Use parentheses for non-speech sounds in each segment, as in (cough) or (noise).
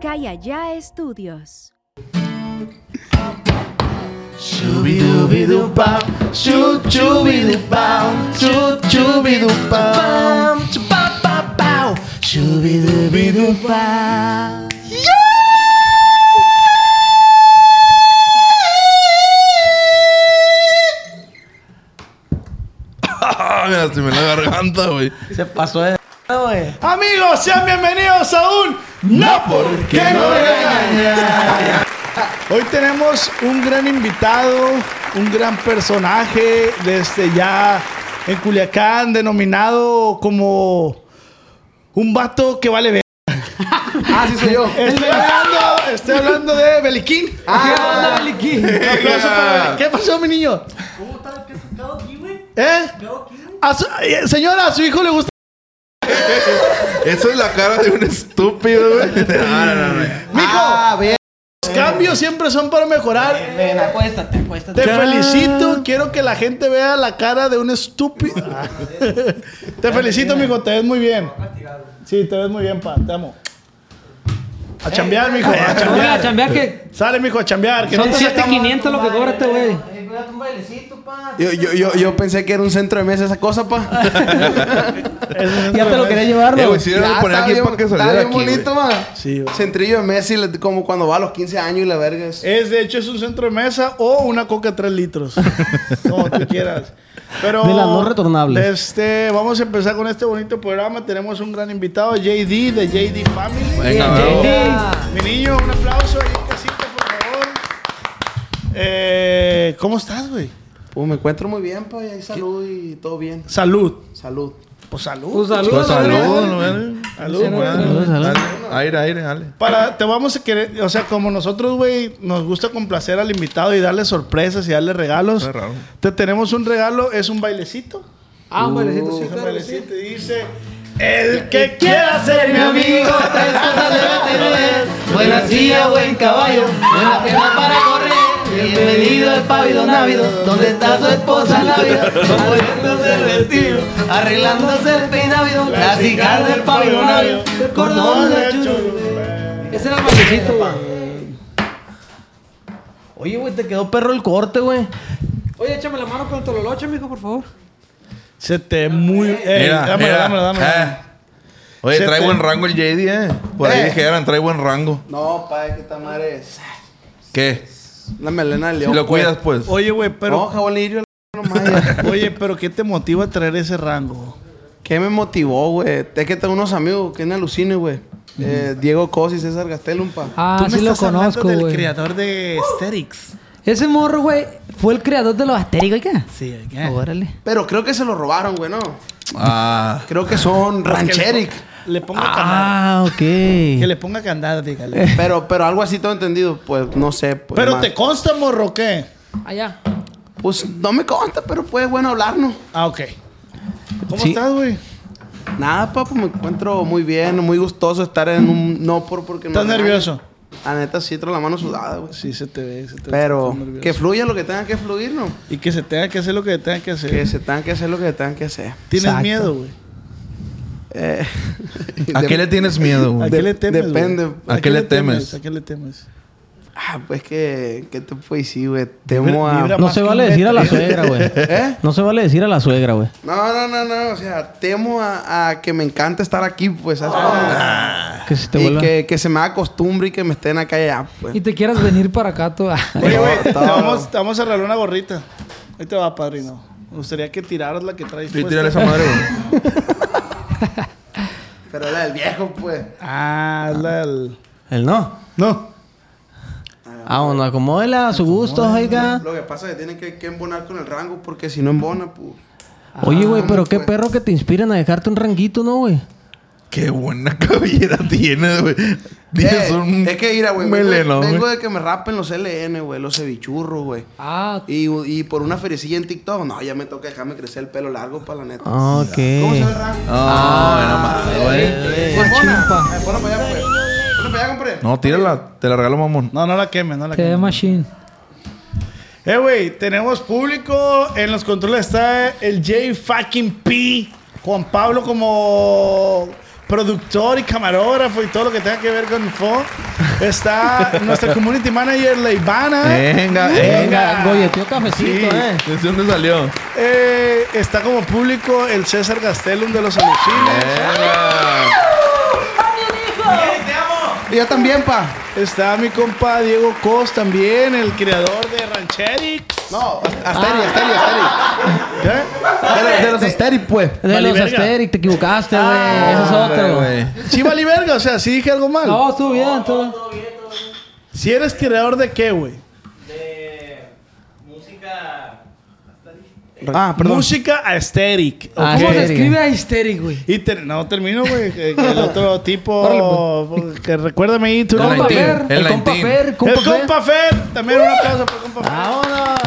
Calla Ya Estudios. Shubidubidubam, shub shubidubam, shub shubidubam, shubapapau, shubidubidubam. Me lastimé la garganta, güey. Se pasó de güey. Amigos, sean bienvenidos a un No porque no me regañan. Hoy tenemos un gran invitado, un gran personaje desde ya en Culiacán, denominado como un vato que vale ver. Ah, sí soy yo. (laughs) Estoy hablando, estoy hablando de Beliquín. Ah, Beliquín. Un aplauso para Beliquín. ¿Qué pasó, mi niño? ¿Eh? A su- eh, señora, a su hijo le gusta. Eso es la cara de un estúpido, güey. (laughs) Eh, No, no, no, no. Mijo, Ah, bien. los cambios siempre son para mejorar. Ven, acuéstate, acuéstate. Te felicito, quiero que la gente vea la cara de un estúpido. te felicito, mijo, te ves muy bien. Sí, te ves muy bien, pa, te amo. A chambear, mijo, a Oiga, a chambear. chambear que Sale, mijo, a chambear. Que son no te sacamos. 7500 lo que cobra este güey. Yo, yo, yo, yo pensé que era un centro de mesa esa cosa, pa. Eso es Ya te lo quería Eh, llevarlo. güey, si era Ya, de poner está aquí bien- para que Está saliera bien aquí, güey. bonito, ma. Sí, güey. Centrillo de Messi, le- como cuando va a los 15 años y la verga. es- Es, de hecho, es un centro de mesa o una coca 3 (laughs) litros. Como tú quieras. Pero, De las no retornables. Este, vamos a empezar con este bonito programa. Tenemos un gran invitado, JD, de JD Family. Eh, Venga, bravo. Mi niño, un aplauso ahí en casita, por favor. Eh, ¿Cómo estás, güey? Pues me encuentro muy bien, pa. Y hay salud y todo bien. Salud. Salud. Pues salud. Un saludo. Pues a la verga. salud, no, eh. Salud, Salud, güey. salud, Salud, dale. Aire, aire, dale. Para, te vamos a querer, o sea, como nosotros, güey, nos gusta complacer al invitado y darle sorpresas y darle regalos. Está raro. Te tenemos un regalo, es un bailecito. Ah, un bailecito, sí, Es un claro que sí. bailecito y dice: El que quiera ser mi amigo, tres cosas le va a tener. Buena silla, buen caballo, buena pierna para correr. Bienvenido al pavido návido, donde está su esposa návida, poniéndose el vestido, arreglándose el peinávido, la cigarra del pavido návido, el cordón de churro. Ese era el bailecito, pa. Oye, güey, te quedó perro el corte, güey. Oye, échame la mano con el tololoche, mijo, por favor. Se te muy. eh, Mira, dámelo, mira. dámelo, dámelo. Eh. Ah. Oye, Se trae te- buen rango el JD, eh. Por ahí Eh. dijeran, trae buen rango. No, pa, es que esta madre es. ¿Qué? La melena del Si león. lo pues. cuidas, pues. Oye, güey, pero. No, jabón lirio, la nomás, ya. (laughs) Oye, pero ¿qué te motiva a traer ese rango? ¿Qué me motivó, güey? Es que tengo unos amigos que en alucine, güey. Eh, Diego Cos y César Gastelum, pa. Tú Ah, me sí lo estás hablando conozco, del güey. creador de Asterix. Ese morro, güey, fue el creador de los Asterix, ¿qué? Sí, ¿qué? Órale. Pero creo que se lo robaron, güey, ¿no? Ah. Creo (laughs) que son rancheric. Le ponga candado. Ah, Que ok. le ponga candado, dígale. Pero, pero algo así todo entendido, pues no sé. Pues, pero más. te consta, morro, ¿o ¿qué? Allá. Pues no me consta, pero pues bueno hablarnos. Ah, ok. ¿Cómo Sí. estás, güey? Nada, papo, me encuentro muy bien, muy gustoso estar en un no por porque no. ¿Estás nervioso? La neta sí trae la mano sudada, güey. Sí, se te ve. Se te Pero estás nervioso. que fluya lo que tenga que fluir, ¿no? Y que se tenga que hacer lo que tenga que hacer. Que se tenga que hacer lo que tengan que hacer. ¿Tienes Exacto. miedo, güey? Eh, ¿A qué le tienes ¿A miedo, güey? qué De- le temes? güey? depende. ¿A qué le temes? ¿A qué le temes? (laughs) Ah, pues que, ¿qué te puedo decir, güey? Temo Vibra- a... vibra- No se vale decir a la suegra, (laughs) güey. ¿Eh? No se vale decir a la suegra, güey. No, no, no, no, o sea, temo a, a que me encanta estar aquí, pues, ¿sabes? cómo? Ah. Que si te y vuelva. que, que se me haga costumbre y que me estén acá y allá, pues. Y te quieras venir para acá tú. (laughs) Oye, güey, No, te todo. vamos, te vamos a regalar una gorrita. Ahí te va, padrino. Me gustaría que tiraras la que traes. Y puesta. tírale esa madre, güey. Pero la del viejo, pues. (laughs) Ah, es la del... El no. No. Ah, bueno, acomódela a su gusto, oiga. Lo que pasa es que tienen que, que embonar con el rango, porque si no embona, pues. Oye, güey, pero qué pues. perro que te inspiran a dejarte un ranguito, ¿no, güey? Qué buena (laughs) cabellera tienes, güey. Tienes Eh, un. es que mira, güey. vengo- Meleno, vengo güey. de que me rapen los LN, güey, los cevichurros, güey. Ah, Y, y por una ferecilla en TikTok, no, ya me toca dejarme crecer el pelo largo para la neta. ok. ¿Cómo se ve el rango? Ah, no, güey. Pues, chimpa. eh, ponlo para allá, pues. Ponlo para allá, compré. No, tírala. Te la regalo, mamón. No, no la quemes, no la Te quemes. ve machine. Eh, güey, tenemos público. En los controles está el J fucking P. Juan Pablo como productor y camarógrafo y todo lo que tenga que ver con Fo. (laughs) Está nuestra community manager, la Ivana. Venga, Venga, golleteó cafecito, eh. ¿De dónde salió? Eh, está como público el César Gastelum de los Eh. Alucines. Yo también, pa. Está mi compa Diego Cos también, el creador de Rancherix. No, Ah. Asteri, Asteri, Asteri. ¿Qué? De- De los Asteri, pues. De Vale, los verga. Asterix, te equivocaste, güey. Ah, Eso es Hombre, otro. güey. Chival y verga, o sea, si dije algo mal. No, estuvo bien, todo. Si eres creador de qué, güey? Ah, perdón. Música aesthetic. ok. Ah, ¿Cómo se Aesthetic. escribe aesthetic, güey? Y ter- no, termino, güey. que- que El (laughs) otro tipo. que recuérdame ahí, tú El no- pues. Compa 19, Fer, el el compa 19. Fer, compa El Fer. compa Fer. También un aplauso para el compa Fer. Vámonos.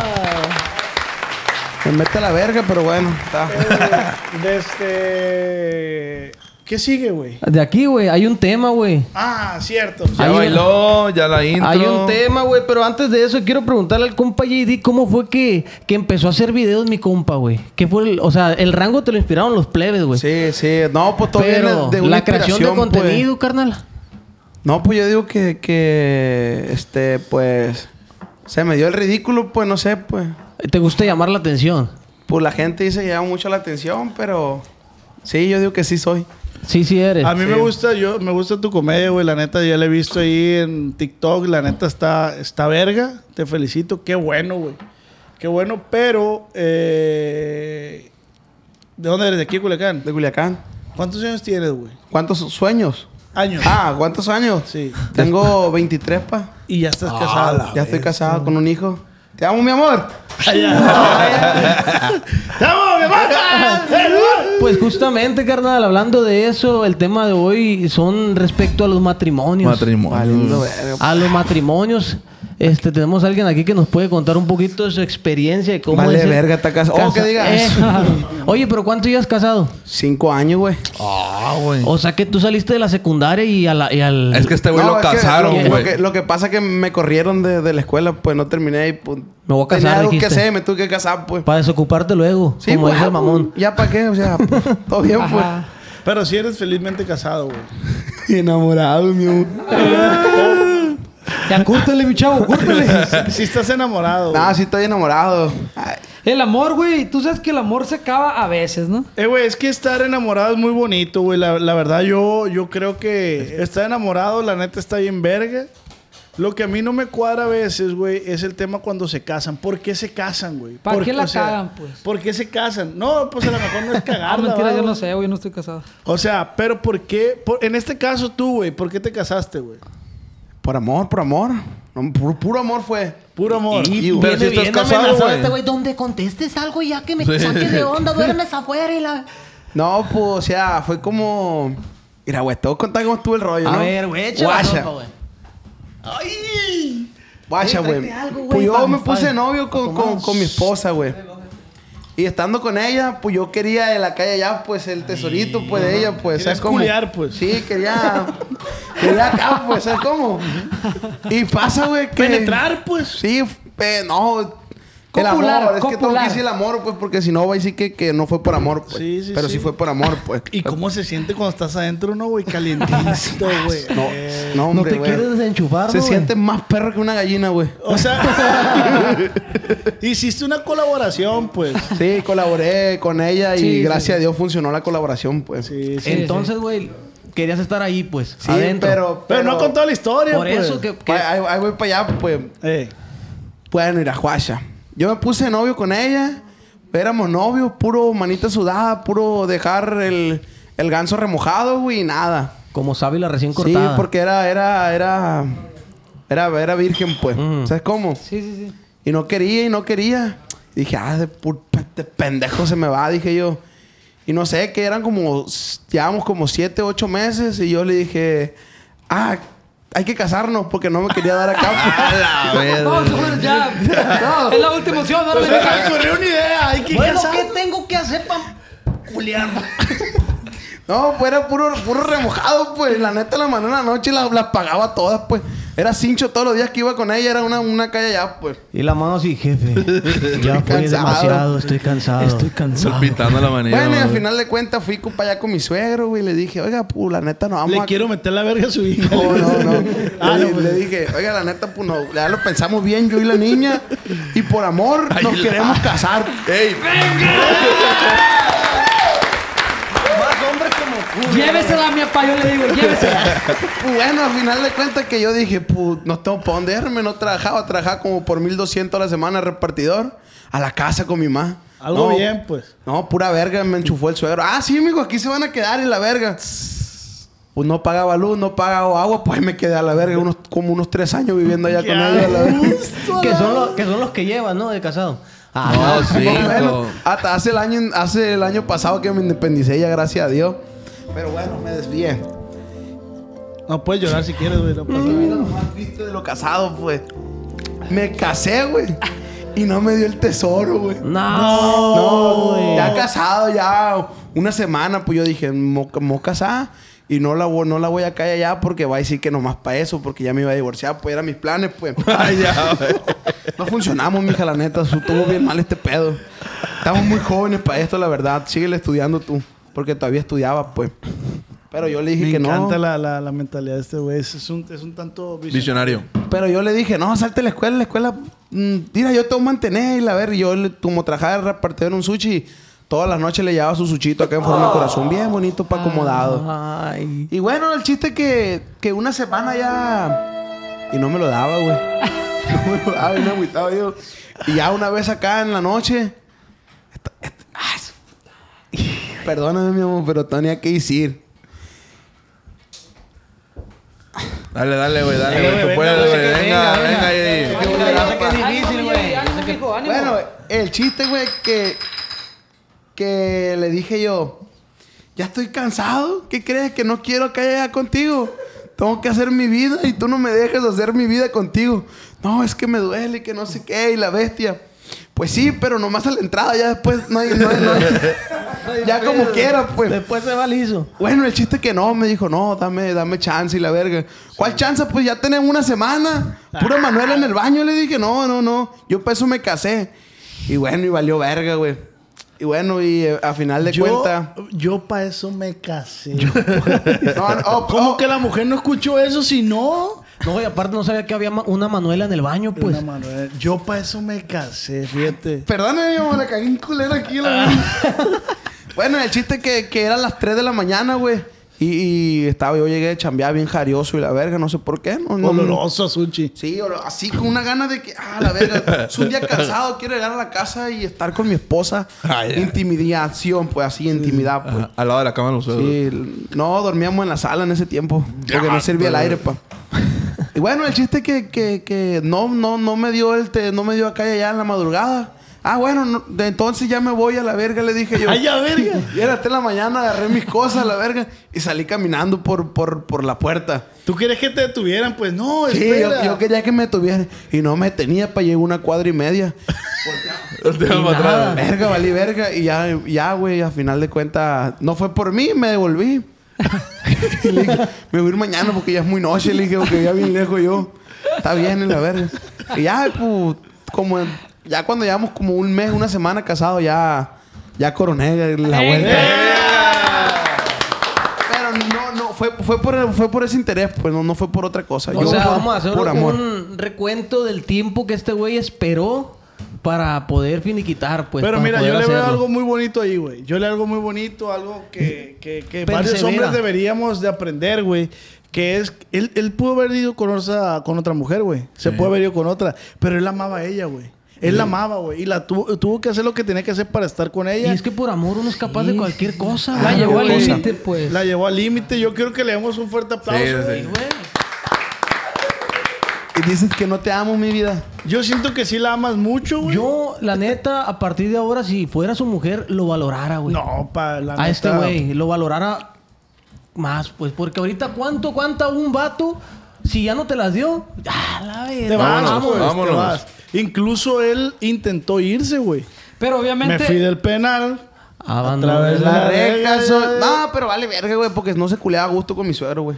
Me mete a la verga, pero bueno, está. Ah, De este. ¿Qué sigue, güey? De aquí, güey, hay un tema, güey. Ah, cierto. Ya Hay un- bailó, ya la intro. Hay un tema, güey, pero antes de eso quiero preguntarle al compa JD cómo fue que, que empezó a hacer videos mi compa, güey. ¿Qué fue el, o sea, el rango te lo inspiraron los plebes, güey? Sí, sí. No, pues todo pero viene de una la creación de inspiración, pues. contenido, carnal. No, pues yo digo que, que, este, pues, se me dio el ridículo, pues, no sé, pues. ¿Te gusta llamar la atención? Pues la gente dice que llama mucho la atención, pero sí, yo digo que sí soy. Sí, sí eres. A mí me gusta, yo me gusta tu comedia, güey. La neta, ya la he visto ahí en TikTok. La neta está, está verga. Te felicito. Qué bueno, güey. Qué bueno, pero eh, ¿de dónde eres? ¿De aquí, Culiacán? De Culiacán. ¿Cuántos años tienes, güey? ¿Cuántos sueños? Años. Ah, ¿cuántos años? Sí. Tengo 23, pa. Y ya Ah, estás casado. Ya estoy casado con un hijo. Te amo, mi amor. (laughs) ¡Vamos, mi mamá! Pues justamente, carnal, hablando de eso, el tema de hoy son respecto a los matrimonios. Matrimonio. Valiendo verga, pues. pa. a los matrimonios. Este, tenemos a alguien aquí que nos puede contar un poquito de su experiencia y cómo Vale es el- verga, está casado. Oh, que digas. Eh, (laughs) oye, pero ¿cuánto llevas casado? Cinco años, güey. Este Ah, güey. O sea que tú saliste de la secundaria y, a la- y al... Es que este güey No, lo es que casaron, lo- Lo, güey. que- lo que pasa es que me corrieron de, de la escuela, pues no terminé y pues. Me voy a Tenía casar, algo que dijiste. hacer, me tuve que casar, pues. Para desocuparte luego, como pues, dice el ah, mamón. Ya para qué, o sea, pues, todo bien, pues. Pero si eres felizmente casado, güey. Enamorado, mi amor. Ya, cúrtele, mi (laughs) chavo, cúrtele. Si estás enamorado. No, güey. sí estoy enamorado. Ay, El amor, güey. Tú sabes que el amor se acaba a veces, ¿no? Eh, güey, es que estar enamorado es muy bonito, güey. La, la verdad, yo, yo creo que estar enamorado, la neta, está bien verga. Lo que a mí no me cuadra a veces, güey, es el tema cuando se casan. ¿Por qué se casan, güey? ¿Para ¿Por qué la o sea, cagan, pues? ¿Por qué se casan? No, pues a lo mejor (laughs) no es Ah, cagarla. mentira, ¿va, yo no güey? sé, güey. Yo no estoy casado. O sea, pero ¿por qué? Por- en este caso tú, güey, ¿por qué te casaste, güey? Por amor, por amor. No, puro, puro amor fue. Puro amor. Y- Pero si estás casado, este Este güey. donde contestes algo ya que me Sí. saque de onda, duermes afuera y la... No, pues, o sea, fue como. Mira, güey, te voy a contar cómo estuvo el rollo, A ¿no? ver, güey, echa la Guacha. sopa, güey. Guacha, Oye, tráete güey. algo, güey, Pues pa- yo me pa- puse novio con, tomar. con, con mi esposa, güey. Y estando con ella, pues yo quería de la calle allá, pues el tesorito, pues de ella, pues. Querías ¿sabes cómo? culiar, pues. Sí, quería. quería acá, pues, ¿sabes cómo? Y pasa, güey, que. Penetrar, pues. Sí, pe- no. El Copular, amor, es que tengo copular. que decir el amor, pues, porque si no, va a decir que, que no fue por amor, pues. Sí, sí, Pero sí. sí fue por amor, pues. ¿Y cómo se siente cuando estás adentro, no, güey? (laughs) Calientito, güey. Eh. No, no, No hombre, te güey. quieres desenchufar, Se ¿no, güey? siente más perro que una gallina, güey. O sea, hiciste una colaboración, pues. Sí, colaboré con ella y Sí, sí, gracias sí. a Dios funcionó la colaboración, pues. Sí, Sí, sí. sí. Entonces, güey, querías estar ahí, pues, adentro. pero, Pero no con toda la historia, Por pues. eso que... que- Ahí, ahí- ahí voy para allá, pues. Eh, Bueno, ir a Juacha. Yo me puse novio con ella. Éramos novios, puro manita sudada, puro dejar el, el ganso remojado, güey, y nada. Como sabe la recién Sí, cortada. porque era, era, era, era, era virgen, pues. Mm. ¿Sabes cómo? Sí, sí, sí. Y no quería, y no quería. Dije, ah, de pu- este pendejo se me va, dije yo. Y no sé, que eran como, s- llevábamos como siete, ocho meses. Y yo le dije, ah, hay que casarnos porque no me quería (laughs) dar acá. A ver. No, seguro ya. (laughs) Es la última opción. Ahora Se me (laughs) ocurrió una idea. Hay que Bueno, casar. ¿qué tengo que hacer para no, pues era puro, puro remojado, pues. La neta, la mandé en la noche y la- las pagaba todas, pues. Era cincho todos los días que iba con ella, era una, una calle allá, pues. Y la mano así, (laughs) jefe. Ya fui cansado. demasiado, estoy cansado. Estoy cansado. Palpitando la manera. Bueno, y al güey. final de cuentas fui compa allá con mi suegro, güey. y Le dije, oiga, pues la neta, no vamos Le a... quiero meter la verga a su hija. No, no, (laughs) no. (laughs) Ah, le, no, pues. le dije, oiga, la neta, pues no, ya lo pensamos bien, yo y la niña. Y por amor, nos queremos casar. ¡Ey! Llévesela a mi papá, yo le digo, llévesela. Pues bueno, al final de cuentas que yo dije, pues no tengo para dónde irme, no trabajaba, trabajaba como por 1200 a la semana repartidor, a la casa con mi mamá. Algo No, bien, pues. No, pura verga, me enchufó el suegro. Ah, sí, amigo, aquí se van a quedar en la verga. Pues no pagaba luz, no pagaba agua, pues ahí me quedé a la verga unos, como unos tres años (laughs) viviendo allá con ella. a la verga. Que son, los, que son los que llevan, ¿no? De casado. Ah, No, Más o cinco. menos. Hasta hace el año, hace el año pasado que me independicé ya, gracias a Dios. Pero bueno, me desvié. No puedes llorar si quieres, güey. No pasa nada. Más visto de lo casado, pues. Me casé, güey. Y no me dio el tesoro, güey. No. No, ya casado, ya una semana, pues yo dije, mo, mo casada. Y no la, vo- no la voy a caer allá porque va a decir que nomás para eso, porque ya me iba a divorciar, pues eran mis planes, pues. Ay, ya, güey. No funcionamos, mija, la neta. Su- Estuvo bien mal este pedo. Estamos muy jóvenes para esto, la verdad. Síguele estudiando tú. Porque todavía estudiaba, pues. Pero yo le dije Me que no. encanta la, la, la mentalidad de este güey. Es, es un, es un tanto visionario. Visionario. Pero yo le dije, no, salte de la escuela, la escuela. mm, Mira, yo te voy a mantener. Y la ver, yo le- como trabajaba de repartidor en un sushi, todas las noches le llevaba su suchito acá en forma de corazón. Bien bonito, para acomodado. Ay. Y bueno, el chiste que, que una semana ya. Y no me lo daba, güey. (laughs) No me lo daba, y me agüitaba yo. Y ya una vez acá en la noche. esta- esta- ah, su- (laughs) Perdóname, mi amor, pero tenía que decir. Dale, dale, güey, dale, Dale, güey. Tú güey, puedes, venga, güey. venga, Venga, venga. venga, ahí. Yo sé que es Ánimo, difícil, Gigi, güey. Ánimo, mijo, ánimo. Bueno, el chiste, güey, que. Que le dije yo. Ya estoy cansado. ¿Qué crees? Que no quiero que haya contigo. Tengo que hacer mi vida y tú no me dejas hacer mi vida contigo. No, es que me duele, que no sé qué, y la bestia. Pues sí, pero nomás a la entrada, ya después no hay. No hay- (laughs) no hay- ya como quiera, pues. Después se va liso. Bueno, el chiste que no, me dijo, no, dame, dame chance y la verga. ¿Cuál chance? Pues ya tenemos una semana. Puro Manuel en el baño, le dije, no, no, no. Yo para eso me casé. Y bueno, y valió verga, güey. Y bueno, y eh, a final de Yo, (laughs) cuentas. yo para eso me casé. (laughs) No, no, oh, ¿Cómo oh, que la mujer no escuchó eso si no? No, y aparte no sabía que había ma- una Manuela en el baño, pues. Una Manuela. yo para eso me casé, fíjate. Perdóname, mi amor, la cagué en culera aquí. La Ah. verga. (laughs) bueno, el chiste que, que eran las 3 de la mañana, güey. Y, y estaba, yo llegué de chambear bien jarioso y la verga, no sé por qué. No, no, Oloroso a sushi. Sí, o lo- así con una gana de que, ah, la verga, es un día cansado, quiero llegar a la casa y estar con mi esposa. Ay, ay. Intimidación, pues así, intimidad, pues. Ajá, Al lado de la cama, los (laughs) Sí, l- no, dormíamos en la sala en ese tiempo, porque Ya, no servía el pero- aire, pa. Y bueno, el chiste que, que, que no, no, no me dio el te- no me dio acá y allá en la madrugada. Ah, bueno, no- de entonces ya me voy a la verga, le dije (laughs) yo. Ay, ya, verga. Y era hasta en la mañana, agarré mis cosas a la verga y salí caminando por, por, por la puerta. ¿Tú quieres que te detuvieran? Pues no, Sí, yo, espera. yo quería que me tuviera y no me tenía para llegar una cuadra (laughs) y media. Te vas para Ah. atrás. verga, valí verga. Y ya, ya, güey, a final de cuentas, no fue por mí, (laughs) me devolví. Y le dije, me voy a ir mañana porque ya es muy noche. Le dije, porque ya bien lejos yo. Está bien, en la verga. Y ya, pues, como en- ya cuando llevamos como un mes, una semana casado, ya, ya coroné la ¡Eh! vuelta. Pero no, no, fue, fue, por, fue por ese interés, pues no, no fue por otra cosa. O Yo sea, por- vamos a hacer por un, amor. un recuento del tiempo que este güey esperó para poder finiquitar, pues. Pero para mira, poder yo le veo hacerlo. algo muy bonito ahí, güey. Yo le veo algo muy bonito, algo que, que- que varios Persevera. hombres deberíamos de aprender, güey. Que es, él, él pudo haber ido con, otra- con otra mujer, güey. Se pudo haber ido con otra. Pero él amaba a ella, güey. Él la amaba, güey. Y la tuvo, tuvo que hacer lo que tenía que hacer para estar con Y ella. es que por amor uno es capaz de cualquier cosa, La güey. llevó al güey. límite, pues. La llevó al límite. Yo quiero que le demos un fuerte aplauso. Sí, güey. sí. Y dices que no te amo, mi vida. Yo siento que sí la amas mucho, güey. Yo, la neta, a partir de ahora, si fuera su mujer, lo valorara, güey. No, pa, la a este neta, güey, lo valorara más, pues. Porque ahorita, ¿cuánto cuánta un vato? Si ya no te las dio, ah, la Te verga. vas, Vámonos, pues, te vámonos. vas. Incluso él intentó irse, güey. Pero Me obviamente. fui del penal. A través de La la reja reja, son... No, pero vale verga, güey, porque no se culeaba a gusto con mi suegro, (laughs) güey.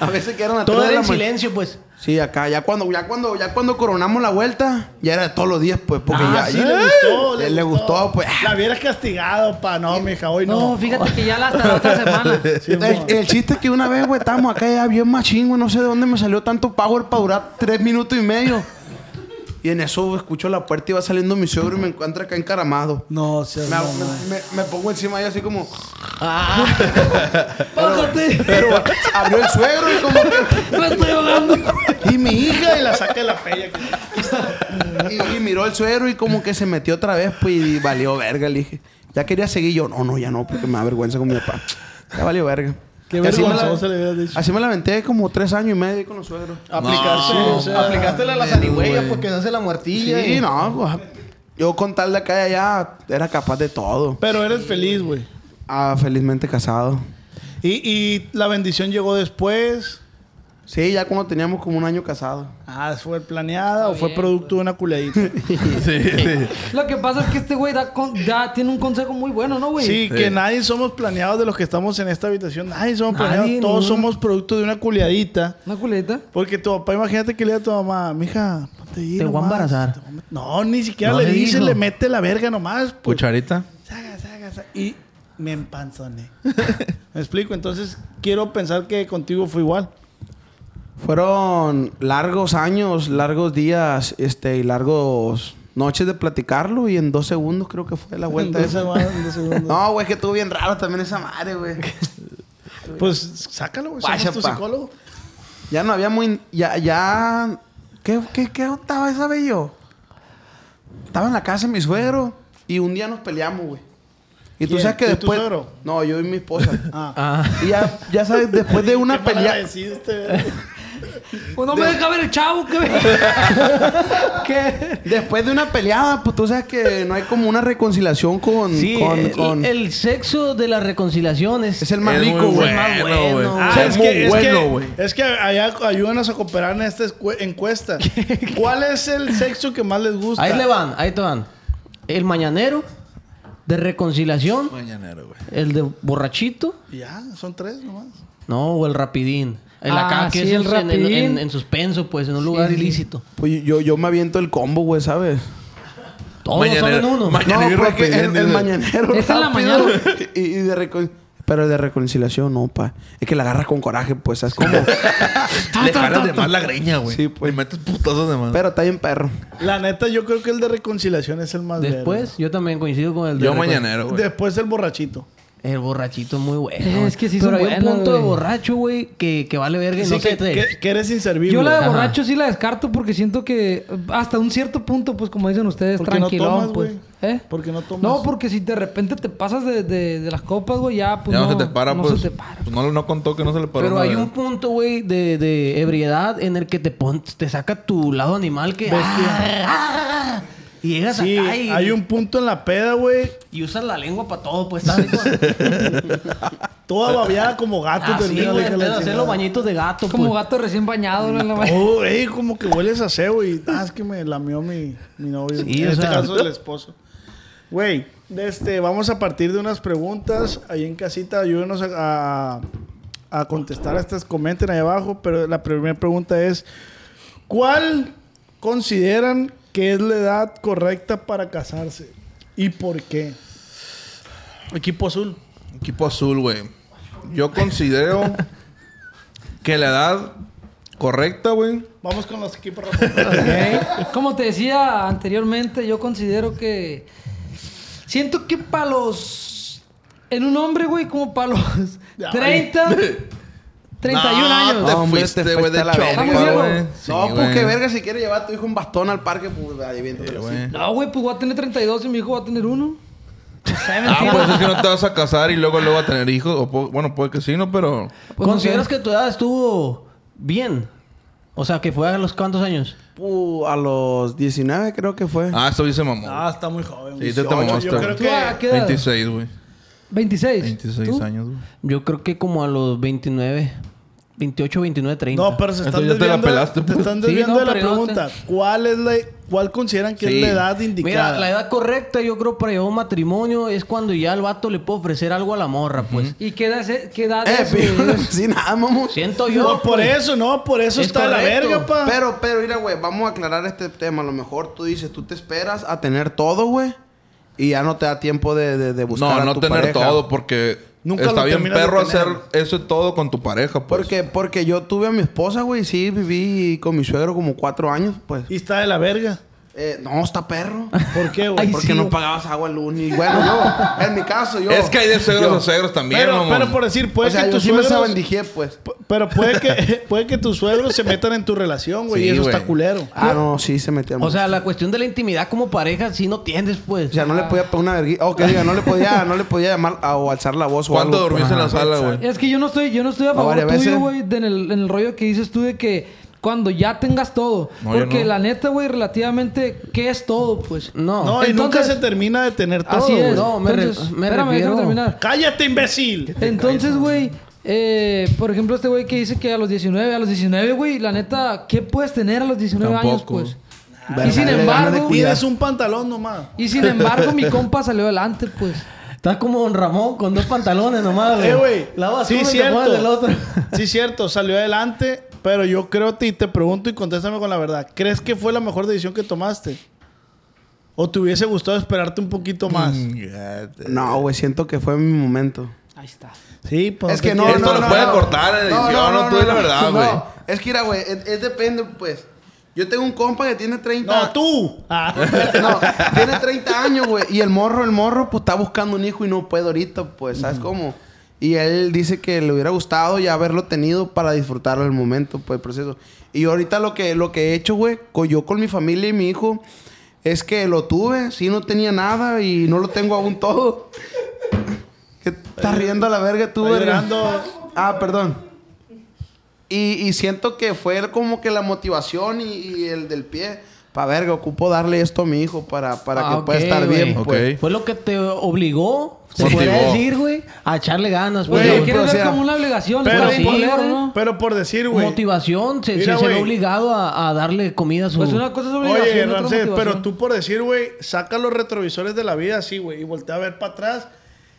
a veces que eran a Todo tres de era en la ma- silencio, pues. Sí, acá, ya cuando, ya cuando, ya cuando coronamos la vuelta, ya era de todos los días, pues, porque Ah, ya, sí, ya- le gustó. le gustó, pues. La hubieras castigado, pa. No, mija, hoy no. No, fíjate que ya la- hasta la otra semana. El, el chiste es que una vez, güey, estábamos acá ya bien machín, güey. No sé de dónde me salió tanto power para durar tres minutos y medio. Y en eso güey, escucho la puerta y va saliendo mi suegro y me encuentra acá encaramado. No, seas Me, me- me- me pongo encima de él así como... ¡Bájate! (laughs) Pero abrió el suegro y como que- ¡Me estoy ahogando! Y mi hija y la saca de la pella. Y, y miró el suegro y como que se metió otra vez, pues, y valió verga. Le dije, ya quería seguir. Yo, no, no, ya no, porque me da vergüenza con mi papá. Ya valió verga. Qué Y así me la- vergonzoso le hubieras dicho. Así me la aventé como tres años y medio ahí con los suegros. Aplicaste, o sea, aplicaste la la zarigüeya porque eh, no hace la muertilla. Sí, y- no, pues, yo con tal de acá y allá era capaz de todo. Pero eres feliz, güey. Ah, felizmente casado. Y, y la bendición llegó después. Sí, ya cuando teníamos como un año casado. Ah, ¿fue planeada o fue bien, producto pues. de una culeadita? (laughs) Sí, sí. Lo que pasa es que este güey da con- ya tiene un consejo muy bueno, ¿no, Pues. güey? Sí, que nadie somos planeados de los que estamos en esta habitación. Nadie somos Nadie, planeados. Todos ninguno. somos producto de una culeadita. ¿Una culeta? Porque tu papá, imagínate que le diga a tu mamá, mija, ponte ahí Te voy a nomás, embarazar. te voy a met- No, ni siquiera No le le dice, dijo. le mete la verga nomás. Pues. Cucharita. Saca, saca, saca. Y me empanzoné. (laughs) me explico. Entonces, quiero pensar que contigo fue igual. Fueron largos años, largos días, este, y largos noches de platicarlo. Y en dos segundos creo (laughs) que fue la vuelta Entonces, esa. va, en dos segundos. (laughs) No, güey, que estuvo bien raro también esa madre, güey. Pues, sácalo, güey. Guacha, Somos tu pa. psicólogo. Ya no había muy... Ya, ya... ¿Qué, qué, qué estaba esa bello? Estaba en la casa de mi suegro y un día nos peleamos, güey. Y tú ¿Quién? sabes que ¿Tú y tu después... suegro? No, yo y mi esposa. (laughs) Ah. Y ya, ya sabes, después de (laughs) una ¿Qué palabra pelea... decís, este, güey? Pues no me deja ver el chavo, que ¿Qué? Después de una peleada, pues tú sabes que no hay como una reconciliación con... Sí, con- eh, con- el sexo de las reconciliaciones. Es el más Es muy rico, güey. Es más bueno, güey. bueno, güey. Ah, O sea, es, es muy que, es bueno, que- güey. es que allá ayúdanos a cooperar en esta escue- (laughs) encuesta. ¿Cuál es el sexo que más les gusta? Ahí le van, ahí te van. El mañanero de reconciliación, Mañanero, güey. el de borrachito, Ya, son tres nomás. no, o el rapidín. El Ah, acá que sí, es en- el en- rapidín. En, en suspenso, pues, en un lugar sí. ilícito. Pues yo, yo me aviento el combo, güey, ¿sabes? Todos Mañanero- son en maña- uno. No, Mañanero y porque el, rapidín, el dice. mañanero Esa es la rápido mañana. Y, y de recon- Pero el de reconciliación, no, pa. Es que la agarras con coraje, pues, (laughs) ¿sabes cómo? Le jalas de más la greña, güey. Sí, Sí, pues. pues. Le metes putazos de más. Pero está bien perro. La neta, yo creo que el de reconciliación es el más Después, yo también coincido con el de Yo recon- mañanero, verga. güey. Después el borrachito. El borrachito es muy bueno. Eh, Es que sí Pero son hay un buenos, punto de güey. borracho, güey, que, que vale verga y Sí, no que, se te- que- que eres inservible. Yo la de Ajá. borracho sí la descarto porque siento que hasta un cierto punto, pues como dicen ustedes, ¿Por qué no tranquilón, tomas, pues. güey? ¿Eh? ¿Por qué no tomas? No, porque si de repente te pasas de, de- de las copas, güey, ya pues ya no, no se te para, no pues. se te para. pues, no, no contó que no se le paró. Pero una hay vez. un punto, güey, de, de ebriedad en el que te pon- te saca tu lado animal que... Ah, ah, y llegas Sí, acá y, hay un punto en la peda, güey. y usas la lengua para todo, pues. ¿sabes? (laughs) Toda babeada como gato. Así, termina, Ah, le güey, te jala van la a hacer chingada. los bañitos de gato, Como pues. gato recién bañado, güey, la (laughs) madre. Oh, ey, como que hueles a cebo y ah, es que me lamió mi, mi novio. Sí, en o este sea. caso el esposo. Güey, este, vamos a partir de unas preguntas. Ahí en casita, ayúdenos a, a, a contestar a estas. Comenten ahí abajo. Pero la primera pregunta es: ¿Cuál consideran que es la edad correcta para casarse? ¿Y por qué? Equipo azul. Equipo azul, güey. Yo (laughs) considero que la edad correcta, güey. Vamos con los equipos Ok. Como te decía anteriormente, yo considero que. Siento que para los. En un hombre, güey, como para los 30, 31 No, años. Te No, hombre, fuiste, te güey, fuiste de a la chompa, verga, güey. güey. Sí, No, pues güey. que verga, si quieres llevar a tu hijo un bastón al parque, pues, ahí viéndotelo así. güey. No, güey, pues voy a tener 32 y mi hijo va a tener uno. No sé, Ah, mentira. pues es que no te vas a casar y luego luego a tener hijos. O po- bueno, puede que sí, ¿no? Pero Pues no ¿Consideras sé. que tu edad estuvo bien? O sea, que fue a los cuántos años. Pu- a los 19 creo que fue. Ah, eso dice mamón. Ah, está muy joven. Sí, te güey. tomaste. yo creo ¿Tú que a qué edad? 26, güey. 26. 26 ¿Tú? años, güey. Yo creo que como a los 29. 28, 29, 30. No, pero se están Entonces ya te la desviando, pelaste, te pues. están Sí, desviando no, de la pero yo no te- pregunta. ¿Cuál es la, cuál consideran que Sí. es la edad indicada? Mira, la edad correcta, yo creo, para llevar un matrimonio es cuando ya el vato le puede ofrecer algo a la morra, pues. ¿Y qué edad es? ¿Qué edad Eh, es, güey? pero, (laughs) sí, nada, mamón. Siento yo. No, por pues. eso, no, por eso Es está de correcto. la verga, pa. Pero, pero, mira, güey, vamos a aclarar este tema. A lo mejor tú dices, tú te esperas a tener todo, güey. Y ya no te da tiempo de, de, de buscar No, a no tu tener pareja. todo pues. porque Nunca está lo bien terminas de perro tener. hacer eso todo con tu pareja, pues. Porque, porque yo tuve a mi esposa, güey. Sí, viví con mi suegro como cuatro años, pues. Y está de la verga. Eh, no, (laughs) está perro. ¿Por qué, güey? porque no pagabas agua, luz. Ni bueno, yo, en mi caso, yo... es que hay de suegros yo- a suegros también, pero, mamón. pero por decir, puede o sea, que yo tus sí me suegros... sabandijé, pues. pu- Pero puede que, (laughs) puede que tus suegros se metan en tu relación, güey. Sí, y eso güey. está culero. Ah, no, sí se metió. O sea, la cuestión de la intimidad como pareja, sí no tienes, pues. O sea, no le podía poner una vergüenza. O que diga, no le podía, no le podía llamar a- o alzar la voz o ¿Cuánto algo, pues. dormiste en la Ajá. sala, güey? Es que yo no estoy, yo no estoy a No, favor varias tuyo, veces. güey, de en el, en el rollo que dices tú de que cuando ya tengas todo. No, yo porque no. la neta, güey, relativamente, ¿qué es todo, pues? No. no, y nunca entonces- se termina de tener todo, Así güey. es. No, me re- me espérame, refiero- déjame terminar. ¡Cállate, imbécil! Entonces, güey, eh, por ejemplo, este güey que dice que a los 19, a los 19, güey, la neta, ¿qué puedes tener a los 19 años, Tampoco. pues? Verga, y sin dale ganas de embargo, cuidar. Tienes un pantalón nomás. y sin embargo, mi compa salió adelante, pues. Estás como Don Ramón con dos pantalones nomás, (laughs) güey. Eh, güey. Lavas Sí, uno y te cierto. pones el otro. (laughs) Sí, cierto. Salió adelante. Pero yo creo y te pregunto y contéstame con la verdad. ¿Crees que fue la mejor decisión que tomaste? ¿O te hubiese gustado esperarte un poquito más? Mm. No, güey, siento que fue mi momento. Ahí está. Sí, pues. Es que te no, quiero- Esto lo no, no, puede no. cortar en edición, no, tú di la verdad, güey. Es que, mira, güey, es, es depende, pues. Yo tengo un compa que tiene 30... No, tú. Ah. No, tiene 30 años, güey. Y el morro, el morro, pues está buscando un hijo y no puede ahorita, pues, ¿sabes cómo? Y él dice que le hubiera gustado ya haberlo tenido para disfrutar el momento, pues, el proceso. Y yo ahorita lo que, lo que he hecho, güey, co- yo con mi familia y mi hijo, es que lo tuve, sí, no tenía nada y no lo tengo aún todo. ¿Qué estás riendo a la verga tú, Está verga? llorando. Ah, perdón. Y, y siento que fue el- como que la motivación y, y el del pie. Pa' verga, ocupo darle esto a mi hijo para, para Ah, que ok, pueda estar güey. bien, Ok. pues. Fue lo que te obligó, se Motivó. podría decir, güey, a echarle ganas, pues, Güey, güey. lo pero, quieres o ver sea, como una obligación. Pero, está sí, bien culero, güey. pues, ¿no? pero por decir, güey. Motivación, se, Mira, se- se ve güey. obligado a, a darle comida a su... Pues una cosa es obligación, Oye, otra Ramsés, motivación. pero tú por decir, güey, saca los retrovisores de la vida así, güey, y voltea a ver para atrás.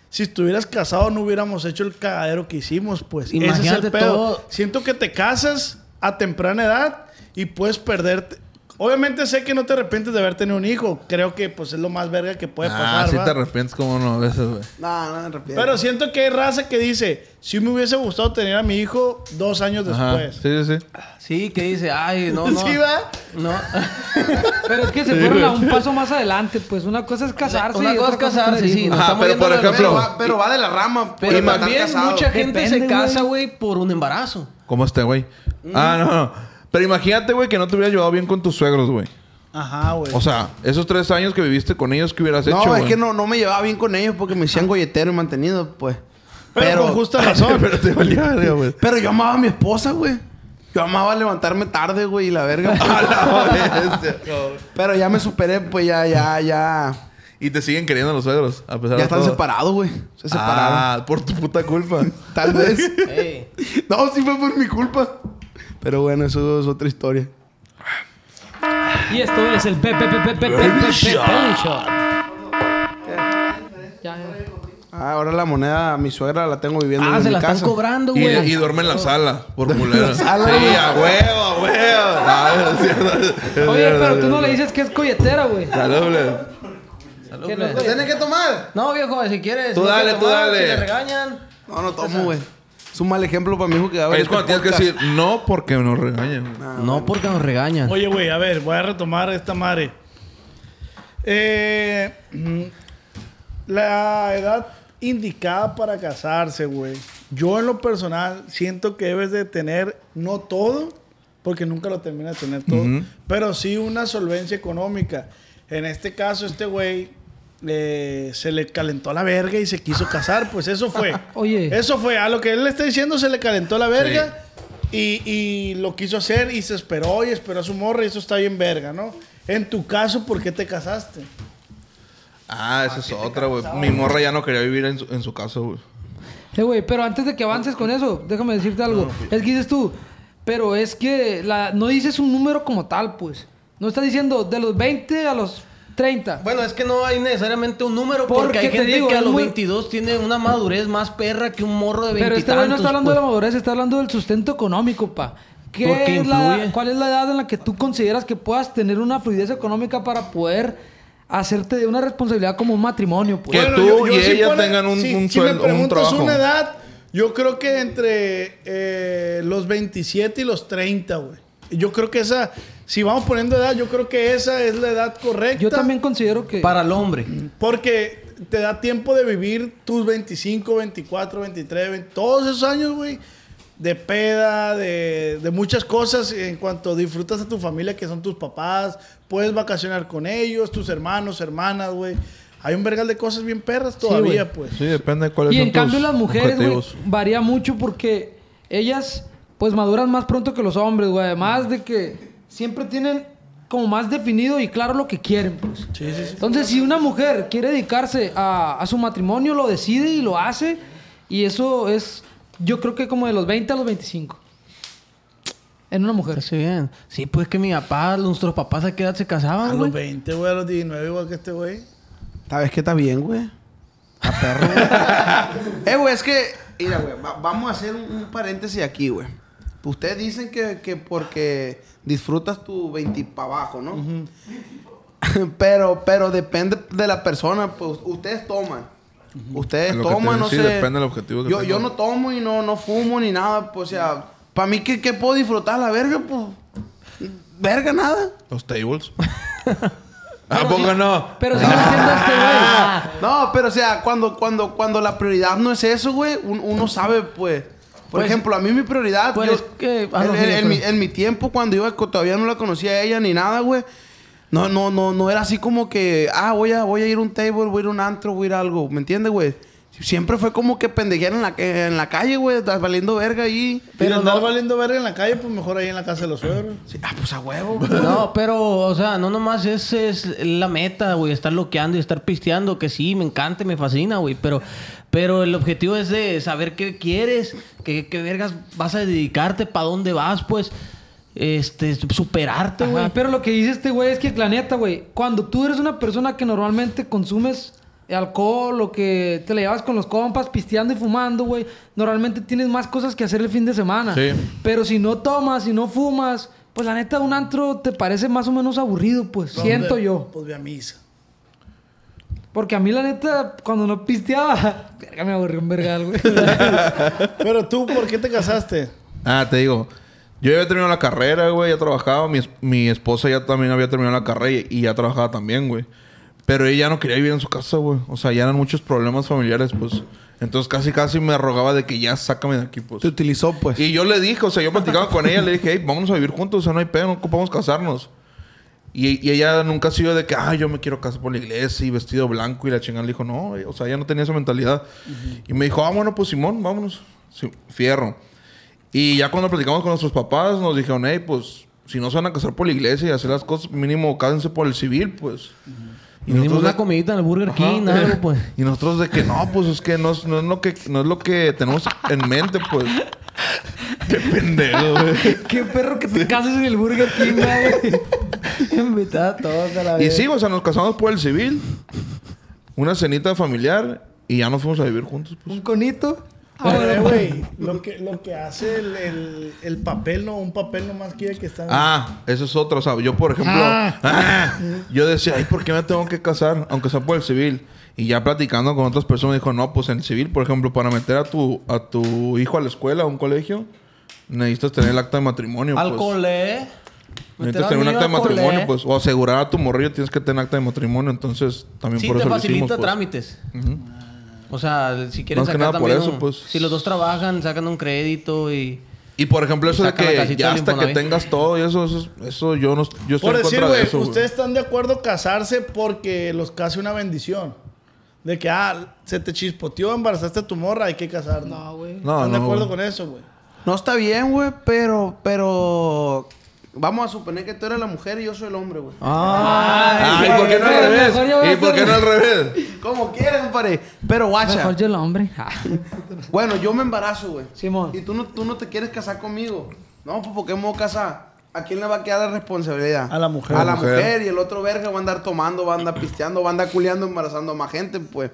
Si estuvieras casado no hubiéramos hecho el cagadero que hicimos, pues. Ese es Imagínate el pedo. todo. Siento que te casas a temprana edad y puedes perderte. Obviamente sé que no te arrepientes de haber tenido un hijo. Creo que pues es lo más verga que puede Ah, pasar. sí ¿va? te arrepientes como no a veces, güey. No, no me arrepiento. Pero siento que hay raza que dice, si me hubiese gustado tener a mi hijo dos años Ajá. después. Sí, sí, sí. Sí, que dice, ay, no, no. (laughs) ¿Sí, va? No. Pero es que se fueron a un paso más adelante, pues. Una cosa es casarse. Una y cosa otra es casarse, tener sí, hijos. no. Ajá, estamos pero por viendo la- pero, ejemplo, va, pero va de la rama, pues, Pero para estar también casado. mucha gente se Depende, casa, güey. güey, por un embarazo. ¿Cómo este, güey? Ah, no, no. Pero imagínate, güey, que no te hubiera llevado bien con tus suegros, güey. Ajá, güey. O sea, esos tres años que viviste con ellos, ¿qué hubieras No, hecho, es güey? (laughs) que no, no me llevaba bien con ellos porque me hacían golletero y mantenido, pues. pero, con justa razón. Pero te valía verga, güey. Pero yo amaba a mi esposa, güey. Yo amaba levantarme tarde, güey, y la verga. (laughs) pero ya me superé, pues ya, ya, ya. Y te siguen queriendo los suegros, a pesar Ya de están todo. separados, güey. Se separaron. Ah, por tu puta culpa. (laughs) Tal vez. Ey. (laughs) No, sí fue por mi culpa. Pero bueno, eso es otra historia. Y esto es el Pepe Pepe Pepe Pepe Shot. Ya, ya. Ah, ahora la moneda, mi suegra la tengo viviendo Ah, en se mi la casa. están cobrando, Y, güey. y duerme Oh. en la sala, por culera. Sí, sala, güey. a huevo, a huevo. (laughs) No, es cierto. Es Oye, cierto, pero tú es no le cierto. dices que es colletera, güey. Salud, güey. Que no, ¿Te güey. ¿Tienes que tomar? No, viejo, si quieres. Tú no dale, te tú tomas, dale. Si le regañan. No, no tomo, güey. Es un mal ejemplo para mi hijo que va a ver Es este cuando tienes que podcast. decir no porque nos regañan. Ah, güey. No, porque nos regañan. Oye, güey, a ver, voy a retomar esta madre. Eh, mm, la edad indicada para casarse, güey. Yo en lo personal siento que debes de tener no todo, porque nunca lo terminas de tener todo, Ujú. pero sí una solvencia económica. En este caso, este güey eh, se le calentó la verga y se quiso casar, pues eso fue. Oye. Eso fue, a lo que él le está diciendo se le calentó la verga y, y lo quiso hacer y se esperó y esperó a su morra y eso está bien verga, ¿no? En tu caso, ¿por qué te casaste? Ah, Ah, esa es otra, güey. Mi morra ya no quería vivir en su, en su casa, güey. Eh, güey, pero antes de que avances con eso, déjame decirte algo. Es que dices tú, pero es que la- no dices un número como tal, pues. No estás diciendo de los 20 a los 30. Bueno, es que no hay necesariamente un número porque, Porque hay te gente digo, que a es los muy- 22 tiene una madurez más perra que un morro de 20 Pero este güey no está hablando de la madurez, está hablando del sustento económico, pa. ¿Qué pues. Porque es la- influye. ¿Cuál es la edad en la que tú consideras que puedas tener una fluidez económica para poder hacerte de una responsabilidad como un matrimonio, pues? Que tú y ella pone- tengan un- si- un si me sueldo, un preguntas trabajo. una edad, yo creo que entre eh, los 27 y los 30, güey. Yo creo que esa, si vamos poniendo edad, yo creo que esa es la edad correcta. Yo también considero que... Para el hombre. Porque te da tiempo de vivir tus 25, 24, 23, 20, todos esos años, güey. De peda, de, de muchas cosas. En cuanto disfrutas a tu familia, que son tus papás, puedes vacacionar con ellos, tus hermanos, hermanas, güey. Hay un vergal de cosas bien perras todavía, güey. pues. Sí, depende de cuáles Y son en cambio tus las mujeres, güey, objetivos. varía mucho porque ellas pues maduran más pronto que los hombres, güey. Además de que siempre tienen como más definido y claro lo que quieren, pues. Entonces, si una mujer quiere dedicarse a, a su matrimonio, lo decide y lo hace. Y eso es, yo creo que como de los 20 a los 25. En una mujer. Parece bien. Sí, pues que mi papá, nuestros papás a qué edad se A casaban, los Ah, güey. 20, güey, a los 19, igual que este güey. ¿Sabes qué está bien, güey? A perro. güey. eh, güey, es que. Mira, güey, va- vamos a hacer un, un paréntesis aquí, güey. Ustedes dicen que, que porque disfrutas tu 20 para abajo, ¿no? (laughs) pero, pero depende de la persona, pues ustedes toman. Ustedes Lo que te toman, digo, no sí, sé. depende del objetivo que yo, tengas. yo no tomo y no, no fumo ni nada, pues, o sea, para mí, ¿qué, ¿qué puedo disfrutar? La verga, pues. Verga, nada. Los (laughs) tables. ¿A poco no? Pero si no entiendo a este güey. No, pero o sea, cuando, cuando, cuando la prioridad no es eso, güey, un- uno sabe, pues. Por Pues- ejemplo, a mí mi prioridad, pues yo- es que- ah, en, no, en- sí, en mi, pero- en mi tiempo, cuando yo todavía no la conocía a ella ni nada, güey. No, no, no, no era así como que, ah, voy a, voy a ir a un table, voy a ir a un antro, voy a ir a algo, ¿me entiendes, güey? Siempre fue como que pendejear en la, en la calle, güey, valiendo verga ahí. Pero Pero andar no- valiendo verga en la calle, pues mejor ahí en la casa de los suegros. Sí, ah, pues a huevo, güey. No, pero, o sea, no nomás esa es la meta, güey, estar loqueando y estar pisteando, que sí, me encanta, y me fascina, güey, pero, pero el objetivo es de saber qué quieres, qué, qué vergas vas a dedicarte, para dónde vas, pues, este, superarte, Ajá, güey. pero lo que dice este güey es que la neta, güey, cuando tú eres una persona que normalmente consumes alcohol o que te la llevas con los compas pisteando y fumando, güey, normalmente tienes más cosas que hacer el fin de semana. Sí. Pero si no tomas, si no fumas, pues la neta un antro te parece más o menos aburrido, pues siento ¿Dónde? yo. Pues ve a misa. Porque a mí la neta cuando no pisteaba, (laughs) verga, me aburrió un vergal, güey. Pero tú, ¿por qué te casaste? Ah, te digo. Yo ya había terminado la carrera, güey. Ya trabajaba. Mi, es- mi esposa ya también había terminado la carrera y, y ya trabajaba también, güey. Pero ella ya no quería vivir en su casa, güey. O sea, ya eran muchos problemas familiares, pues. Entonces casi casi me rogaba de que ya sácame de aquí, pues. Te utilizó, pues. Y yo le dije, o sea, yo platicaba con ella, le dije, hey, vámonos a vivir juntos, o sea, no hay pedo, no ocupamos casarnos. Y, y ella nunca ha sido de que, ah, yo me quiero casar por la iglesia y vestido blanco y la chingada. Le dijo, no, o sea, ella no tenía esa mentalidad. Y me dijo, ah, bueno, pues Simón, vámonos. Sí, fierro. Y ya cuando platicamos con nuestros papás, nos dijeron, hey, pues, si no se van a casar por la iglesia y hacer las cosas, mínimo cásense por el civil, pues. Y dimos nosotros una de- comidita en el Burger Ajá. (laughs) King, algo, pues. Y nosotros de que no, pues es que no, es- no es lo que no es lo que tenemos en mente, pues. Qué (laughs) pendejo, güey. Qué perro que te cases en el Burger King, güey. Invitada a todos a la Y vez. sí, o sea, nos casamos por el civil, una cenita familiar y ya nos fuimos a vivir juntos, pues. Un conito. Pero, eh, Ahora, güey, lo que, lo que hace el, el- el papel, no, un papel nomás quiere que está. Ah, eso es otro, o sea, yo por ejemplo, Ah. ah, yo decía, ay, ¿por qué me tengo que casar? Aunque sea por el civil. Y ya platicando con otras personas dijo, no, pues en el civil, por ejemplo, para meter a tu, a tu hijo a la escuela, a un colegio, necesitas tener el acta de matrimonio. pues. Al cole. Pues Necesitas tener un acta de matrimonio, ¿eh? pues, o asegurar a tu morrillo, tienes que tener acta de matrimonio, entonces también Sí, por te eso lo facilita hicimos, pues. trámites. Ujú. O sea, si quieres Más que sacar nada por también eso, un- pues. Si los dos trabajan, sacan un crédito y... Y por ejemplo, eso de Saca la que casita ya del hasta que Infonavit. tengas todo y eso, eso, eso yo no yo estoy Por en decir, contra güey, de eso. güey. ustedes están de acuerdo casarse porque los case una bendición. De que, ah, se te chispoteó, embarazaste a tu morra, hay que casarnos. No, güey. No, ¿Están de no, acuerdo güey. con eso, güey? No está bien, güey, pero, pero Vamos a suponer que tú eres la mujer y yo soy el hombre, güey. Ay, ¿por qué no al Pero mejor yo voy a revés? ¿Y por qué hacer- no al revés? Como quieres, compadre. Pero guacha. Mejor yo el hombre. Ah. Bueno, yo me embarazo, güey. Simón. Y tú no, tú no te quieres casar conmigo. No, pues ¿por qué me voy a casar? ¿A quién le va a quedar la responsabilidad? A la mujer. A la Mujer. mujer. Y el otro verga va a andar tomando, va a andar pisteando, va a andar culeando, embarazando a más gente, pues.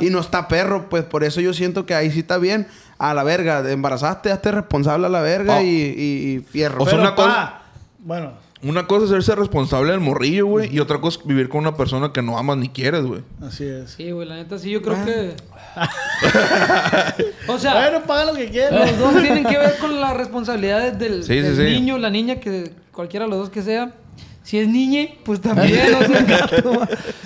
Y no está perro, pues. Por eso yo siento que ahí sí está bien. A la verga, te embarazaste, hazte responsable a la verga Oh. y, y, y fierro. O sea, Pero, una pa, cosa- Bueno, Una cosa es hacerse responsable del morrillo, güey. Y otra cosa es vivir con una persona que no amas ni quieres, güey. así es. Sí, güey, la neta sí, yo Ah. creo que. (laughs) o sea, Bueno, paga lo que quieras. los dos tienen que ver con las responsabilidades del, Sí, sí, del sí. niño, la niña, que cualquiera de los dos que sea. Si es niñe, pues también, o (laughs) sea, (laughs) gato.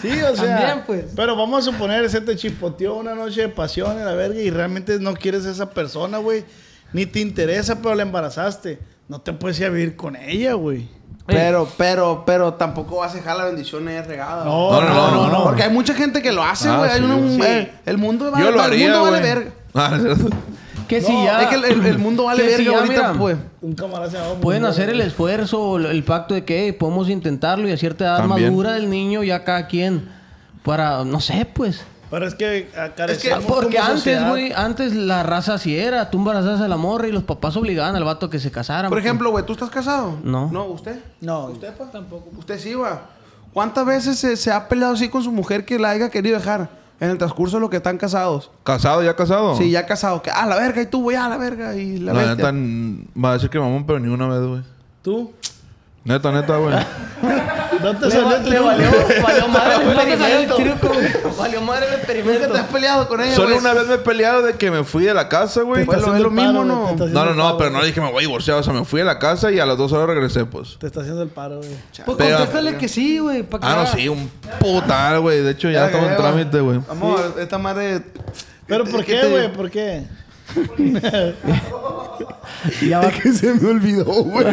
Sí, o sea. También, pues. Pero vamos a suponer, se te chispoteó una noche de pasión en la verga y realmente no quieres a esa persona, güey. Ni te interesa, pero la embarazaste. No te puedes ir a vivir con ella, güey. Pero, pero, pero tampoco vas a dejar la bendición ahí regada. No, güey. no, no, no, no. Porque hay mucha gente que lo hace, Ah, güey. Hay sí, un- un- sí. el, el mundo vale, Yo lo el haría, mundo güey. vale verga. (laughs) Ah, es cierto. Que si ya. Es que el, el- el mundo vale que verga si ya, ahorita, mira, pues. Un camarada se llama Pueden Miguel, hacer el güey. esfuerzo o el- el pacto de que "Hey, podemos intentarlo y a cierta edad También. madura del niño ya cada quien para, no sé, pues. Pero es que ah, carecemos Ah, Porque como antes, sociedad. güey, antes la raza así era. Tú embarazabas a la morra y los papás obligaban al vato a que se casaran. Por pues. ejemplo, güey, ¿tú estás casado? No. No, ¿usted? No, ¿Usted, pues? Tampoco. ¿Usted sí, va? ¿Cuántas veces se, se ha peleado así con su mujer que la haya querido dejar? En el transcurso de lo que están casados. ¿Casado? ¿Ya casado? Sí, ya casados. Que, ah, la verga, y tú, güey, ah, la verga, y la La bestia. neta, n- va a decir que mamón, pero ni una vez, güey. ¿Tú? Neta, neta, güey. ¿No te salió el tiro? (laughs) valió madre (laughs) el ¿Cuándo salió el pues, experimento. (laughs) truco? Valió madre el ¿Nunca te experimento. has peleado con ella, Solo güey? una vez me he peleado de que me fui de la casa, güey. Te- Bueno, es lo mismo, ¿no? güey, te está No, no, haciendo el no, pero paro, no le dije me voy a divorciar. O sea, me fui de la casa y a las dos horas regresé, pues. Te está haciendo el paro, güey. Pues Pero- contéstale que sí, güey. pa' que Ah, no, haga. sí, un putal, güey. De hecho, ya estamos en trámite, güey. Vamos, esta madre... ¿Pero por ¿Qué qué, te- güey? ¿Por qué? que se me olvidó, güey.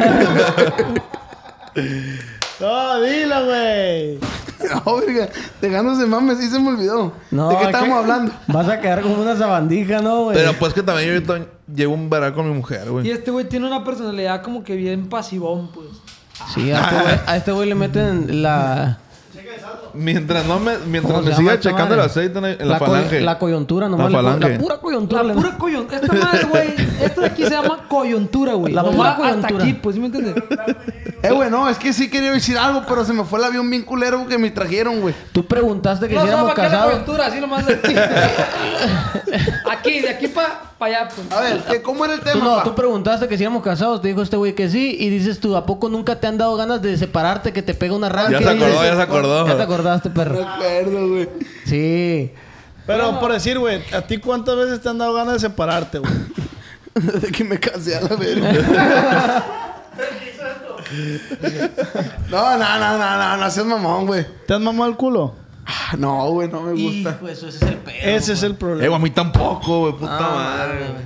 No, dilo, güey. (laughs) no, verga. Dejándose mames, sí se me olvidó. ¿De qué estábamos hablando? Vas a quedar como una sabandija, ¿no, güey? Pero pues que también yo to- llevo un verano con mi mujer, Y güey. este güey tiene una personalidad como que bien pasivón, pues. Sí, a este güey- a este güey le meten la... Mientras no me, mientras ¿Cómo se me llama siga esta checando el madre? aceite en la, en la co- falange. la coyuntura nomás. La le ponen- falange. La pura coyuntura. La le- pura coyuntura. Esta madre, güey. Esto de aquí se llama coyuntura, güey. La Nomás pura Hasta coyuntura. aquí, pues, ¿sí me entiendes? Eh, güey, no, es que sí quería decir algo, pero se me fue el avión bien culero que me trajeron, güey. Tú preguntaste que No, si solo éramos para acá la casados. coyuntura, así nomás. de Aquí, (laughs) Aquí, de aquí para allá, pues. A ver, ¿qué- ¿cómo era el Tú, tema, no, pa? tú preguntaste que si éramos casados, te dijo este güey que sí, y dices tú, ¿a poco nunca te han dado ganas de separarte, que te pega una arranque? Ya se acordó, Dices, ya se acordó. Ya te acordaste, No perro. acuerdo, güey. (laughs) Sí. Pero por decir, güey, ¿a ti cuántas veces te han dado ganas de separarte, güey? De que me casé a la verga. (laughs) no, no, no, no, no, no seas mamón, güey. ¿Te han mamado el culo? Ah, No, güey, no me gusta. Hijo, eso ese es el pedo. Ese es el Eh, güey, problema. a mí tampoco, güey, puta Ah, madre. madre, güey.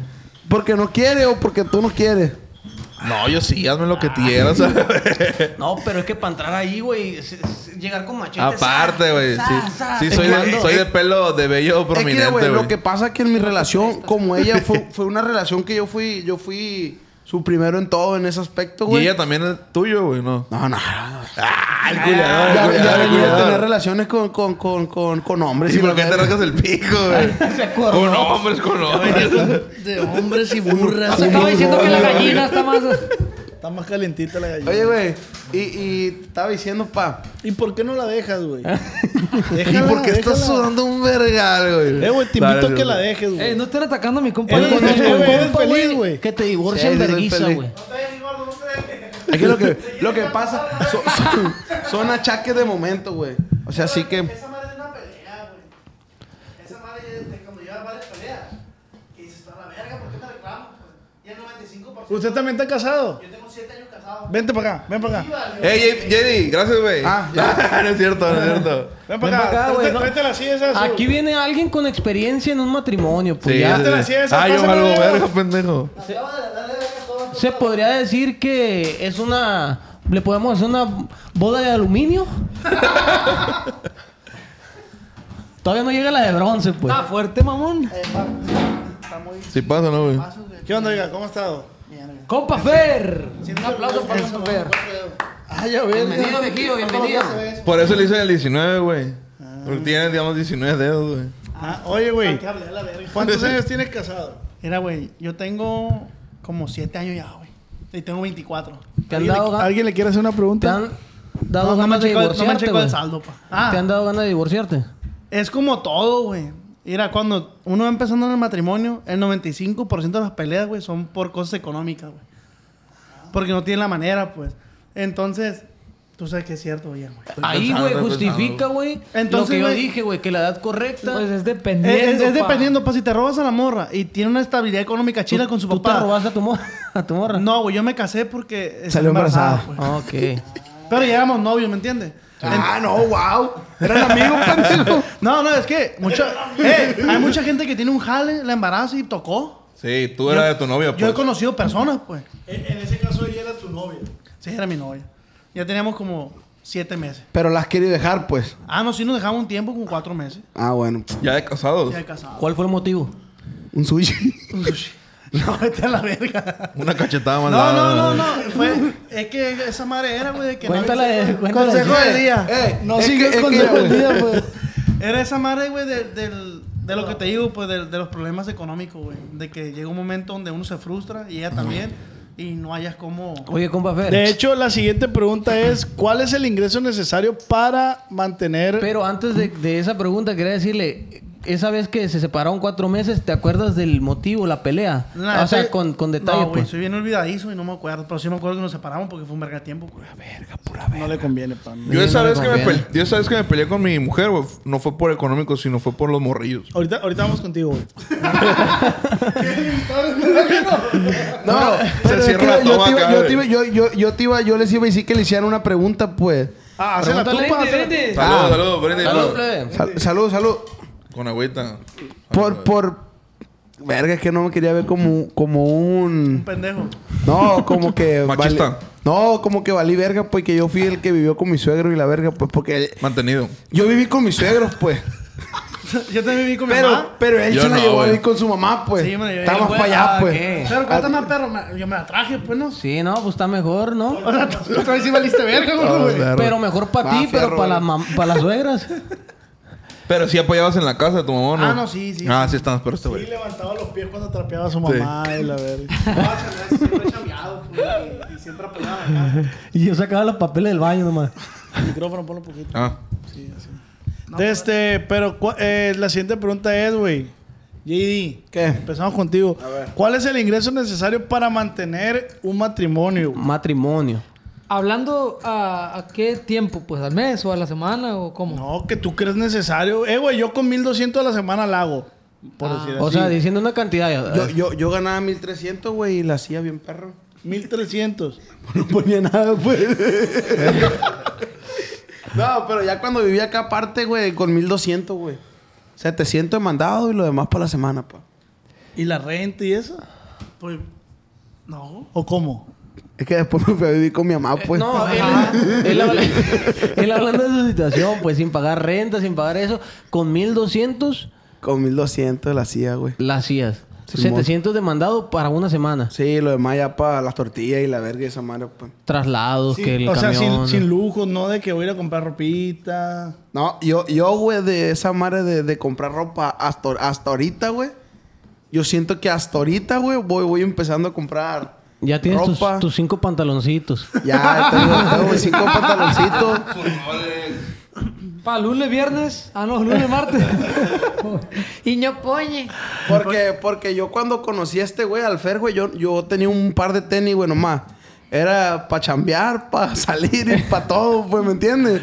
Porque no quiere o porque tú no quieres. No, yo sí, hazme lo que quieras. No, pero es que para entrar ahí, güey, es- es llegar con machete. Aparte, güey. Sí, sí soy, de, Cuando- soy de pelo de vello Es que, prominente, güey, lo que güey. pasa es que en mi relación, como ella, (laughs) fue, fue una relación que yo fui, yo fui su primero en todo en ese aspecto, Y güey. ella también es tuyo, güey, ¿no? No, no, no. Ah, el Ya, ya cuidado, venía a tener relaciones con, con, con, con, con hombres. ¿Y la por qué te verga. rascas el pico, güey? (laughs) Con hombres, con hombres. De hombres y burras. Se estaba diciendo que la gallina está más. Está más calentita la gallina. Oye, güey, y, y te estaba diciendo, pa. ¿Y por qué no la dejas, güey? (laughs) ¿Y Déjala, por qué estás déjala. sudando un vergal, güey? Eh, güey, te Dale, invito a dale. que la dejes, Eh, güey. no están atacando a mi compa. Oye, Yo güey, conozco- güey, Compa, feliz, güey, güey. Que te divorcien Sí, sí, soy verguiza, feliz. güey. Es que lo que, lo que pasa so- so- son, achaques de momento, güey. O sea, así que. Esa madre es una pelea, güey. Esa madre es de cuando lleva varias peleas. Que dices, está la verga, ¿por qué me reclamo? Ya el 95%. ¿Usted también está casado? Yo tengo 7 años casado. Vente para acá, ven para acá. (laughs) Ey, Jenny, gracias, güey. Ah, (laughs) no es cierto, no es cierto. Ven Ven para pa' acá, acá. güey, Tráete- no. Tráete la silla esa. Aquí güey. viene alguien con experiencia en un matrimonio, pues Sí, ya. sí, te la sí. hacías, Ah, yo pásame, valgo güey. verga, pendejo. Se podría decir que es una. Le podemos hacer una boda de aluminio. Todavía no llega la de bronce, pues. Ah, Está fuerte, mamón. Está muy. Sí pasa, ¿no, güey? Pasos, güey. ¿Qué onda, oiga? ¿Cómo ha estado? Mierda. ¡Compa Fer! Sí, Un no aplauso se- para eso, Compa Fer. cuatro dedos. Ah, Ay, a ver. Bienvenido, viejillo, bienvenido. ¿Cómo se ve eso? Por eso le hice el 19, güey. Porque tiene, digamos, 19 dedos, güey. Ah, oye, güey. Que hable, a la verga. ¿Cuántos años tienes casado? Mira, güey, yo tengo como 7 años ya, güey. Y tengo 24. ¿Te han dado, ga- ¿Alguien le quiere hacer una te pregunta? han dado no, me ganas han de checado- no me han divorciarte, checado güey? el saldo, pa. ¿Te han Ah, dado ganas de divorciarte? es como todo, güey. Mira, cuando uno va empezando en el matrimonio, el 95% de las peleas, güey, son por cosas económicas, güey. Porque no tiene la manera, pues. Entonces, tú sabes que es cierto, güey. güey. Ahí, Pensando, güey, pensando. justifica, güey. Lo Entonces, que yo güey- dije, güey, que la edad correcta. Pues es Es, dependiendo, es- es pa. dependiendo, pa. Si te robas a la morra y tiene una estabilidad económica chida ¿Tú- con su ¿Tú papá. te robaste a (laughs) tu, mor- a tu morra? No, güey, yo me casé porque. pues. Salió embarazada. güey. Ok. Pero ya éramos novios, ¿me entiendes? Ah, no, wow. Eran (laughs) amigos, pendejo. No, no, es que mucha, eh, hay mucha gente que tiene un jale, la embaraza y tocó. Sí, tú eras de tu novia, Yo he pues. conocido personas, pues. En ese caso ella era tu novia. Sí, era mi novia. Ya teníamos como siete meses. Pero las quiere dejar, pues. Ah, no, sí nos dejamos un tiempo, como cuatro meses. Ah, bueno. Ya de casados. Ya de casado. ¿Cuál fue el motivo? Un sushi. (laughs) No, vete a la verga. Una cachetada más No, no, no, güey. no. Fue, es que esa madre era, güey, de que no- Cuéntala, Eh, de- cuéntala. Consejo de- del día. Eh, No es sigue que- es el que- consejo del día, güey. Era esa madre, güey, de, del- de lo que te digo, pues, del- de, los problemas económicos, güey. De que llega un momento donde uno se frustra y ella también. Y no hayas como... Oye, compa Fer. De hecho, la siguiente pregunta es: ¿Cuál es el ingreso necesario para mantener. Pero antes de, de esa pregunta, quería decirle: esa vez que se separaron cuatro meses, ¿te acuerdas del motivo, la pelea? Nah, o sea, soy- con, con detalle. No, güey, pues. soy bien olvidadizo y no me acuerdo. Pero sí me acuerdo que nos separamos porque fue un verga de tiempo, (laughs) güey. no le conviene, pan. Yo Sí, esa, no vez me que me conviene. pele- yo esa vez que me peleé con mi mujer, güey, f- no fue por económico, sino fue por los morrillos. Ahorita, ahorita vamos contigo, güey. No, pero es cierra que la yo toma te iba- acá, yo güey. te iba- yo- yo- yo te iba, yo les iba a decir que le hicieran una pregunta, pues. Ah, hazla tú, Pregúntale, pa, hazla tú. vente, vente. Saludos, saludos, brindis. Salud, Salud. plebe. Sal- salud, salud. Con agüita. Por, por. Verga, es que no me quería ver como, como Un un. pendejo. (laughs) No, como que. (laughs) Machista. vale- no, como que valí verga, pues que yo fui el que vivió con mi suegro y la verga, pues porque. Mantenido. Yo viví con mis suegros, pues. Yo también viví con mi Pero, mamá. pero él Yo se la no, llevó a güey. vivir con su mamá, pues. Sí, me la llevé. Está más Güey, para allá, ah, pues. ¿qué? Pero cuéntame, perro. me- Yo me la traje, pues, ¿no? Sí, no, pues está mejor, ¿no? (laughs) Otra vez sí valiste verga, güey. Pero mejor para Va, ti, pero fierro, para las güey. mam- para las suegras. Pero sí apoyabas en la casa de tu mamá, ¿no? Ah, no, sí, sí, Ah, sí, están pero este Y güey. levantaba los pies cuando trapeaba a su mamá y la verga. No, chaval, siempre he chambeado, güey. Y siempre apoyaba la casa. y yo sacaba los papeles del baño nomás. El micrófono, ponlo un poquito. Ah. De este, pero cua- eh, la siguiente pregunta es, güey. JD, ¿Qué? empezamos contigo. ¿Cuál es el ingreso necesario para mantener un matrimonio? güey? Matrimonio. Hablando a, a qué tiempo, pues al mes o a la semana o cómo. No, que tú crees necesario. Eh, güey, yo con 1200 a la semana la hago. Por Ah, decir así. o sea, diciendo una cantidad. eh, ya- Yo, yo, yo ganaba 1300, güey, y la hacía bien perro. 1300. (laughs) No ponía nada, pues. (laughs) no, pero ya cuando vivía acá aparte, güey, con 1200, güey. 700 de mandado y lo demás para la semana, pa. ¿Y la renta y eso? Pues, no. ¿O cómo? Es que después me fui a vivir con mi mamá, pues. (laughs) No, eh. él, él habla- (laughs) él hablando de su situación, pues sin pagar renta, sin pagar eso, con 1200 Con 1200 la hacía, güey. la hacías. Simón. 700 demandado para una semana. Sí, lo demás ya para las tortillas y la verga y esa madre, pues. Traslados, que el o sea, camión. sin, sin lujos, no de que voy a ir a comprar ropita. No, yo, yo, güey, de esa madre de, de comprar ropa hasta, hasta ahorita, güey. Yo siento que hasta ahorita, güey, voy, voy empezando a comprar ya tienes tus, ropa. tus cinco pantaloncitos. Ya, tengo, tengo mis cinco pantaloncitos. Para lunes, viernes. Ah, no, lunes, martes. (laughs) Y no poñe. Porque, porque yo cuando conocí a este güey, al Fer, güey, yo, yo tenía un par de tenis, güey, nomás. Era para chambear, para (laughs) salir y para todo, pues, ¿me entiendes?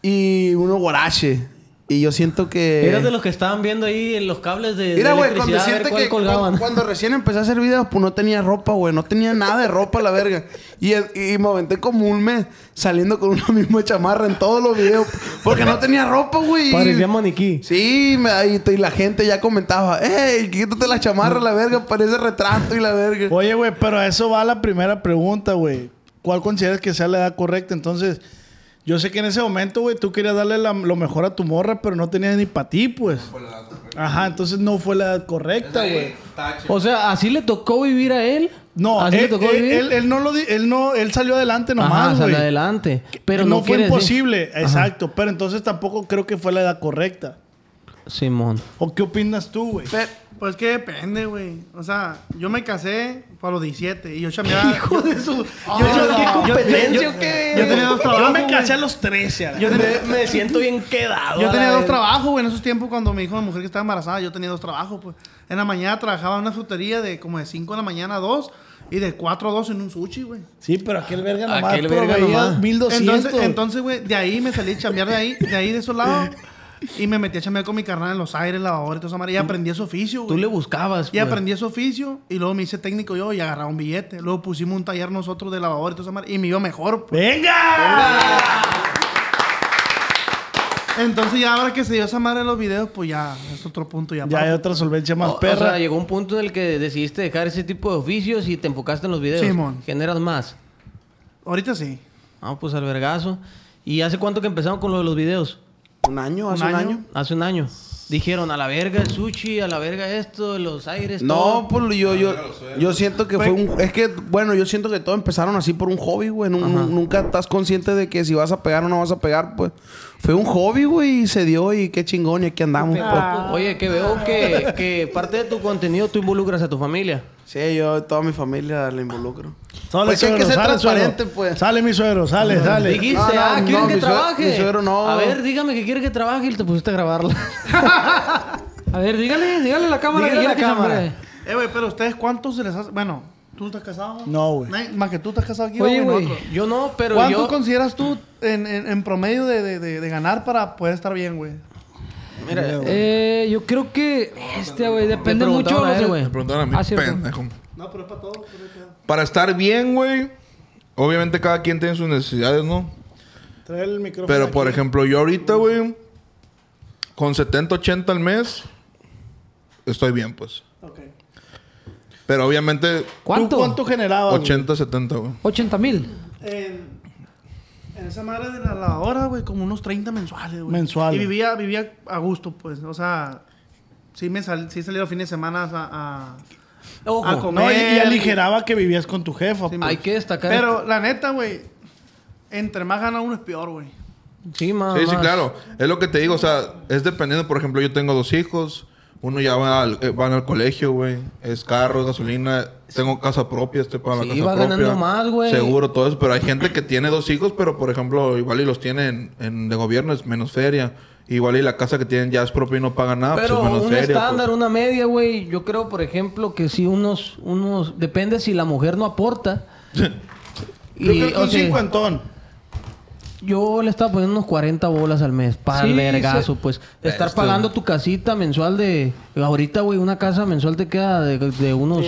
Y uno guarache. Y yo siento que... Eras de los que estaban viendo ahí en los cables de, Eh. Mira, de güey, cuando electricidad a ver siente cuál que colgaban. cuando, cuando recién empecé a hacer videos, pues no tenía ropa, güey. No tenía nada de ropa, la verga. Y, el- y me aventé como un mes saliendo con una misma chamarra en todos los videos. Porque no tenía ropa, güey. Parecía maniquí. Sí, me, ahí, y la gente ya comentaba, ¡Ey, quítate la chamarra, la verga! Parece retrato y la verga. Oye, güey, pero a eso va la primera pregunta, güey. ¿Cuál consideras que sea la edad correcta? Entonces, yo sé que en ese momento, güey, tú querías darle la- lo mejor a tu morra, pero no tenías ni para ti, pues. Ajá, entonces no fue la edad correcta, güey. O sea, así le tocó vivir a él. No, así él, le tocó él- vivir. él- él no lo di- él no, él salió adelante Ajá, nomás, salió güey. adelante. Pero no, no, fue quiere decir- imposible, exacto. Pero entonces tampoco creo que fue la edad correcta. Simón. ¿O qué opinas tú, güey? Pe- Pues que depende, güey. O sea, yo me casé para los 17 y yo chambeaba. (laughs) Ah, ¡Hijo de su! Yo, yo- ¿Qué yo- competencia yo- o qué? yo tenía dos trabajos. Yo me güey. casé a los 13, a la- Yo tenía, Me siento bien quedado. yo a tenía la dos verga. trabajos, güey. En esos tiempos, cuando me dijo la mujer que estaba embarazada, yo tenía dos trabajos, pues. En la mañana trabajaba en una frutería de como de 5 de la mañana a 2 y de 4 a 2 en un sushi, güey. Sí, pero aquel verga nomás. Aquel verga proveía nomás. 1200. Entonces, entonces, güey, de ahí me salí a chambear de ahí, de ahí de esos lados. Y me metí a chambear con mi carnal en los aires, lavadora y todo eso. madre, Y aprendí ese oficio, güey. Tú le buscabas. Y pues. aprendí ese oficio y luego me hice técnico yo y agarraba un billete. Luego pusimos un taller nosotros de lavador y toda esa madre, y me iba mejor. pues. ¡Venga! Entonces ya ahora que se dio esa madre en los videos, pues ya es otro punto ya. Ya hay aparte. otra solvencia más O- perra. O sea, llegó un punto en el que decidiste dejar ese tipo de oficios y te enfocaste en los videos. Simón. Generas más. Ahorita sí. Ah, pues al vergazo. ¿Y hace cuánto que empezaron con lo de los videos? Un año, hace ¿Un un año. año? Hace un año. Dijeron, a la verga el sushi, a la verga esto, los aires, No, todo. pues yo, yo, yo siento que fue un... Es que, bueno, yo siento que todos empezaron así por un hobby, güey. Nu- nu- Nunca estás consciente de que si vas a pegar o no vas a pegar, pues... Fue un hobby, güey, y se dio y qué chingón y aquí andamos. pues. Ah. Oye, que veo que, que parte de tu contenido tú involucras a tu familia. pues. Sí, yo toda mi familia la involucro. Sale, Pues que hay suegro, que ser sale, suegro. transparente, pues. Sale mi suegro, sale, sale. Dijiste, No, no, ah, ¿quieren no, que mi suegro- trabaje? mi suegro no. A ver, dígame que quiere que trabaje y te pusiste a grabarla. a ver, dígale, dígale a la cámara que Dígale a quiere la que cámara. chambre. Eh, güey, pero ustedes cuántos se les hace. Bueno, ¿tú estás casado? No, güey. Nadie- Más que tú estás casado aquí, Oye, güey, nosotros. yo no, pero ¿Cuánto yo... consideras tú en, en- en promedio de, de- de- de ganar para poder estar bien, güey? Mira, Eh, yo creo que este, güey, depende Me mucho preguntaron a de él, los- güey. Me preguntaron a Ah, mí, cierto. pendejo. No, pero es para todos. Para estar bien, güey. Obviamente cada quien tiene sus necesidades, ¿no? Trae el micrófono. Pero aquí. por ejemplo, yo ahorita, güey, con 70, 80 al mes, estoy bien, pues. Pero obviamente ¿Tú ¿Cuánto? cuánto generabas? güey? 80, 70, güey. 80 mil. En, en esa madre de la lavadora, güey, como unos 30 mensuales, güey. Mensuales. Y vivía, vivía a gusto, pues. O sea, sí, me sal, sí salía los fines de semana a, a- Ojo, a comer. No, y, y aligeraba que vivías con tu jefa. Sí, pues. hay que destacar... Pero la neta, güey, entre más gana uno es peor, güey. Sí, más, Sí, sí, más. claro. Es lo que te digo, o sea, es dependiendo, por ejemplo, yo tengo dos hijos, uno ya va al, eh, van al colegio, güey, es carro, es gasolina, tengo casa propia, estoy para Sí, la casa va ganando propia, más, güey. Seguro, todo eso, pero hay gente que tiene dos hijos, pero por ejemplo, igual y los tienen en, de gobierno, es menos feria. Igual y la casa que tienen ya es propia y no pagan nada, Pero pues es menos un feria. estándar, pues. una media, güey. Yo creo, por ejemplo, que si unos, unos, depende si la mujer no aporta. Yo creo que o un sea, cincuentón. yo le estaba poniendo unos 40 bolas al mes. Para el Sí, vergazo, se- pues. Estar Esto. pagando tu casita mensual de. Ahorita, güey, una casa mensual te queda de, de unos.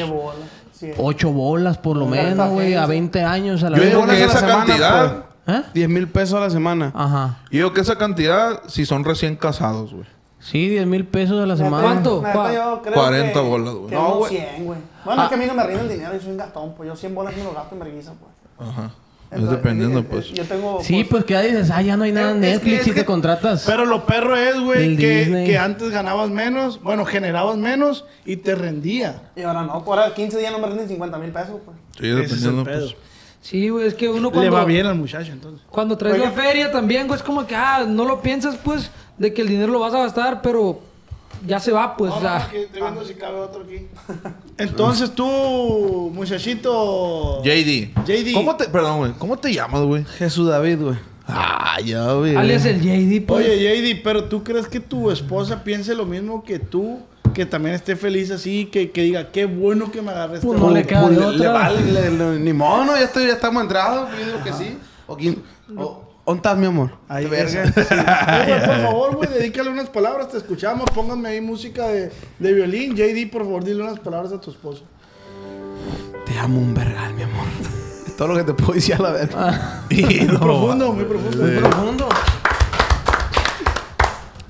8 bolas por lo menos, güey. A 20 años a la Yo vez. digo Bolas que a la esa semana, cantidad, ¿Eh? 10 mil pesos a la semana. Ajá. yo digo que esa cantidad, si son recién casados, güey. Sí, 10 mil pesos a la semana. ¿Cuánto? ¿Cuá- 40 bolas, güey. No, unos güey. 100, güey. Bueno, Ah. es que a mí no me rinden dinero, yo soy un gastón, pues yo 100 bolas me lo gasto en vergüenza, pues. Ajá. es Entonces, dependiendo, eh, eh, pues. Yo tengo. Sí, pues que ya dices, ah, ya no hay nada en Es que- Netflix es si te que- contratas. (laughs) Pero lo perro es, güey, Del que, Disney. que antes ganabas menos, bueno, generabas menos y te rendía. Y ahora no, por ahora 15 días no me rinden 50 mil pesos, pues. Sí, Ese es dependiendo, el pues. pedo. Sí, güey, es que uno Le cuando, va bien al muchacho, entonces. cuando traes Oiga. la feria también, güey, es como que, ah, no lo piensas, pues, de que el dinero lo vas a gastar, pero ya se va, pues, o sea. Entonces tú, muchachito. JD. JD. ¿Cómo te, perdón, güey. ¿Cómo te llamas, güey? Jesús David, güey. Ah, ya, güey. Alias el JD, pues. Oye, JD, pero ¿tú crees que tu esposa piense lo mismo que tú? Que también esté feliz así, que, que diga, qué bueno que me agarré este Pues no vato"? le queda de le, otra. vale, le- le- ni modo, no, ya, estoy, ya estamos entrados. Yo digo que sí. O, quién- o- ¿Dónde estás, mi amor? Ahí, Te verga. ese. Sí. Eh, güey, por favor, güey, dedícale unas palabras, te escuchamos, pónganme ahí música de, de violín. JD, por favor, dile unas palabras a tu esposo. Te amo un vergal, mi amor. (laughs) Es todo lo que te puedo decir a la verga. Ah. profundo, muy profundo. muy profundo. Profundo.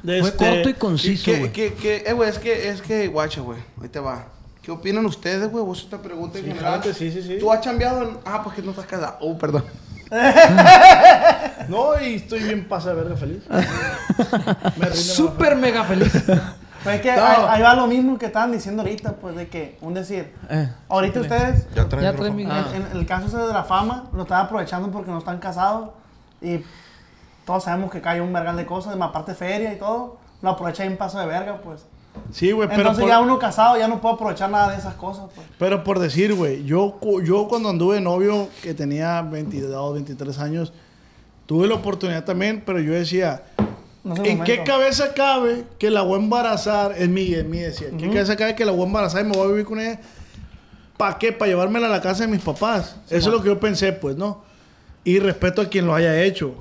De Fue este- corto y ¿Qué, conciso, qué- güey. qué- qué- eh, güey, es que, es que, guacha, güey, ahí te va. ¿Qué opinan ustedes, güey? Vos esta pregunta en general. jálate, sí, sí, sí. ¿Tú has chambeado en...? Ah, pues que no estás casado. Oh, perdón. (laughs) No, y estoy bien pasa verga feliz. Me rindo, Súper mega feliz. Pero es que ahí, ahí va lo mismo que estaban diciendo ahorita, pues de que, un decir, ahorita ustedes, Ya trae Ya el trae mi- micrófono. Ah. en, en el caso ese de la fama, lo están aprovechando porque no están casados y todos sabemos que cae un vergal de cosas, más aparte feria y todo, lo aprovecha ahí un paso de verga, pues. Sí, güey, pero, Entonces por- ya uno casado ya no puede aprovechar nada de esas cosas, pues. pero por decir, güey, yo, cu- yo cuando anduve de novio, que tenía 22, 23 años, tuve la oportunidad también, pero yo decía, No es el ¿En qué momento. cabeza cabe que la voy a embarazar? Es mi, es mi decía. ¿En qué cabeza cabe que la voy a embarazar y me voy a vivir con ella? ¿Para qué? ¿Para llevármela a la casa de mis papás? Eso es lo que yo pensé, pues, ¿no? Y respeto a quien lo haya hecho.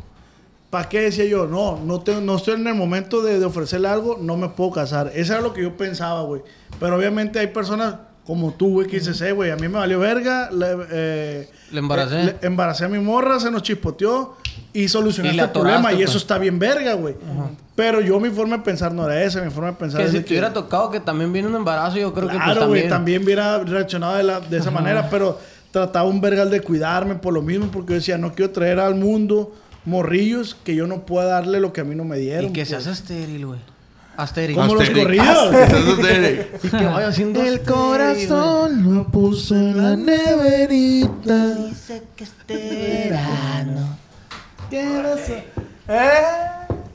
¿Para qué decía yo? No, no, tengo- no estoy en el momento de, de ofrecerle algo, no me puedo casar. Eso era lo que yo pensaba, güey. Pero obviamente hay personas como tú, güey, que dices, "Eh, güey, a mí me valió verga. Le, eh, Le embaracé. eh, le- embaracé a mi morra, se nos chispoteó y solucionaste Y la el problema. atoraste, Y eso pues. está bien verga, güey. Pero yo mi forma de pensar no era esa, mi forma de pensar Que es si de te hubiera tocado que también viene un embarazo, yo creo que pues Claro, güey, también. también hubiera reaccionado de, la- de esa manera, pero trataba un vergal de cuidarme por lo mismo, porque yo decía, no quiero traer al mundo morrillos que yo no pueda darle lo que a mí no me dieron. Y que pues. seas estéril, güey. Astéril. ¿Cómo los Asterix. (laughs) corridos? Asterix. Y que vaya haciendo (laughs) El estéril, corazón lo puso en la neverita. güey.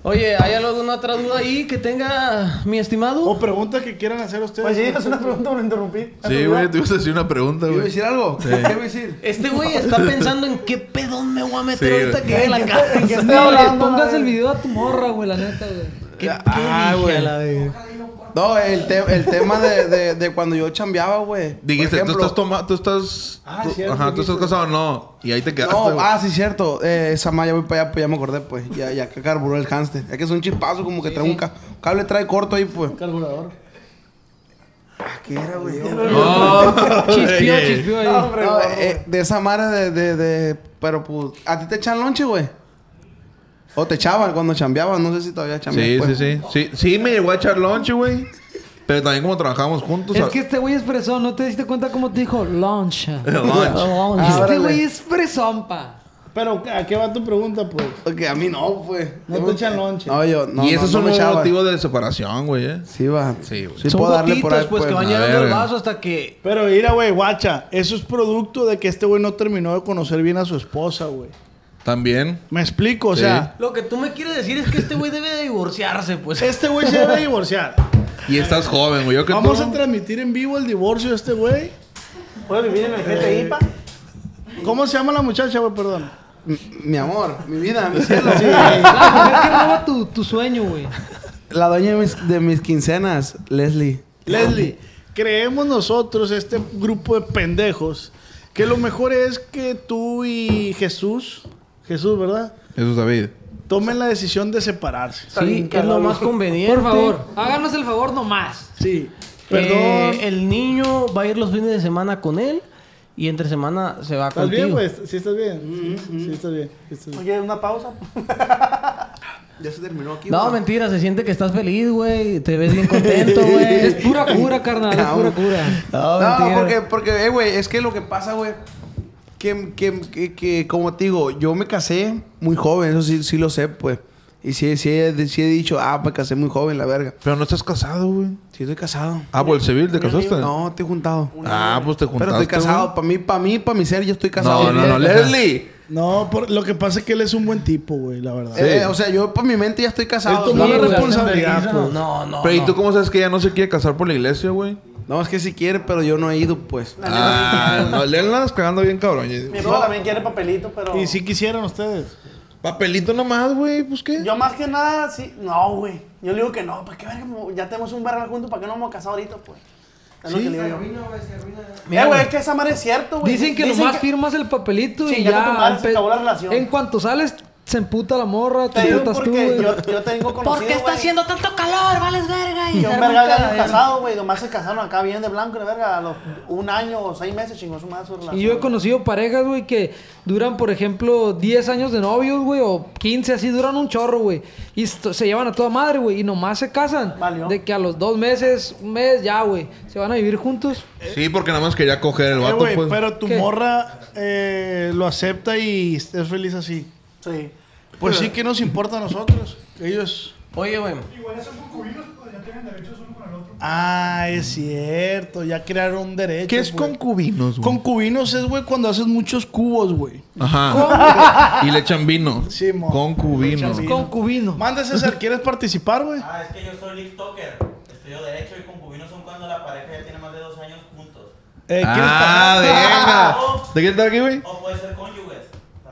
Oye, ¿hay alguna otra duda ahí que tenga (laughs) mi estimado? O preguntas que quieran hacer ustedes. Pues sí, es una pregunta, me interrumpí. Sí, güey, te ibas a decir una pregunta, ¿Quiero güey. decir algo? ¿Qué voy a decir? Este güey está pensando en qué pedón me voy a meter Sí, ahorita güey. que llegue a la (laughs) ¿En casa. qué estoy No le hablando? pongas la el verga? video a tu morra, güey, la neta, güey. (laughs) ¿Qué, Ah, güey. No, el, te- el tema de, de- de cuando yo chambeaba, güey. Por Dijiste, tú ejemplo- estás tomando, tú estás... Ah, tú- cierto, ajá, tú estás dijiste. casado, no. Y ahí te quedaste, No, güey. ah, sí, cierto. Eh, esa malla voy para allá, pues ya me acordé, pues. Ya, ya que carburó el hámster. Es que es un chispazo, como que trae un ca- cable, trae corto ahí, pues. Carburador. Ah, ¿Qué era, güey? Chispió, chispió ahí. No, eh, de esa madre de, de, de- Pero, pues, ¿a ti te echan lonche, güey? O te echaban cuando chambeaban, no sé si todavía Sí, chambeaban. sí, pues. sí, sí. Sí, me llegó a echar lunch, güey. Pero también como trabajamos juntos... Es a- que este güey es fresón, ¿no te diste cuenta cómo te dijo? Launch. Lunch. Ah, este órale. güey es fresón, pa. Pero, ¿a qué va tu pregunta, pues? Ok, a mí no, pues. No Yo te me- echan lonche. No, yo, no. y eso no, es no un me echaban. motivo de separación, güey, eh. Sí, va. Sí, güey. Son puedo darle por gotitas, ahí, pues, que van A llenando ver. el vaso hasta que... Pero mira, güey, guacha, eso es producto de que este güey no terminó de conocer bien a su esposa, güey. También. Me explico, o Sí. sea, Lo que tú me quieres decir es que este güey debe de (laughs) divorciarse, pues. este güey se debe (laughs) divorciar. Y estás joven, güey. Yo que Vamos tú- a transmitir en vivo el divorcio de este güey. Eh, ¿Puedes vivir en el GTI, pa? ¿Cómo se llama la muchacha, güey? Perdón. Mi, mi amor, mi vida, (laughs) mi cielo. La mujer que roba tu, tu sueño, güey. La dueña de mis, de mis quincenas, Leslie. Leslie, creemos nosotros, este grupo de pendejos, que lo mejor es que tú y Jesús, Jesús, ¿verdad? Eso es David. Tomen la decisión de separarse. Sí, es lo más conveniente. Por favor, háganos el favor nomás. Sí. Perdón. Perdón. Eh, el niño va a ir los fines de semana con él y entre semana se va ¿Estás bien, contigo. güey? ¿Sí estás bien? Sí, estás bien. sí estás bien. Oye, una pausa. Ya se terminó aquí. No, güey. mentira, se siente que estás feliz, güey. Te ves bien (laughs) (laughs) contento, Es güey. pura cura, carnal, es pura cura. No, No, mentira. porque, porque, eh, güey, es que lo que pasa, güey, que, que, que, que, como te digo, yo me casé muy joven, eso sí, sí lo sé, pues. Y sí, sí, he- sí he dicho, ah, me casé muy joven, la verga. Pero no estás casado, güey. Sí, estoy casado. Ah, por el civil te casaste. No, estoy juntado. Ah, pues te juntaste. Pero estoy casado, güey. para mí, para mí, para mi ser, yo estoy casado. No, no, (laughs) no. Leslie. No, por- lo que pasa es que él es un buen tipo, güey, la verdad. Eh, o sea, yo por mi mente ya estoy Él casado. tomó la no, güey, responsabilidad, No, pues. no, no. Pero ¿y tú cómo sabes que ella no se quiere casar por la iglesia, güey? no, es que si quiere, pero yo no he ido, pues. Ah, no. Le andas cagando bien, cabrón. Mi papá también quiere papelito, pero... pues. Y si quisieran ustedes. Papelito nomás, güey. Pues qué. Yo más que nada, sí. No, güey. Yo le digo que no, pues qué verga, mo- ya tenemos un verga juntos, ¿para qué no vamos a casar ahorita, pues? Es lo que le digo yo. Mira, eh, güey, güey. es que esa madre es cierto, güey. Dicen que nomás firmas el papelito Sí, y ya ya. con tu madre se empe- acabó la relación. En cuanto sales, se emputa la morra, te Te digo emputas tú, porque güey. yo, yo tengo conocido, ¿Por qué está güey, haciendo tanto calor? Vales verga. Y Que un arma verga un de años cagadero. casado, güey. Nomás se casaron acá bien de blanco, y la verga. A los un año o seis meses chingó su madre su relación. Y yo he conocido parejas, güey, que duran, por ejemplo, 10 años de novios, güey, o 15, así duran un chorro, güey. Y esto- se llevan a toda madre, güey, y nomás se casan. Valió. De que a los dos meses, un mes, ya, güey, se van a vivir juntos. Sí, porque nada más quería coger el Eh, vato, güey, pues. pero tu ¿Qué? morra eh, lo acepta y es feliz así. Sí. Pues sí, ¿qué nos importa a nosotros? Ellos. Oye, güey. Ah, es cierto. Ya crearon un derecho. pues. ¿Qué es güey. concubinos, güey? Concubinos es, güey, cuando haces muchos cubos, güey. Ajá. y le echan vino. Sí, mo. Concubinos. Le echan Concubino. (laughs) Manda, César, ¿quieres participar, güey? Ah, es que yo soy TikToker. Estudio Derecho y concubino son cuando la pareja ya tiene más de dos años juntos. Eh, ¿quieres Ah, venga. ¿De qué está aquí, güey? O puede ser cónyuges.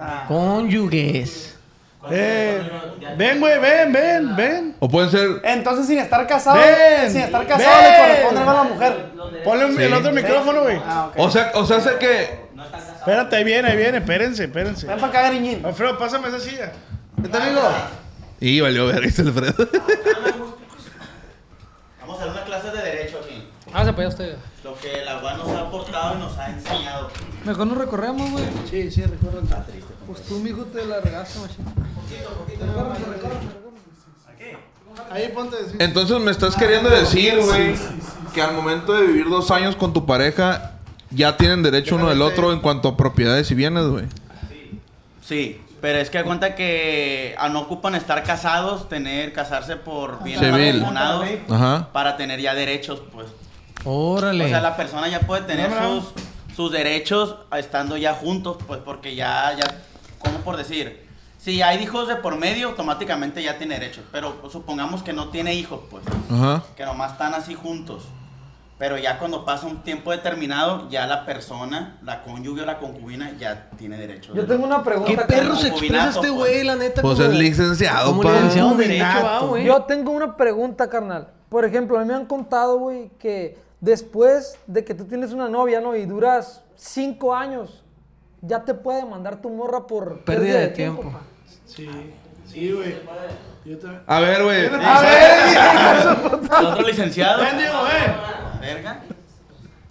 Ah. Cónyuges. pagar? Eh, ven, güey, ven, ven, ven. O pueden ser. Eh. Entonces, sin estar casado, Ven, sin estar casado, ven. le corresponde algo a la mujer. Ponle un- el otro micrófono, güey. Ah, ok. O sea, o sea, sé que. Espérate, ahí viene, ahí viene. Espérense, espérense. Ven para acá, Gariñín. Alfredo, pásame esa silla. Y valió verga ese Alfredo. Vamos a dar una clase de Derecho aquí. Hágase para allá usted. Lo que la UAS nos ha aportado y nos ha enseñado. Mejor nos recorremos, güey. Sí, sí, recuerdan. Pues tú, mijo, te la regaste, machín. Ahí ponte. sí. Entonces me estás queriendo decir, güey, que al momento de vivir dos años con tu pareja, ya tienen derecho uno del otro en cuanto a propiedades y bienes, güey. Sí, pero es que da cuenta que ah, no ocupan estar casados, tener, casarse por bienes Civil. mancomunados Ajá. para tener ya derechos, pues. Órale. O sea, la persona ya puede tener sus, sus derechos estando ya juntos, pues porque ya, ya, ¿cómo por decir? Si hay hijos de por medio, automáticamente ya tiene derechos, pero supongamos que no tiene hijos, pues, Ajá. que nomás están así juntos. Pero ya cuando pasa un tiempo determinado, ya la persona, la cónyuge o la concubina, ya tiene derechos. Yo tengo una pregunta. ¿Qué acá. perro se concubinato, expresa este pues. güey, la neta? Pues como- es licenciado, como pa. licenciado en Concubinato. derecho, va, güey. Yo tengo una pregunta, carnal. Por ejemplo, a mí me han contado, güey, que después de que tú tienes una novia, ¿no? Y duras cinco años, ya te puede mandar tu morra por Pérdida de tiempo. pa. Sí, güey. Yo también. A ver, güey. A ver, (laughs) El otro licenciado. pendejo, eh. Verga.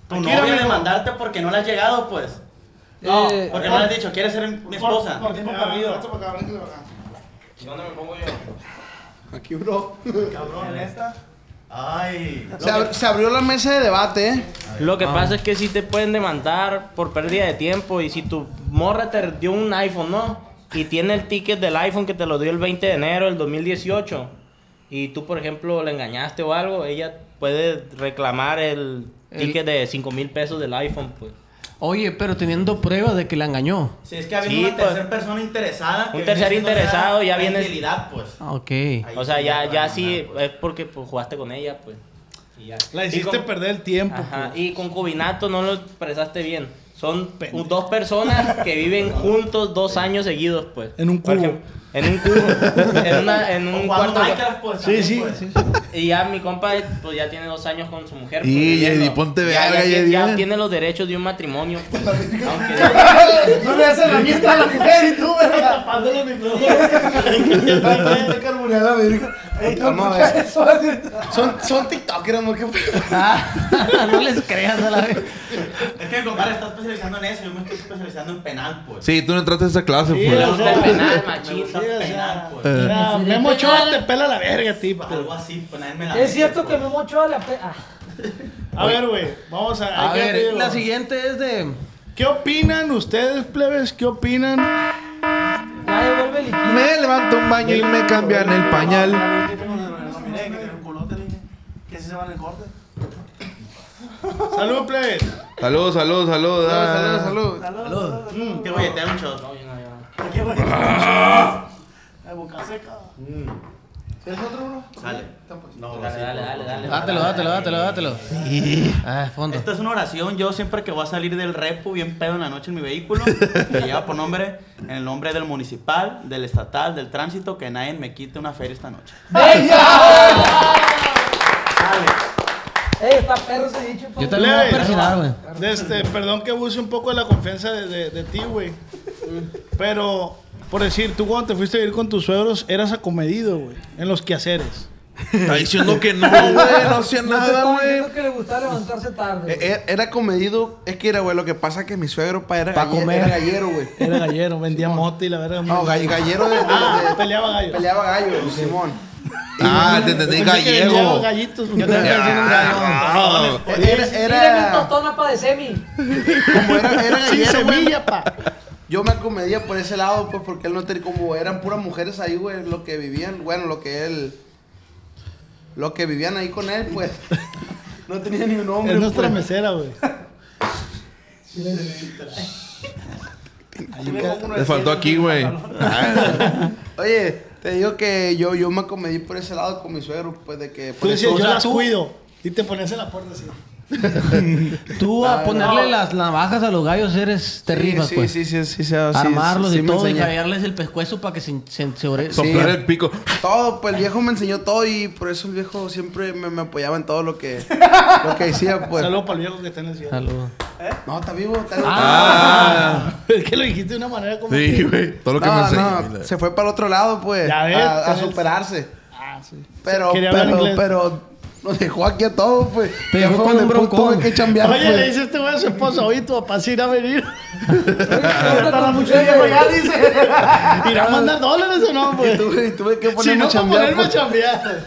Tu Aquí novia era mi- demandarte porque no le has llegado, pues. Eh, Porque no le has dicho, quieres ser mi esposa. Por tiempo perdido. ¿Dónde me pongo yo? Aquí, bro. Ay. Se, ab- se abrió la mesa de debate, ¿eh? Lo Ah. que pasa es que sí te pueden demandar por pérdida de tiempo y si tu morra te dio un iPhone, ¿no? Y tiene el ticket del iPhone que te lo dio el 20 de enero del 2018 y tú, por ejemplo, le engañaste o algo, ella puede reclamar el, El- ticket de 5 mil pesos del iPhone, pues. Oye, pero teniendo pruebas de que la engañó. Si es que había Sí, una pues. tercera persona interesada. que Un viene tercer siendo esa interesado, ya viene- infidelidad, pues. Ah, ok. Ahí O sea, sí ya, te ya van a sí, ganar. es porque pues, jugaste con ella, pues. Y ya. La Y hiciste con- perder el tiempo. (laughs) Ajá, pues. y concubinato no lo expresaste bien. Son Pendejo. dos personas que viven juntos dos años seguidos, pues. En un Por cubo. ejemplo, En un (laughs) cubo. en, una- en O un jugando cuarto. Minecraft, pues. Sí, también, sí, pues. sí. Y ya mi compa, pues ya tiene dos años con su mujer. Y, pues, viviendo. Jedi, ponte Ya- ya verga, tiene- Jedi. eh. ya tiene los derechos de un matrimonio, (laughs) pues. Aunque- No le das herramienta a la mujer y tú, (laughs) ¿verdad? Tapándole mi (laughs) Son, son TikTokers, amor. ¿qué pedo? (laughs) no les creas a la vez. Es que mi compadre está especializando en eso. Yo me estoy especializando en penal, pues. Sí, tú no entraste a esa clase, Sí, pues. Le gusta el penal, Me gusta machito. el penal, pues. Eh, Ya, Memo Ochoa Ah, te pela la verga, tipo. Algo así, pues nadie me la Es mete, cierto que pues. me mocho a la pe- ah. A ver, güey, vamos a... A ¿qué te ver, digo? la siguiente es de. ¿Qué opinan ustedes, plebes? ¿Qué opinan? Ya devuelve el liquidez. Me levanto un baño y me cambian el pañal. ¿Qué se van el corte? Salud, plebes. Salud, salud, salud. Salud, ah. salud, salud. Mm, Te voy a echar un shot. No, yo no, yo no. Ah. Sale. No, Mm. Dale, dale, dale, dale. Dátelo, dátelo, dátelo, dátelo. Ah, fondo. Esta es una oración. Yo siempre que voy a salir del repo, bien pedo en la noche en mi vehículo, me lleva por nombre, en el nombre del municipal, del estatal, del tránsito, que nadie me quite una feria esta noche. Ey, está perro ese dicho, pa. Yo también me voy a persinar, güey. De este, perdón que abuse un poco de la confianza de, de- de ti, güey. Pero, por decir, tú cuando te fuiste a vivir con tus suegros, eras acomedido, güey, en los quehaceres. Está diciendo que no, güey. No hacía No te nada, estaba güey. diciendo que le gustaba levantarse tarde. güey. Eh, eh, Era comedido. Es que era, güey, lo que pasa es que mi suegro pa era, Pa' galle- comer. era gallero, güey. Era gallero, vendía mote y la verga. No, gall- gallero de, de- Ah, de- peleaba gallo. peleaba gallo, Simón. (laughs) Ah, te entendí Pensé que vendía gallego. gallitos. Ah, Era, Tírame un era, totona pa' (laughs) de semi. como era, (laughs) era Sin gallero, güey. semilla, pa. Yo me acomedía por ese lado, pues, porque él no tenía, como eran puras mujeres ahí, güey, (laughs) lo que vivían, bueno, lo que él, lo que vivían ahí con él, pues. No tenía ni un nombre. Es nuestra pues. mesera, güey. Le faltó aquí, güey. Oye, te digo que yo, yo me acomedí por ese lado con mi suegro, pues de que. Tú por decías, eso, o yo sea, las tú- cuido. Y te ponías en la puerta así. Tú a ponerle las navajas a los gallos eres te Sí, rifas, sí, pues. sí, sí, sí, sí, sí, Armarlos sí, y me todo y enseñó. caerles el pescuezo para que se, se, se ore- Sí. Soplar el pico. Todo, pues el viejo me enseñó todo y por eso el viejo siempre me, me apoyaba en todo lo que, lo que decía, pues. Saludos para el viejo que está en el cielo. Saludos. No, está vivo, está vivo. Ah, (laughs) Es que lo dijiste de una manera como. sí, que- güey. Todo lo que me No, enseñó. no, se fue para el otro lado, pues. Ya ves, a, a ya ves. superarse. Ah, sí. Pero, Quería hablar pero, inglés. pero nos dejó aquí a todos, pues. Pero Ya fue cuando con un después broncón. Tuve que chambear, Oye, pues. le dice este güey a su esposa, oye, tu papá sí irá a venir. Para mucho tiempo ya, dice. ¿Irá a mandar dólares o no, Ah. Y pues? (laughs) tuve, y tuve que Si ponerme no, a para chambear. ponerme a pues. chambear.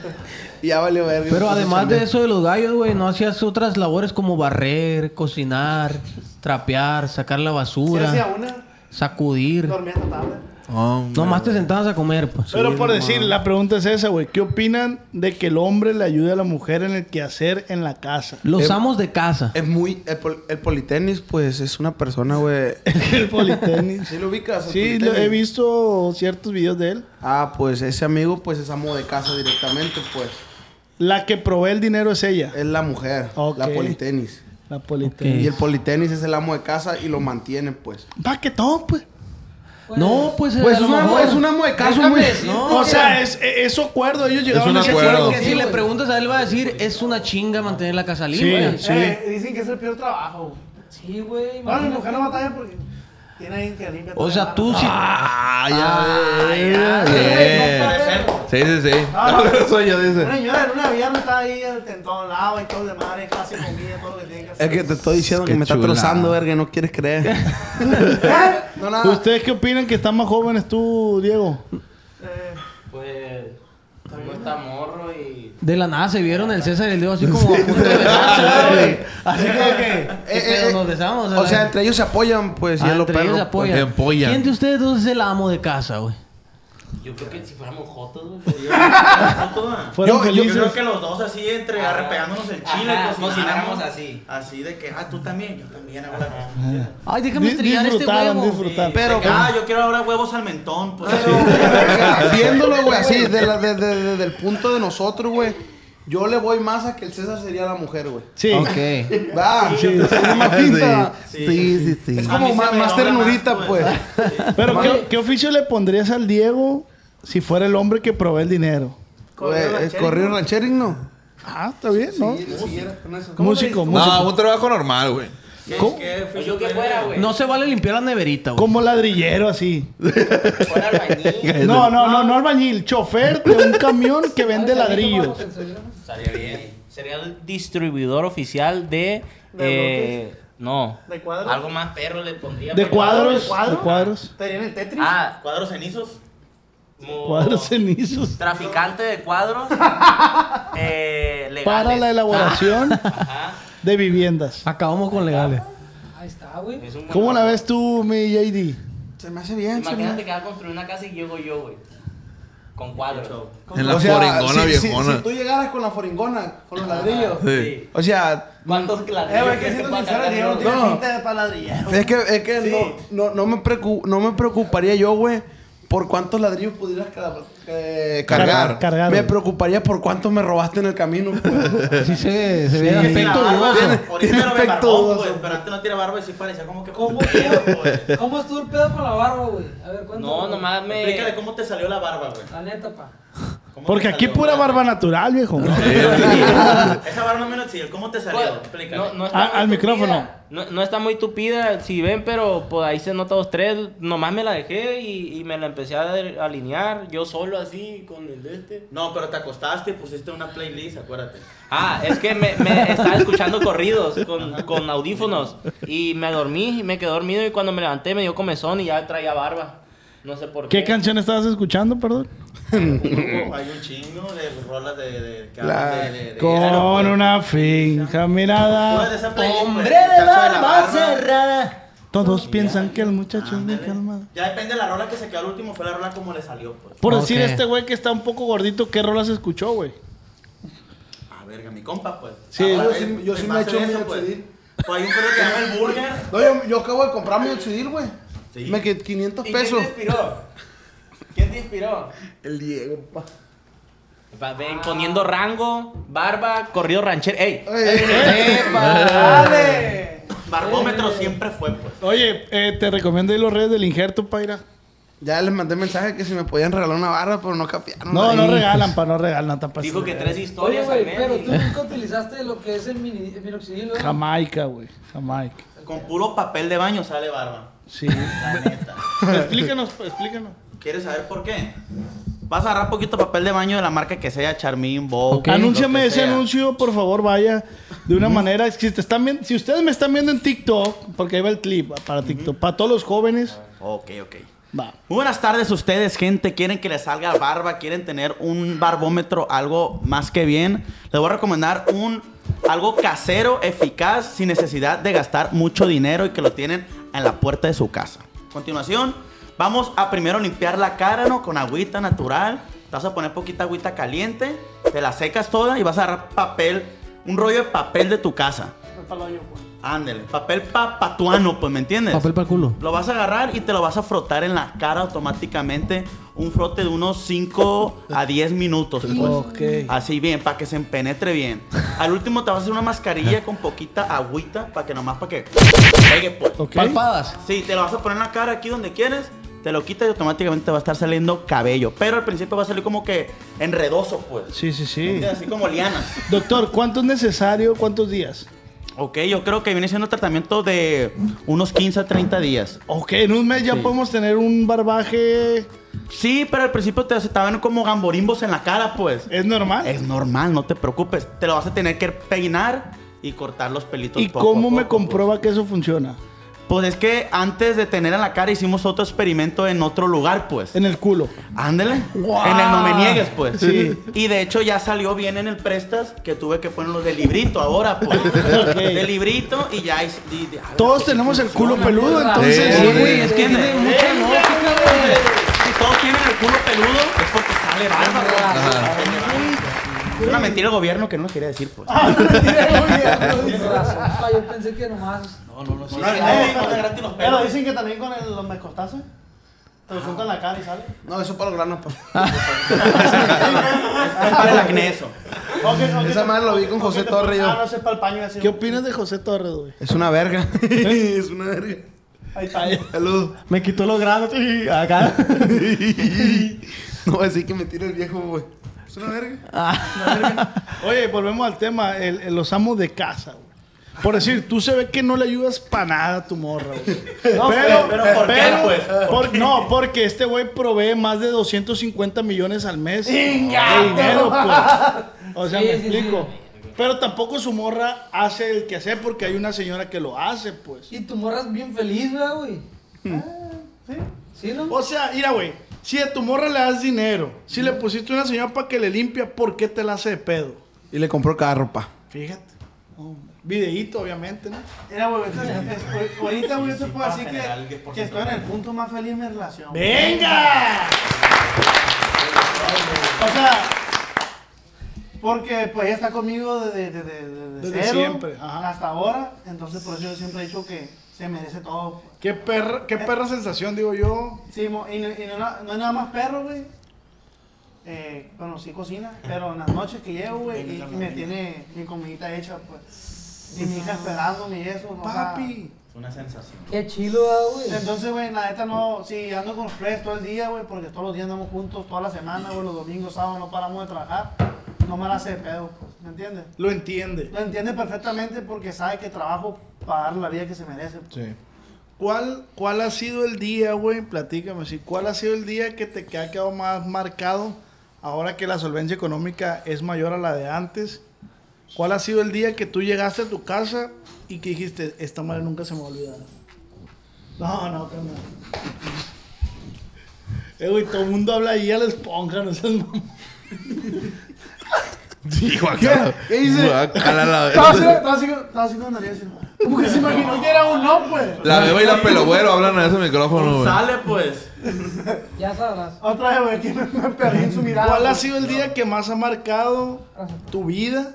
Y ya valió verga. Pero pues, además chambear. de eso de los gallos, güey, ¿no hacías otras labores como barrer, cocinar, trapear, sacar la hacía basura, una, sacudir? dormía hasta tarde. Nomás te sentabas a comer, pues. Pero por decir, la pregunta es esa, güey. ¿Qué opinan de que el hombre le ayude a la mujer en el quehacer en la casa? pues, Los amos de casa. Es muy. El, pol- el politenis, pues, es una persona, güey. (laughs) El politenis. ¿Sí lo ubicas? el Sí, lo- politenis? he visto ciertos videos de él. Ah, pues ese amigo, pues, es amo de casa directamente, pues. La que provee el dinero es ella. Es la mujer. Ok. La politenis. La politenis. Y el politenis es el amo de casa y lo mantiene, pues. Pa' que todo, pues. No, pues, a Pues es lo un amo- mejor- es un amo de casa, Déjame güey. decirte No, O que- sea, es, es su acuerdo. Ellos llegaron un a ese acuerdo. acuerdo. que si le preguntas a él va a decir, es una chinga mantener la casa limpia. Sí, sí. Eh, dicen que es el peor trabajo. güey. Sí, Ah, güey. Bueno, mi imagínate. mujer no batalla porque tiene alguien que limpia. todo O el sea, barro. tú sí... Ah, ya. Bien. Sí, sí, sí. Ah, No, no. (laughs) Eso yo dice. Eh, Una señora en una viernes está ahí en todos lados y todo de madre, clase de comida, todo lo que tiene que hacer. Es que te estoy diciendo que me está trozando, verga, no quieres (laughs) creer. ¿Eh? no, nada. Ah. ¿Ustedes qué opinan que están más jóvenes tú, Diego? Eh, Pues, uno está morro y... De la nada se vieron el César y el Diego así como a punto (laughs) de besarse, güey. Así como que... Eh, pero eh, nos besamos. a O la- sea, entre ellos se apoyan, pues, y Ah, es lo entre ellos perro. se pues. apoyan. se apoyan. ¿Quién de ustedes dos es el amo de casa, güey? Yo creo que si fuéramos jotos, güey. pues, yo- jotos, Fueron Yo- yo Yo felices. creo que los dos así entre Ajá. (laughs) arrepegándonos el chile, Ajá, cocináramos cocináramos así. Así de que, ah, tú también, yo también hago la Ay, déjame Di- estrellar este disfrutaron, huevo. disfrutaron. Pero- Pero, ah, yo quiero ahora huevos al mentón, pues así. Verga, Viéndolo, güey, así, de la- de- de- desde el punto de nosotros, güey. Yo le voy más a que el César sería la mujer, güey. Sí. Ok. Va, sí, (laughs) Sí. sí, sí. Es A como mí más, se me más dobla ternurita, más, pues. pues. Pero ¿qué, qué oficio le pondrías al Diego si fuera el hombre que provee el dinero? Güey, es Corrido ranchering, ¿no? Ah, está bien, ¿no? músico, músico. No, un trabajo normal, güey. ¿Qué- ¿Cómo? qué fue Yo su que primer- fuera, güey. No se vale limpiar la neverita, güey. Como ladrillero así. Fuera albañil. No, no, no, no albañil. Chofer de un camión que Ah, vende ladrillos. Estaría bien. Sería el distribuidor oficial de... eh, no. ¿De cuadros? Algo más perro le pondría. De pero- cuadros. ¿De De cuadros? cuadros. ¿Te harían el Tetris? Ah, ¿Cuadros cenizos? mo- Oh. Cuadros (laughs) cenizos. Traficante de (laughs) cuadros. eh, legales. Para la (laughs) elaboración Ajá. de viviendas. Ah, Acabamos con legales. Ahí está, güey. Es un buen ¿Cómo la trabajo. ves tú, mi JD? Se me hace bien, se me Imagínate que va a construir una casa y llego yo, güey. Con cuadros. En la O sea, forengona si- si- viejona. Si tú llegaras con la foringona, con los ladrillos. Sí. O sea, ¿Cuántos claves? Eh, güey, que siendo sincero, el Diego no tiene No. cinta de paladrillero. es que, es que no, no, no, me preocu- no me preocuparía yo, güey, por cuántos ladrillos pudieras ca- eh, cargar. Cargar, cargar, Me güey. preocuparía por cuántos me robaste en el camino. güey. Sí se, se ve el Tiene aspecto la barba, dudoso. güey. Ahorita tiene no me aspecto barbón, dudoso. pues, pero antes no tiene barba y sí parecía como que... ¿Cómo? ¿Cómo pedo, pues? ¿Cómo estuvo el pedo con la barba, güey? A ver, cuéntame. No, nomás Explícale me. cómo te salió la barba, güey. La neta, pa. ¿Cómo Porque te aquí salió? pura barba natural, viejo. Esa barba me lo exige. ¿Cómo te salió? Explícale. Pues, No, no está A- muy al tupida. micrófono. No, no está muy tupida, si ven, pero pues ahí se nota dos, tres. Nomás me la dejé y, y me la empecé a de- alinear yo solo así con el de este. No, pero te acostaste y pusiste una (laughs) playlist, acuérdate. Ah, es que me, me estaba escuchando corridos con, con audífonos y me dormí y me quedé dormido y cuando me levanté me dio comezón y ya traía barba. No sé por qué. (laughs) ¿Qué canción estabas escuchando, perdón? Un grupo, Hay un chingo de rolas de... de, que La- hablan de- de- de guerra, Con pues. una finja Tú eres mirada. de esa playlist, pues, el muchacho de la cerrada. Todos piensan que el muchacho es muy Ándale. calmado. Ya depende de la rola que se quedó al último, fue la rola como le salió, pues. Por Ok. decir este güey que está un poco gordito, ¿qué rolas escuchó, güey? A verga, mi compa, pues. Sí, Ahora, yo sí- en- yo sí en me base echo a mi pues. Oxidil. Pues hay un perro que se llama el Burger. No, yo, yo acabo de comprarme un Oxidil, güey. Sí. Me quedé 500 ¿Y quién te pesos. inspiró? ¿Quién te inspiró? El Diego, pa. Va, ven, poniendo rango, barba, corrido ranchero. ¡Ey! ¡Dale! Barbómetro siempre fue, pues. Oye, eh, te recomiendo ir los redes del injerto, Paira. Ya les mandé mensaje que si me podían regalar una barra, pero no capiaron. No, Ahí. no regalan, pa, no regalan, tan Dijo que tres Pues Oye, historias al güey, mes, pero y- tú nunca utilizaste lo que es el, mini, el minoxidil, ¿verdad? Jamaica, güey. Jamaica. Con puro papel de baño sale barba. Sí. La neta. explícanos, pues, explícanos. ¿Quieres saber por qué? Vas a agarrar poquito papel de baño de la marca que sea, Charmin, Bow. Anúnciame ese anuncio, por favor, vaya. De una manera, si, te están viendo, si ustedes me están viendo en TikTok, porque ahí va el clip para TikTok, para todos los jóvenes, Ok, ok. va. Buenas tardes ustedes, gente. Quieren que les salga barba, quieren tener un barbómetro algo más que bien. Les voy a recomendar un algo casero, eficaz, sin necesidad de gastar mucho dinero y que lo tienen en la puerta de su casa. A continuación, vamos a primero limpiar la cara, ¿no? Con agüita natural. Te vas a poner poquita agüita caliente, te la secas toda y vas a agarrar papel, un rollo de papel de tu casa. Ándale, papel pa- patuano, pues, ¿me entiendes? Papel para culo. Lo vas a agarrar y te lo vas a frotar en la cara automáticamente. Un frote de unos 5 a (laughs) 10 minutos. Pues. Así bien, para que se penetre bien. Al último te vas a hacer una mascarilla con poquita agüita para que nomás para que pegue. Pues. Ok. Palpadas. Sí, te lo vas a poner en la cara aquí donde quieres. Te lo quitas y automáticamente te va a estar saliendo cabello. Pero al principio va a salir como que enredoso, pues. Sí, sí, sí. Así como lianas. Doctor, ¿cuánto es necesario? ¿Cuántos días? Ok, yo creo que viene siendo tratamiento de unos 15 a 30 días. Ok, en un mes ya podemos tener un barbaje. Sí, pero al principio te se te ven como gamborimbos en la cara, pues. ¿Es normal? Es normal, no te preocupes. Te lo vas a tener que peinar y cortar los pelitos. ¿Y poco a cómo me poco, pues. comprueba que eso funciona? Pues es que antes de tener en la cara hicimos otro experimento en otro lugar, pues. En el culo. Ándele. En el no me niegues, pues. Sí. Y de hecho ya salió bien en el prestas que tuve que ponerlos de librito (laughs) ahora, pues. De librito y ya. es- y- y- a Todos ver, ¿qué tenemos el culo funciona, peludo, verdad? entonces. Sí, Sí, güey, es que tiene me- mucha lógica, güey. Si todos tienen el culo peludo, es porque sale barba, güey. Es una mentira el gobierno que no lo quería decir, pues. Ah, Tienes razón, pa, Yo pensé que nomás. No, no, no, no, gratis los pelos. Pero dicen que también con el- los mezcostazos te lo sueltan la cara y sale. No, eso para los granos, pues. pa. Es para el acné eso. O que- o que Esa te- madre (laughs) lo vi con o que José te ponen- Torre, yo. Ah, no, ese es para el paño así. ¿Qué opinas de José Torres, güey? Es una verga. (laughs) es una verga. Ahí está. Saludos. ¿Eh? Me quitó los granos y acá. (laughs) no voy a decir que me tire el viejo, güey. Es una verga. Oye, volvemos al tema, el- el- los amos de casa, güey. Por decir, tú se ve que no le ayudas para nada a tu morra, güey. (laughs) No, pero- pero ¿por qué, pues? por- no, porque este güey provee más de 250 millones al mes. De dinero, (laughs) pues. O sea, Sí, me sí, explico. Pero tampoco su morra hace el que hacer porque hay una señora que lo hace, pues. Y tu morra es bien feliz, ¿verdad, güey? Ah, ¿Sí? ¿Sí, no? O sea, mira, güey, si a tu morra le das dinero, si le pusiste una señora para que le limpia, ¿por qué te la hace de pedo? Y le compró carro, pa. Fíjate. Hombre. Videíto, obviamente, ¿no? Mira, güey, esto es- es- ahorita, güey, yo te puedo para decir generar el 10% que, que estoy en el punto más feliz de mi relación. güey. ¡Venga! O sea, porque pues ella está conmigo desde, desde, desde, Desde cero siempre, ajá. hasta ahora. Entonces, por eso yo siempre he dicho que se merece todo. Qué perra, qué perra sensación, digo yo. Sí, mo- y, no, y no- no es nada más perro, güey. Eh, bueno, sí cocina, pero en las noches que llevo, güey, y, y me tiene mi comidita hecha, pues. Y mi hija esperándome y eso, no, o sea, Papi. Es una sensación. Qué chilo, ¿verdad, güey. entonces, güey, la neta no, si ando con ustedes todo el día, güey, porque todos los días andamos juntos, toda la semana, güey, los domingos, sábados no paramos de trabajar, no me la hace de pedo, pues, ¿me entiendes? Lo entiende. Lo entiende perfectamente porque sabe que trabajo para dar la vida que se merece. pues. Sí. ¿Cuál, ¿Cuál ha sido el día, güey? Platícame, sí. ¿Cuál ha sido el día que te que ha quedado más marcado ahora que la solvencia económica es mayor a la de antes? ¿Cuál ha sido el día que tú llegaste a tu casa y que dijiste, esta madre nunca se me va a olvidar? No, no, que no. Eh, güey, todo el mundo habla ahí a la esponja, no seas mamón. Sí, guacala. ¿Qué hice? Guacala, (laughs) la Estaba así, estaba así, estaba así con la nariz así. Porque se imaginó que era un no, pues. La beba y la pelogüero hablan a ese micrófono, güey. Sale pues. Ya sabrás. Otra vez, güey, que me, me perdí en su mirada. ¿Cuál ha güey. sido el día que más ha marcado tu vida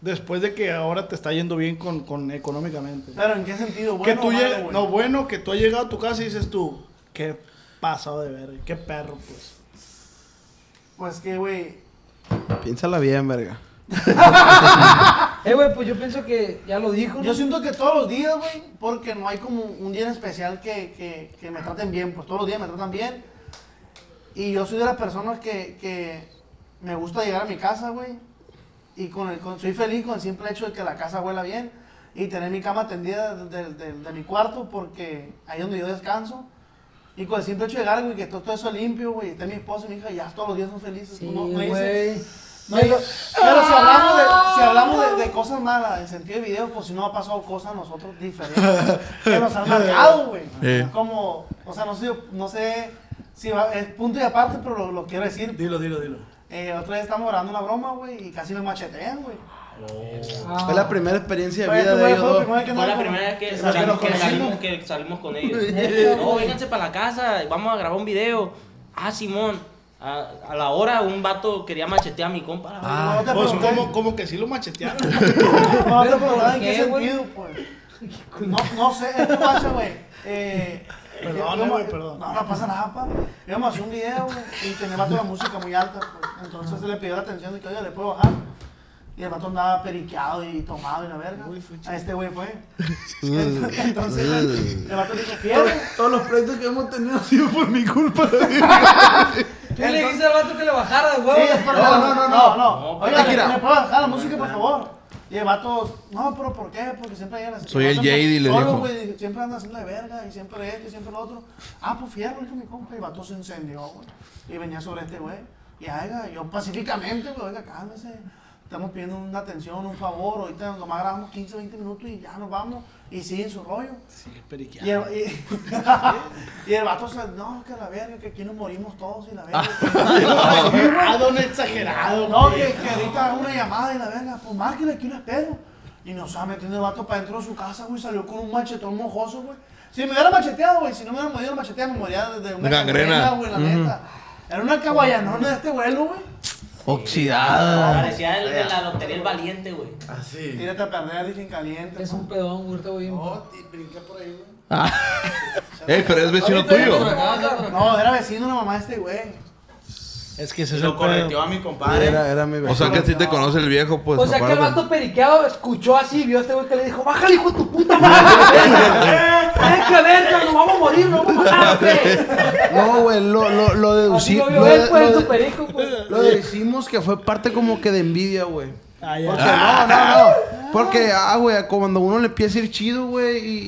después de que ahora te está yendo bien con, con económicamente. Pero ¿en qué sentido? que Bueno, tú o lle- malo, güey? no bueno que tú has llegado a tu casa y dices tú, qué pasado de ver, qué perro pues. Pues que, güey. Piénsala bien, verga. Eh, güey, pues yo pienso que ya lo dijo. Yo ¿no? siento que todos los días, güey, porque no hay como un día en especial que, que, que me traten bien, pues todos los días me tratan bien. Y yo soy de las personas que, que me gusta llegar a mi casa, güey, y con el, con- soy feliz con el simple hecho de que la casa huela bien y tener mi cama tendida de, de- de- de mi cuarto porque ahí es donde yo descanso. Y con el simple hecho de llegar, güey, que todo, todo eso limpio, güey, esté mi esposa y mi hija, y ya todos los días son felices. Sí, No- no dicen- güey. no, pero, pero si hablamos, de, si hablamos de, de cosas malas, en sentido de videos, pues si no ha pasado cosas a nosotros diferentes que nos han marcado, güey. Eh. Como, o sea, no sé, no sé si va- es punto y aparte, pero lo, lo quiero decir. Dilo, dilo, dilo. Eh, otra vez estamos grabando una broma, güey, y casi nos machetean, güey. Fue la primera experiencia de Fue- vida fue- de ellos fue la dos. primera vez que Fue la nos- primera vez que, que salimos, que, Pues, nos salimos, conocimos. que salimos con ellos. No, vénganse para la casa, vamos a grabar un video. Ah, Simón. A, a la hora un vato quería machetear a mi compa. la verga. No te Pues pregunté- como, como que sí lo machetearon. (laughs) No te preguntaba ¿Por en qué qué, güey? sentido, pues. No, no sé, es que pasa, güey. Eh, Perdón, yo- yo- güey, perdón. No, no pasa nada, pa. Yo me hacía un video, güey, y tenía el vato la música muy alta, pues. Entonces se le pidió la atención de que, oye, le puedo bajar. Y el vato andaba periqueado y tomado y la verga. A este güey fue. (laughs) Entonces, el vato le dijo, fiebre. Todos los pleitos que hemos tenido ha sido por mi culpa. Tú le dijiste al vato que le bajara, Sí, güey. es por- No, no, no, no. Oiga, Shakira. ¿me puedo bajar la música, por favor? Y el vato, no, pero ¿por qué? Porque siempre llegan así. Soy el vato, JD, le solo, dijo. güey, siempre anda haciendo de verga, y siempre esto, y siempre lo otro. Ah, pues fierro, dijo mi compa, y el vato se encendió, güey. Y venía sobre este güey. Y oiga, yo pacíficamente, güey, oiga, cálmese. Estamos pidiendo una atención, un favor. Ahorita nomás grabamos 15, 20 minutos y ya nos vamos. Y sigue su rollo. Y el, y, (laughs) y el vato, o sea, no, que la verga, que aquí nos morimos todos y la verga. Exagerado, un exagerado. No, que, que ahorita haga una llamada y la verga, pues márquenle aquí lo espero. Y nos estaba metiendo el vato para dentro de su casa, güey, salió con un machetón mojoso, güey. Si me hubiera macheteado, güey, si no me hubiera morido macheteado, me moría de, de una De gangrena. gangrena, güey, la neta. Era una caguayanona de este vuelo, güey. Oxidada. Parecía el de la lotería El Valiente, güey. Así. Tírate a perder, dije en caliente. Es un pedón, güey. ahorita voy bien. brinca por ahí, güey. Ey, pero es vecino Ahorita viene tuyo. por acá, acá, por acá. No, era vecino la mamá de este güey. Es que se Lo correteó a mi Ah, ¿eh? compadre. Era, era mi O sea que vecino. si te conoce el viejo, pues. o sea que el aparte. vato periqueado escuchó así, vio a este güey que le dijo, bájale hijo de tu (laughs) puta madre. Venga, verga, nos vamos a morir, nos vamos a matar, (laughs) güey. No, güey, lo, lo, lo Así deducimos. lo Lo, vio él, pues, de- en lo su de- perico, pues. lo deducimos que fue parte como que de envidia, güey. Ah, Porque no, no, no. Porque, ah, güey, cuando uno le empieza a ir chido, güey, y,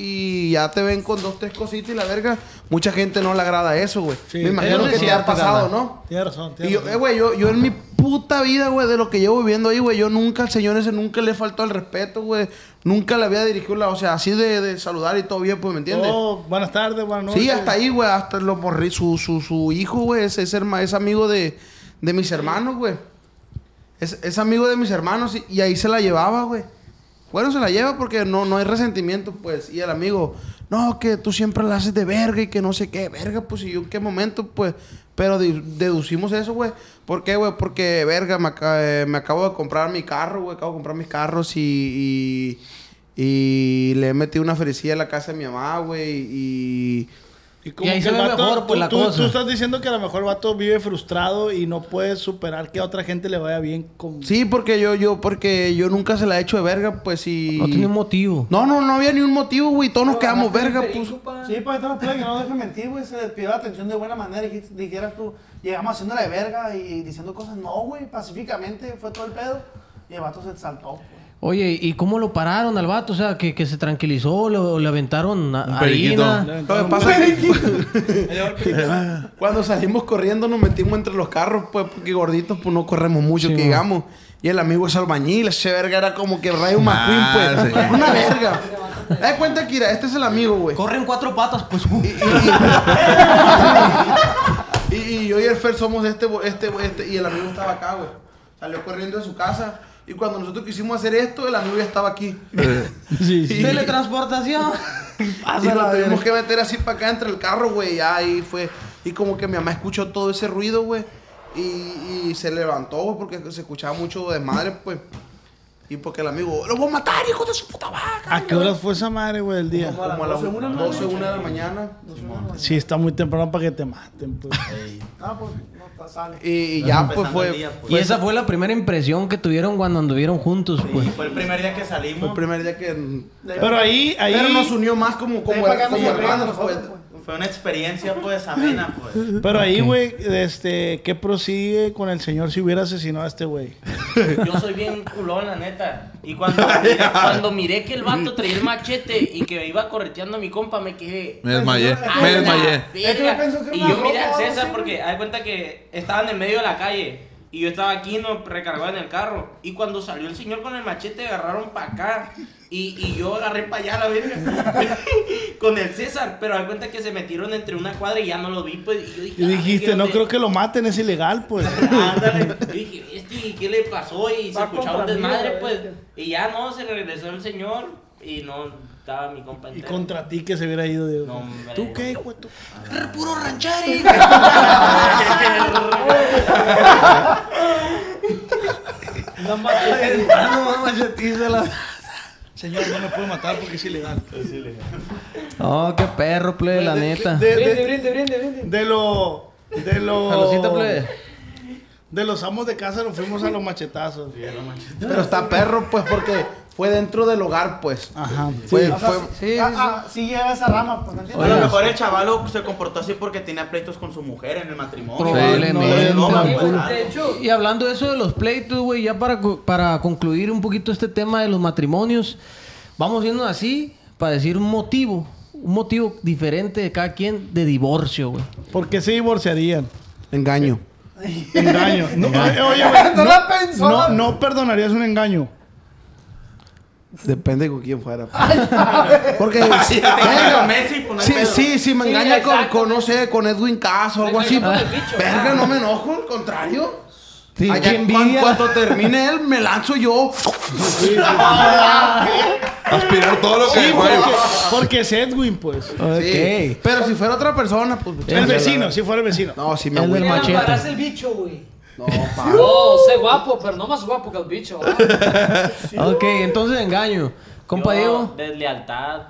y ya te ven con dos, tres cositas y la verga, mucha gente no le agrada eso, güey. Me imagino eso es que te ha cierto, pasado, carnal. ¿no? Tienes razón, Y yo, eh, güey, yo, yo en mi puta vida, güey, de lo que llevo viviendo ahí, güey, yo nunca al señor ese nunca le faltó el respeto, güey. Nunca le había dirigido la, o sea, así de, de saludar y todo bien, pues, ¿me entiendes? Oh, buenas tardes, buenas noches. Sí, hasta ahí, güey, hasta lo morrí. Su, su, su hijo, güey, es, es, herma- es amigo de, de mis hermanos, güey. Es, es amigo de mis hermanos y, y ahí se la llevaba, güey. Bueno, se la lleva porque no, no hay resentimiento, pues. Y el amigo, no, que tú siempre la haces de verga y que no sé qué, verga, pues, y yo en qué momento, pues. Pero de- deducimos eso, güey. ¿Por qué, güey? Porque, verga, me, aca- eh, me acabo de comprar mi carro, güey. Acabo de comprar mis carros y, y, y le he metido una felicidad a la casa de mi mamá, güey. Y Y, como Y ahí que se el ve vato, mejor, pues, tú, la tú- cosa. tú estás diciendo que a lo mejor el vato vive frustrado y no puede superar que a otra gente le vaya bien con... (laughs) Sí, porque yo, yo, porque yo nunca se la he hecho de verga, pues y. No tiene motivo. No, no, no había ni un motivo, güey. Todos nos quedamos verga, pues. Perico, pa. Sí, pues esta es la que no deje mentir, güey. Se despidió la atención de buena manera. Y dijeras tú, llegamos haciéndola de verga y diciendo cosas. No, güey, pacíficamente fue todo el pedo. Y el vato se saltó, güey. Oye, ¿y cómo lo pararon al vato? O sea, que, que se tranquilizó, le, le aventaron a- Un periquito. harina. Lo que pasa es que (laughs) cuando salimos corriendo nos metimos entre los carros, pues, porque gorditos, pues no corremos mucho, que digamos. Y el amigo es albañil, ese verga era como que Rayo Ah, McQueen, pues. sí. (laughs) Una verga. Da cuenta, Kira, este es el amigo, güey. Corren cuatro patas, pues. uh. Y, (laughs) y yo y el Fer somos este, bo- este, bo- este, y el amigo estaba acá, güey. Salió corriendo de su casa. Y cuando nosotros quisimos hacer esto, el amigo ya estaba aquí. (laughs) Y, Teletransportación. y lo tuvimos que meter así para acá entre el carro, güey. Ya ahí fue. Y como que mi mamá escuchó todo ese ruido, güey. Y, y se levantó, güey, porque se escuchaba mucho desmadre, pues. Y porque el amigo, lo voy a matar, hijo de su puta vaca. ¿A qué horas fue esa madre, güey, el día? Como a las 12, 1 de la mañana. Sí, está muy temprano para que te maten, (laughs) pues. Y, y ya, pues empezando fue. el día, pues. Y esa fue la primera impresión que tuvieron cuando anduvieron juntos, pues. Fue el primer día que salimos. Fue el primer día que. Pero ahí, ahí. Pero nos unió más como, como, como hermanos, pues. Fue una experiencia, pues, amena, pues. Pero ahí, güey, este, ¿qué prosigue con el señor si hubiera asesinado a este güey? Yo soy bien culón, la neta. Y cuando (laughs) miré, cuando miré que el vato traía el machete y que iba correteando a mi compa, me quedé. Me desmayé. "A Me la desmayé. verga". Y yo miré al César porque hay cuenta que estaban en medio de la calle. Y yo estaba aquí, no recargado en el carro. Y cuando salió el señor con el machete, agarraron para acá. Y, y yo agarré para allá, la verga. (laughs) con el César. Pero hay cuenta que se metieron entre una cuadra y ya no lo vi. Pues, y yo dije, Y "Ah, dijiste, ¿qué no onda?". creo que lo maten, es ilegal, pues. Ándale. Y dije, este, ¿qué le pasó? Y se Va escuchaba un contra mí, desmadre, la pues. bestia. Y ya no, se regresó el señor y no estaba mi compa Y entero. contra ti que se hubiera ido, Dios. No, hombre. ¿Tú qué, hijo de tu- Puro (laughs) ranchari. (laughs) Señor, no me puede matar porque es ilegal. Oh, qué perro, plebe, la neta. Pues, De, Brinde, de- brinde, brinde, brinde. de lo. De Jalocito, lo. plebe. De los amos de casa nos fuimos a los machetazos. Pero está perro, pues, porque fue dentro del hogar, pues. Ajá. Fue, fue- Sí, sí, Ah, sí. Si lleva esa rama, pues, ¿me entiendes? A lo mejor el chavalo se comportó así porque tenía pleitos con su mujer en el matrimonio. Probablemente, No, al pues, culo. algo. De hecho, Y hablando de eso de los pleitos, güey, ya para, cu- para concluir un poquito este tema de los matrimonios, vamos viendo así para decir un motivo, un motivo diferente de cada quien de divorcio, güey. ¿Por qué se divorciarían? Engaño. Engaño. No, oye, (laughs) oye, güey, No la pensó. No, no perdonarías un engaño. Depende con quién fuera. Porque. si- Pero verga, Messi, pues, no hay Sí, pedo. sí, sí, me Sí, engaña con, exacto. con, no sé, con Edwin Caso o algo así. engañó con el bicho. Verga, no me enojo, al contrario. Allá qué cuan- envidia. cuando termine él, me lanzo yo. Aspirar todo lo que Sí, güey. porque, porque es Edwin, pues. Sí, Pero si fuera otra persona, pues. El vecino, si fuera el vecino. No, si me El del agüita. machete. parás el bicho, güey. (laughs) No, pa. No, sé guapo, pero no más guapo que el bicho. ¿verdad? Ok, entonces engaño. Compa Yo, Diego, Deslealtad.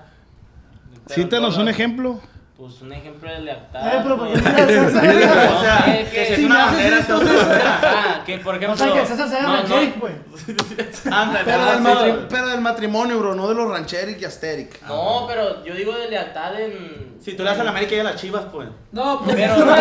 Pero Cítanos todo- un ejemplo. Pues un ejemplo de lealtad. Eh, pero ¿por qué pues. miras (laughs) a César? O sea, Es que que si es si una me bandera, se Ajá, ah, que por ejemplo. No sabes que César se no, llama no, (laughs) Jake, güey. Ándale, Pero ah, del, sí. Ah, matri- pero del matrimonio, bro, no de los rancheric y asteric. No, pero yo digo de lealtad en. Si tú le das a la América y a las chivas, pues. No, pues, (laughs) Pero- pero (laughs)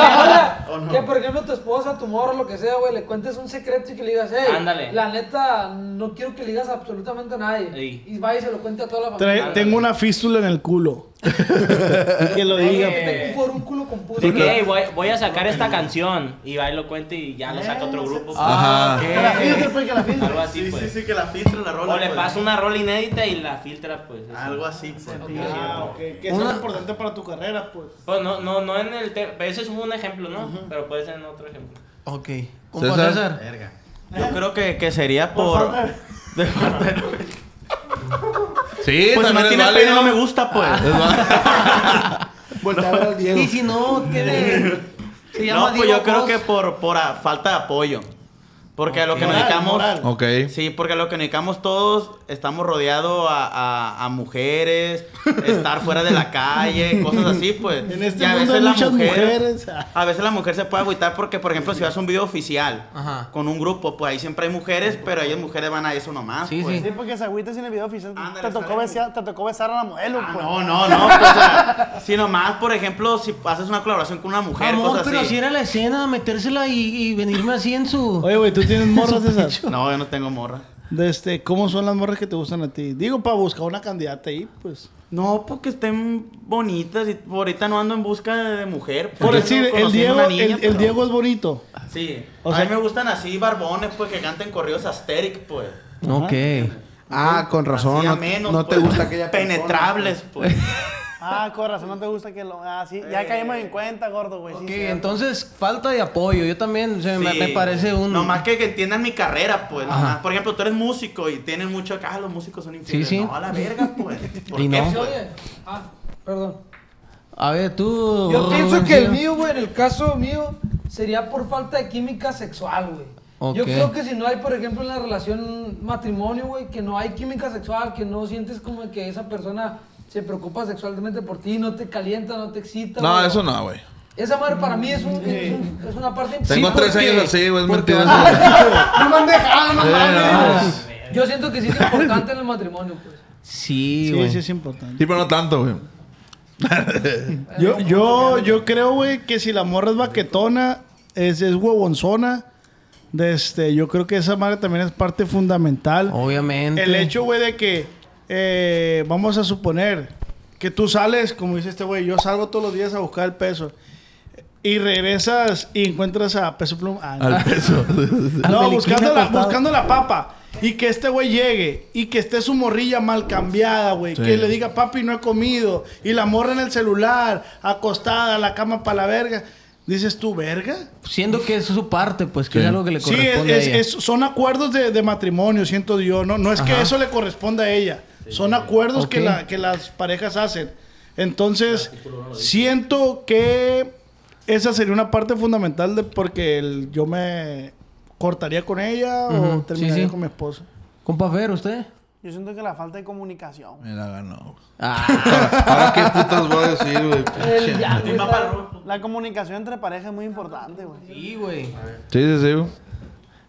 Oh, ¿O no? que por ejemplo tu esposa, tu morro, lo que sea, güey, le cuentes un secreto y que le digas, hey, Ándale. la neta, no quiero que le digas absolutamente a nadie. Ey. Y va y se lo cuente a toda la Trae- familia. tengo una fístula en el culo. Y que lo diga. Eh, Tengo un forúnculo con puto. De que "Ey, voy, voy a sacar esta canción y va y lo cuente y ya lo saca otro grupo. pues. Ajá. Ah, Ok. Que la filtre, pues, que la filtre. Algo así, Sí, sí, pues. sí, que la filtra la rola. O le pues. pasa una rola inédita y la filtra, pues. eso. Algo así, pues. Ah, ok. Que es Una- importante para tu carrera, pues. Pues no, no, no en el tema. Ese es un ejemplo, ¿no? Pero puede ser en otro ejemplo. ok. Compa César. César, Verga. Yo creo que, que sería por. (laughs) De parte de- Sí, Pues también si no es tiene válido. pelo, no me gusta, pues. Es válido. Voltea a ver al Diego. y si no, ¿qué le- (laughs) se llama No, pues yo Diego creo Cos? que por, por ah, falta de apoyo. Porque a lo que Moral, necesitamos. moral. Ok. Sí, porque a lo que necesitamos todos, estamos rodeados a, a- a mujeres, estar fuera de (laughs) la calle, cosas así, pues. En este Y a mundo hay veces la muchas mujer- mujeres. A veces la mujer se puede agüitar porque, por ejemplo, si vas a un video oficial Ajá. con un grupo, pues ahí siempre hay mujeres, pero ellas mujeres van a eso nomás. Sí, pues. sí. Sí, porque se agüita sin el video oficial. Ándale, Te tocó, sale besar, te tocó besar a la modelo, Ah, pues. no, no, no. pues, o sea, (laughs) si nomás, por ejemplo, si haces una colaboración con una mujer, Amor, cosas Ah, pero así. si era la escena, metérsela y, y venirme así en su... Oye, güey, tú tienes morras esas. No, yo no tengo morra. De este, ¿Cómo son las morras que te gustan a ti? Digo, para buscar una candidata ahí, pues. No, porque estén bonitas y por ahorita no ando en busca de, de mujer. Por Yo decir, ando el conociendo Diego, una niña, el, el pero- Diego es bonito. Sí. O a sea- mí me gustan así barbones, pues, que canten corridos asteric, pues. Ok. Ah, con razón. Así No, amenos, no te pues. gusta aquella persona. Penetrables, pues. Ah, corazón, no te gusta que lo. Ah, sí, ya caímos en cuenta, gordo, güey. sí, Ok, cierto. entonces falta de apoyo. Yo también se (laughs) me, Sí. me parece un... Nomás que, que entiendan mi carrera, pues. Ajá. nomás. Por ejemplo, tú eres músico y tienen mucho acá, los músicos son infieles. Sí, sí. No, a la verga, (laughs) pues. ¿Por Y qué, no. pues? Oye, ah, perdón. A ver, tú... Yo pienso Rubén, que el sí. mío, güey, en el caso mío, sería por falta de química sexual, güey. Yo Ok. creo que si no hay, por ejemplo, en la relación matrimonio, güey, que no hay química sexual, que no sientes como que esa persona se preocupa sexualmente por ti, no te calienta, no te excita. No, güey. eso no, güey. Esa madre para mí es, un, es, un- es una parte Tengo importante. tres años así, güey. Es mentira. (laughs) No me han dejado, no mames. Yo siento que sí es importante en el matrimonio, pues. Sí, Sí, güey. sí es importante. Sí, pero no tanto, güey. Yo, yo, yo creo, güey, que si la morra es baquetona, es, es huevonzona, de este, yo creo que esa madre también es parte fundamental. Obviamente. El hecho, güey, de que eh, vamos a suponer que tú sales, como dice este güey, yo salgo todos los días a buscar el peso. Y regresas y encuentras a Peso Pluma. Ah, no. Al peso. No, Meliquín buscando la, acostado. buscando la papa. Y que este güey llegue y que esté su morrilla mal cambiada, güey. Sí. Que le diga, papi, no he comido. Y la morra en el celular, acostada, la cama para la verga. Dices tú, verga. Siendo que es su parte, pues que Sí. es algo que le Sí, corresponde es, a es- ella. es- son acuerdos de, de matrimonio, siento Dios. No, no es que eso le corresponda a ella. Son acuerdos que, Ok. la- que las parejas hacen. Entonces, siento que esa sería una parte fundamental de porque el- yo me cortaría con ella o Ujú, terminaría sí, sí. con mi esposa. Compa Fer, ¿usted? Yo siento que la falta de comunicación. Me la ganó. Ah, Ahora qué putas voy a decir, güey. Pinche. La comunicación entre pareja es muy importante, güey. sí, güey. Sí, sí, sí, güey.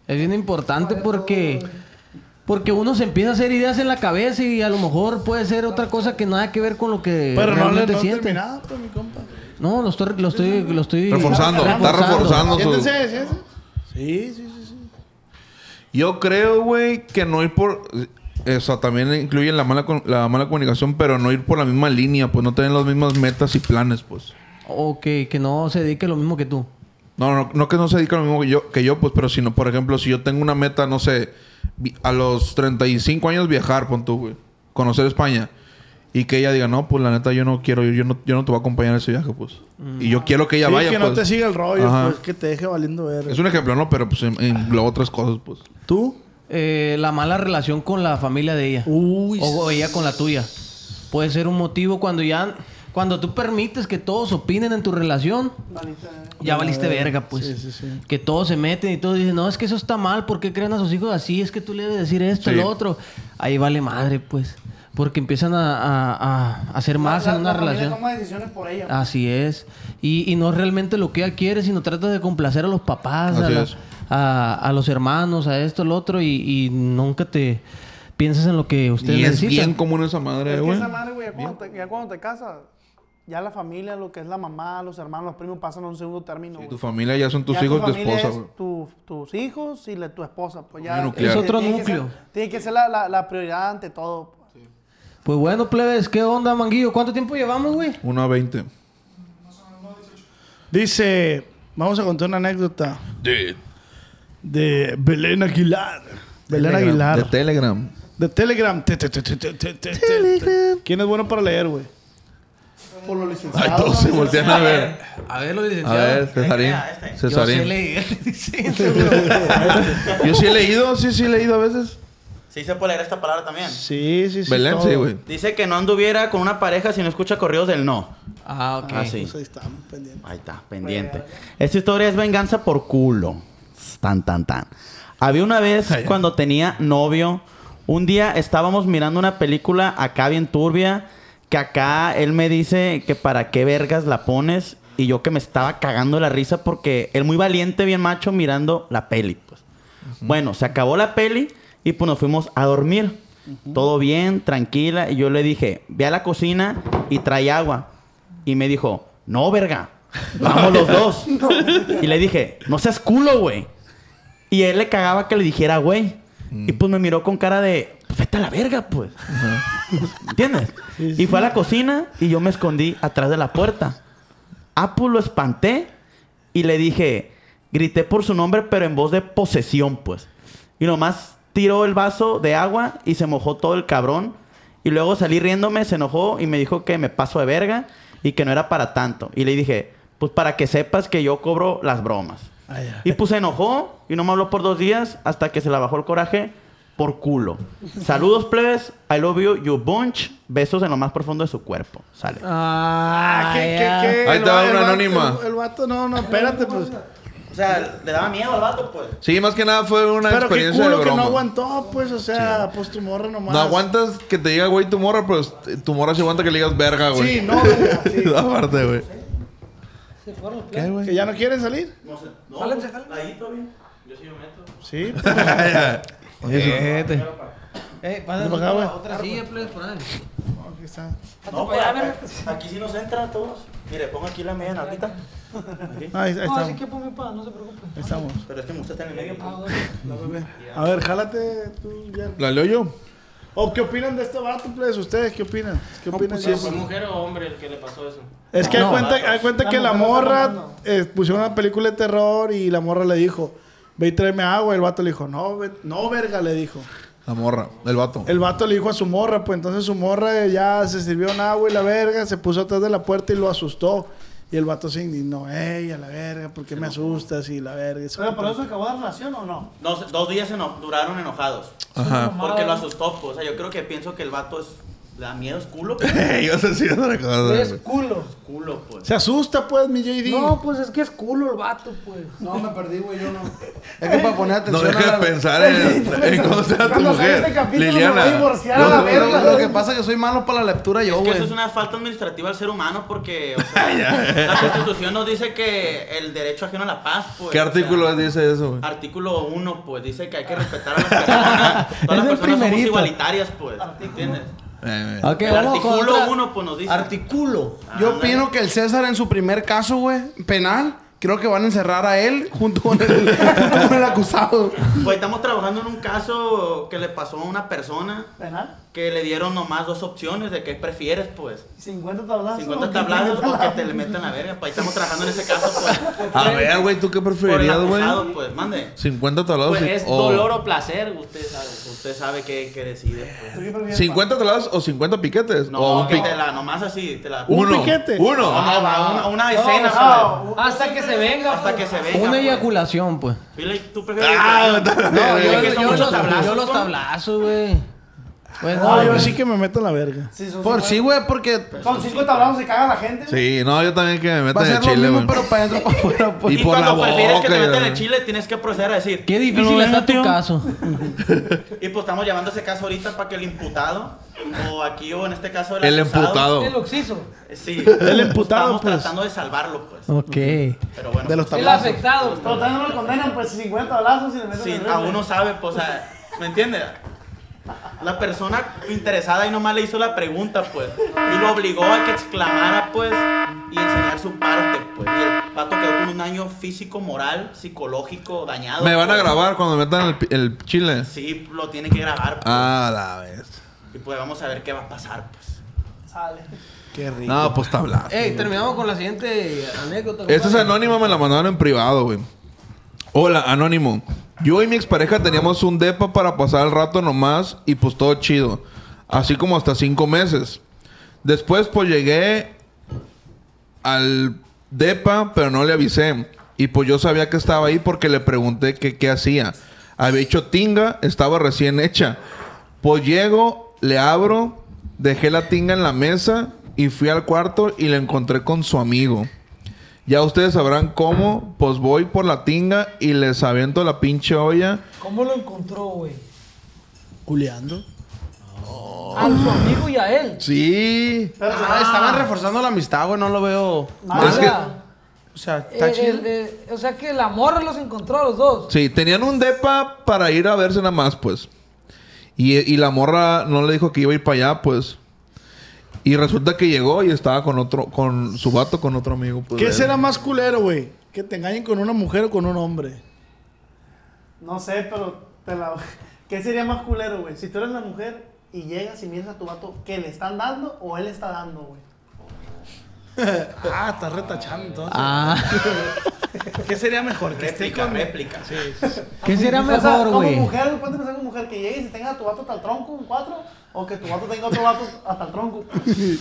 Es bien importante porque... Porque uno se empieza a hacer ideas en la cabeza y a lo mejor puede ser otra cosa que nada que ver con lo que Pero no le Eh, realmente no siente. terminaba, pues, mi compa. No, lo estoy, lo estoy, lo estoy Reforzando, está reforzando su. Siéntese, siéntese. Sí, sí, sí, sí. Yo creo, güey, que no ir por. Eso también incluye la mala, con- la mala comunicación, pero no ir por la misma línea, pues no tener las mismas metas y planes, pues. Ok, que no se dedique lo mismo que tú. No, no, no que no se dedique a lo mismo que yo, que yo, pues, pero si no, por ejemplo, si yo tengo una meta, no sé, vi- a los 35 años viajar, pon tú, güey, conocer España, y que ella diga, no, pues la neta yo no quiero ir, yo no, yo no te voy a acompañar en ese viaje, pues. Y Mm. yo quiero que ella Sí, vaya, que no pues. te siga el rollo, Ajá. pues, que te deje valiendo ver. Es un ejemplo, ¿no? Pero pues en- engloba otras cosas, pues. ¿Tú? Eh, la mala relación con la familia de ella. Uy, O, o ella con la tuya. Puede ser un motivo cuando ya... Cuando tú permites que todos opinen en tu relación, ya valiste verga, pues. Sí, sí, sí. Que todos se meten y todos dicen, no, es que eso está mal, ¿por qué creen a sus hijos así? Es que tú le debes decir esto, Sí. lo otro. Ahí vale madre, pues. Porque empiezan a, a- a- a hacer más en una relación. toma decisiones por ella. Ah, Así es. Y, y no es realmente lo que ella quiere, sino trata de complacer a los papás, a, Así la- es. a- a los hermanos, a esto, lo otro, y, y nunca te piensas en lo que ustedes Y es necesitan. bien común esa Pues Es madre, que güey. esa madre, güey, ya cuando, te, ya cuando te casas, ya la familia, lo que es la mamá, los hermanos, los primos, pasan a un segundo término. Y güey. tu familia ya son tus Ya tu hijos y tu familia esposa, es güey. tu- tus hijos y la- tu esposa. Pues ya, Es nuclear. Es otro tiene que ser- núcleo. tiene que ser la, la- la prioridad ante todo. pues. Pues bueno, plebes, ¿qué onda, Manguillo? ¿Cuánto tiempo llevamos, güey? 1 a 20. Dice, vamos a contar una anécdota. De Belén Aguilar. Belén Aguilar. De De, Telegram. Telegram. Te, te, te, te, te, te, te, te. ¿Quién es bueno para leer, güey? Por lo Ay, licenciado. todos se voltean a ver. A ver, lo A ver, Cesarín. Cesarín. Yo sí he leído, sí, sí he leído a veces. Sí se puede leer esta palabra también. Sí, sí, sí. Belén, todo. sí, güey. Dice que no anduviera con una pareja si no escucha corridos del no. Ah, ok. Ah, sí. Pues ahí estamos pendientes. Ahí está, pendiente. Esta historia es venganza por culo. Tan, tan, tan. Había una vez cuando tenía novio. Un día estábamos mirando una película acá bien turbia. Que acá él me dice que para qué vergas la pones. Y yo que me estaba cagando la risa porque él muy valiente, bien macho, mirando la peli. Pues. Bueno, se acabó la peli y pues nos fuimos a dormir. Todo bien, tranquila. Y yo le dije, ve a la cocina y trae agua. Y me dijo, no, verga. Vamos los dos. Y le dije, no seas culo, güey. Y él le cagaba que le dijera, güey. Y pues me miró con cara de, vete a la verga, pues. ¿Entiendes? Y fue a la cocina y yo me escondí atrás de la puerta. Ah, pues lo espanté y le dije, grité por su nombre, pero en voz de posesión, pues. Y nomás tiró el vaso de agua y se mojó todo el cabrón. Y luego salí riéndome, se enojó y me dijo que me paso de verga y que no era para tanto. Y le dije, pues para que sepas que yo cobro las bromas. Y pues se enojó y no me habló por dos días hasta que se la bajó el coraje por culo. Saludos, plebes. I love you, you bunch. Besos en lo más profundo de su cuerpo. Sale. (laughs) Ah, Ah, ¿qué, ya. qué, qué? Ahí El te va va- una el vato- anónima. El, el vato, no, no, espérate, pues. O sea, le daba miedo al vato, pues. Sí, más que nada fue una Pero qué experiencia de culo que broma. no aguantó, pues, o sea, pues tu morra nomás. No aguantas que te diga, güey, tu morra, pero tu morra se aguanta que le digas verga, güey. Sí, (laughs) no, verga, sí. Aparte, güey. pues, ¿Qué, güey? ¿Que ya no quieren salir? No sé. No, Jálense, pues, ahí todavía. Sí. pues, Eso. Eh, Por acá, güey. otra Sí, ya plebes, por ahí. Aquí está. No, pues, para allá, a- verga. a- aquí sí nos entran todos. Mire, pongo aquí la media narquita. Ahí, ahí No, estamos. así que ponme pa, no se preocupen. Ah, Ahí estamos. Pero es que me gusta estar en el medio. Ah, pues. A ver, jálate tú, Jerry. ¿La leo yo? ¿O qué opinan de este vato, please? ¿Ustedes qué opinan? ¿Qué opinan? pues, ¿Fue mujer o hombre el que le pasó eso? Es que hay cuenta, hay cuenta que La la mujer no está morra hablando. eh, pusieron una película de terror y la morra le dijo, ve y tráeme agua. El vato le dijo, no, ve- no verga, le dijo. La morra, el vato. El vato le dijo a su morra, pues entonces su morra eh, ya se sirvió un agua y la verga, se puso atrás de la puerta y lo asustó. Y el vato se indignó, ey, a la verga, ¿por qué me asustas? Y la verga. y se- Pero por eso acabó la relación o no? No sé, dos días eno- duraron enojados. Ajá. Porque lo asustó, pues. O sea, yo creo que pienso que el vato es. Le da miedo, es (laughs) culo, pues. (laughs) Yo sé si otra cosa. Es güey. culo. Culo, pues. Se asusta, pues, mi JD. No, pues es que es culo el vato, pues. No, me perdí, güey, yo no. (laughs) Es que para poner No atención a deja la- de pensar en, en cómo sea tu Cuando salga este mujer. capítulo me voy a Liliana. divorciar a Lo- la lo- verga. Lo que pasa es que soy malo para la lectura yo, Es que güey. eso es una falta administrativa al ser humano porque, o (laughs) sea, la Constitución nos dice que el derecho ajeno a la paz, pues. ¿Qué o sea, artículo dice eso, güey? Artículo 1, pues, dice que hay que respetar a (laughs) las personas. Todas las el personas somos primerito. igualitarias, pues. ¿Entiendes? Eh, eh. Ok, El vamos con artículo otra. uno, pues, nos dice. Artículo. Yo Ándale. opino que el César en su primer caso, güey, penal, creo que van a encerrar a él junto con el, (laughs) junto con el acusado. (laughs) Pues estamos trabajando en un caso que le pasó a una persona ¿Penal? que le dieron nomás dos opciones de qué prefieres, pues. ¿50 tablazos? 50 o tablados 15 porque te le meten la verga, pues. Ahí estamos trabajando en ese caso, (laughs) pues. A ver, güey, ¿tú qué Por el preferirías, güey? acusado, pues. Mande. 50 talados Pues es o- dolor o placer, usted sabe. Usted sabe qué, qué decide, pues. ¿Tú qué prefieres? 50 talados o 50 piquetes. No, o un que pique- te la nomás así, te la... uno. piquete? Uno. Ah, va, una, una escena, pues. Ah, Hasta que se venga. Hasta que se venga. Una pues. eyaculación, pues. Pile, ¿tú prefieres? Ah, No, Es yo, que son yo muchos los, tablazos, yo los pues. tablazos, güey. Pues, No, no, Ah, yo güey. sí que me meto en la verga. sí, son Por 50. sí, güey, porque Con 5 tablados se caga la gente. Sí, no, yo también que me va a metan en ser lo chile, mismo, güey. pero para adentro para afuera, pues. Y Y, por la cuando prefieres que boca, te metan ya. el chile, tienes que proceder a decir. Qué difícil está tu caso. Y pues estamos llevando ese caso ahorita para que el imputado, o aquí o en este caso el El acusado- emputado. El oxiso. Sí. El imputado, Estamos pues. tratando de salvarlo, pues. Ok. Pero bueno. De los El tablazos. afectado. Pero también no lo condenan, pues 50 tablazos y le meten Sí, el a uno sabe, pues, o sea, ¿me entiendes? La persona interesada y nomás le hizo la pregunta, pues, y lo obligó a que exclamara, pues, y enseñar su parte, pues. Y el pato quedó con un daño físico, moral, psicológico, dañado. Me van a pues. grabar cuando me metan el, pi- el chile. Sí, lo tiene que grabar, pues. Ah, la vez. Y pues vamos a ver qué va a pasar, pues. Sale. No, pues tabla. Ey, terminamos con la siguiente anécdota. Esta es compadre. anónima, me la mandaron en privado, güey. Hola, anónimo. Yo y mi expareja teníamos un depa para pasar el rato nomás y pues todo chido. Así como hasta cinco meses. Después pues llegué al depa, pero no le avisé. Y pues yo sabía que estaba ahí porque le pregunté que qué hacía. Había hecho tinga, estaba recién hecha. Pues llego, le abro, dejé la tinga en la mesa y fui al cuarto y la encontré con su amigo. Ya ustedes sabrán cómo, pues voy por la tinga y les aviento la pinche olla. ¿Cómo lo encontró, güey? Juliando. A su amigo y a él. Sí. Ah, Estaban reforzando la amistad, güey, no lo veo. O Es que- sea, O sea, está el- chido. el- el- Eh, o sea que la morra los encontró a los dos. Sí, tenían un depa para ir a verse nada más, pues. Y, y la morra no le dijo que iba a ir para allá, pues. Y resulta que llegó y estaba con otro, con su vato, con otro amigo. Pues, de ¿Qué él. será más culero, güey? ¿Que te engañen con una mujer o con un hombre? No sé, pero te la... (laughs) ¿Qué sería más culero, güey? Si tú eres la mujer y llegas y miras a tu vato que le están dando o él está dando, güey. Ah, estás retachando entonces. Ah, ¿Qué sería mejor? Que esté Réplica, con... réplica. ¿qué sería O sea, mejor, güey? Como mujer, puedes pensar como mujer que llegues y tenga a tu vato hasta el tronco, un cuatro, o que tu vato tenga otro vato hasta el tronco.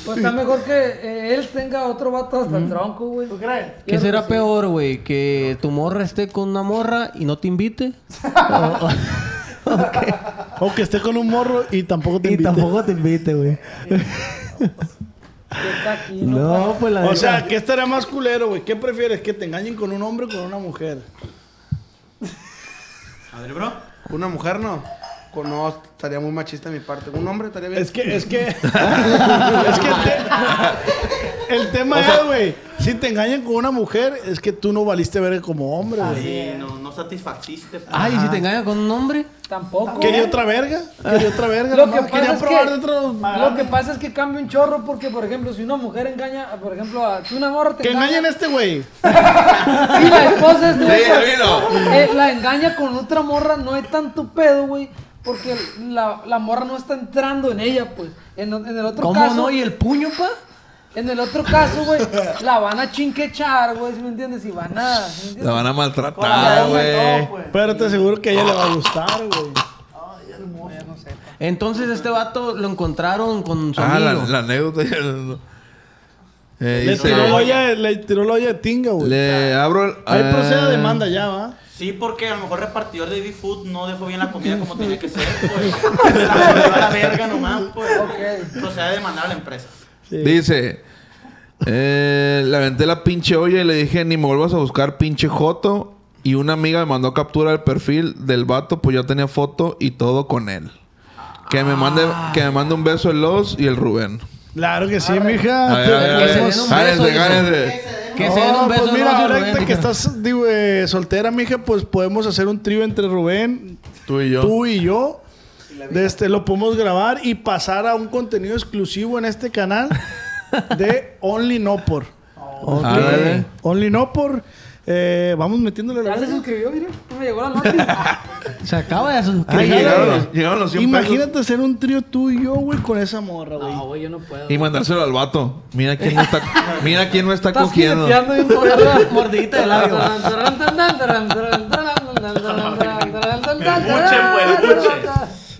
Pues está mejor que eh, él tenga otro vato hasta el tronco, güey. ¿Tú crees? ¿Qué será peor, güey? ¿Que tu morra esté con una morra y no (laughs) te invite? O- O que esté con un morro y tampoco te y (laughs) invite. tampoco te invite, güey. está aquí. No, pues la O neta. sea, ¿qué estará más culero, güey? ¿Qué prefieres? ¿Que te engañen con un hombre o con una mujer? A ver, bro. Una mujer no. Con- No, estaría muy machista de mi parte. Un hombre estaría bien. Es que, es (laughs) que. es que el te- el tema es, güey. Si te engañan con una mujer, es que tú no valiste ver como hombre, güey. Pues Ah, Sí, no, no satisfaciste. pues. Ay, ¿y si te engañas con un hombre? Tampoco. ¿eh? Quería otra verga. Quería otra verga. Lo nomás, que pasa Quería es probar que- de otro. Lo que pasa es que cambia un chorro porque, por ejemplo, si una mujer engaña, por ejemplo, a, si una morra te Que engaña, engañen a este güey. si la esposa es de Sí, otra- vino. eh, la engaña con otra morra, no hay tanto pedo, güey, porque la, la morra no está entrando en ella, pues. En, en el otro ¿Cómo caso, no? ¿Y el puño, pa? en el otro caso, güey, la van a chinquechar, güey, si me entiendes? Y van a, ¿sí me entiendes? La van a maltratar, güey. Pero te aseguro que a ella le va a gustar, güey. Entonces este vato lo encontraron con su Ah, la, amigo. la anécdota. (laughs) ya no- Eh, Le dice, tiró la olla, le tiró la olla de tinga, güey. le abro el... Ahí ah, procede demanda ya, ¿va? Sí, porque a lo mejor repartidor de Baby Food no dejó bien la comida como tenía que ser, pues. La mandó a la verga nomás, pues. O sea, demandar a la empresa. Dice... eh, le aventé la pinche olla y le dije, ni me vuelvas a buscar pinche joto. Y una amiga me mandó captura del perfil del vato, pues ya tenía foto y todo con él. Que me mande, que me mande un beso el Los y el Rubén. Claro que sí, mija. A ver, a ver, a Ah, que se ver. den un Gánense, beso, gánense. Que se den No, un beso. pues no mira, se ahora rodeen, que dijo. estás digo, eh, soltera, mija, pues podemos hacer un trío entre Rubén, Tú y yo. tú y yo. De este, lo podemos grabar y pasar a un contenido exclusivo en este canal de Only No Por. Ok. Ándale. Only No Por. Eh, vamos metiéndole la Ya se verga. suscribió, mira, no me llegó la nota. Se acaba de Ahí suscribir. llegaron, los- llegaron los 100 pesos. Imagínate hacer un trío tú y yo, güey, con esa morra, güey. No, güey, yo no puedo. Y mandárselo al vato. Mira quién no está, mira quién no está Estás cogiendo. jineteando bien por arriba. Mordidita de labio.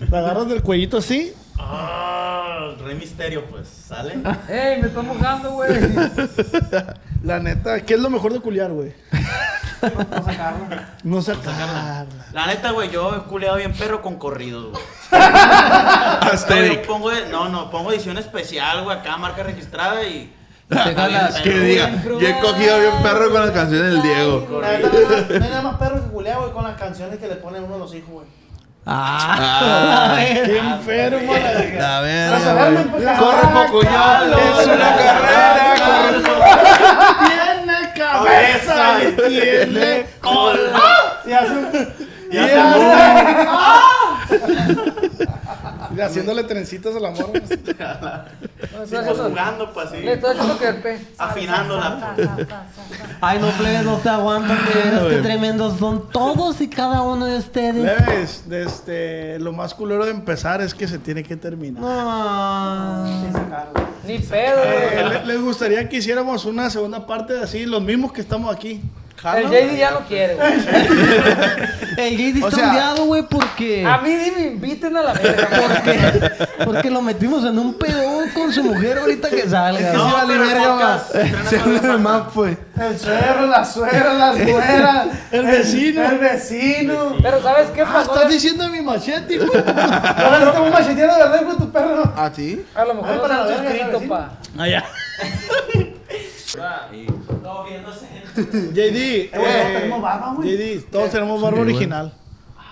La agarras del cuellito así. Ah, el Rey Misterio, pues, ¿sale? Ey, me está mojando, güey. La neta, ¿qué es lo mejor de culiar, güey? No sacarla. La neta, güey, yo he culeado bien perro con corridos, güey. Yo Asterix. pongo, de- no, no, pongo edición especial, güey, acá marca registrada y... Te jalas. Que diga, yo he cogido bien perro con las canciones del Diego. La neta, no hay- no hay nada más perro que culea, güey, con las canciones que le pone uno a los hijos, güey. Ah. Qué enfermo la verga. A ver, Para ya, saberme, güey. pues, corre poco ya, es una carrera. corre. Tiene cabeza y tiene cola. Y hace un- Y hace- ¡Ah! Y haciéndole trencitas al amor. Sí, pues, jugando, pues, así. Le estoy haciendo que pe. Afinándola. pues. Ay, no, plebes, no te aguantan, plebes. Qué tremendos son todos y cada uno de ustedes. Leves, de este, lo más culero de empezar es que se tiene que terminar. No. Ni pedo, Eh, güey. le- les gustaría que hiciéramos una segunda parte de así, los mismos que estamos aquí. El JD ya lo quiere, güey. El gay está O sea- ondeado, güey, porque... A mí ni me inviten a (laughs) la verga. Porque, porque lo metimos en un pedón con su mujer ahorita que salga. No, Sí, vale, pero el verga, podcast va. se estrena Se (laughs) cuando habla de falta. más, pues. El suegro, la suegra, las suegra, El vecino. El vecino. Pero ¿sabes qué Ah, pasó? estás diciendo mi machete, hijo. Ahora sí estamos macheteando de verdad con tu perro. ¿A ti? A lo mejor Ay, no se para han la verga, suscrito, sí. pa. Ah, Todo viéndose. JD, todos eh, tenemos barba, güey. JD, todos tenemos barba original.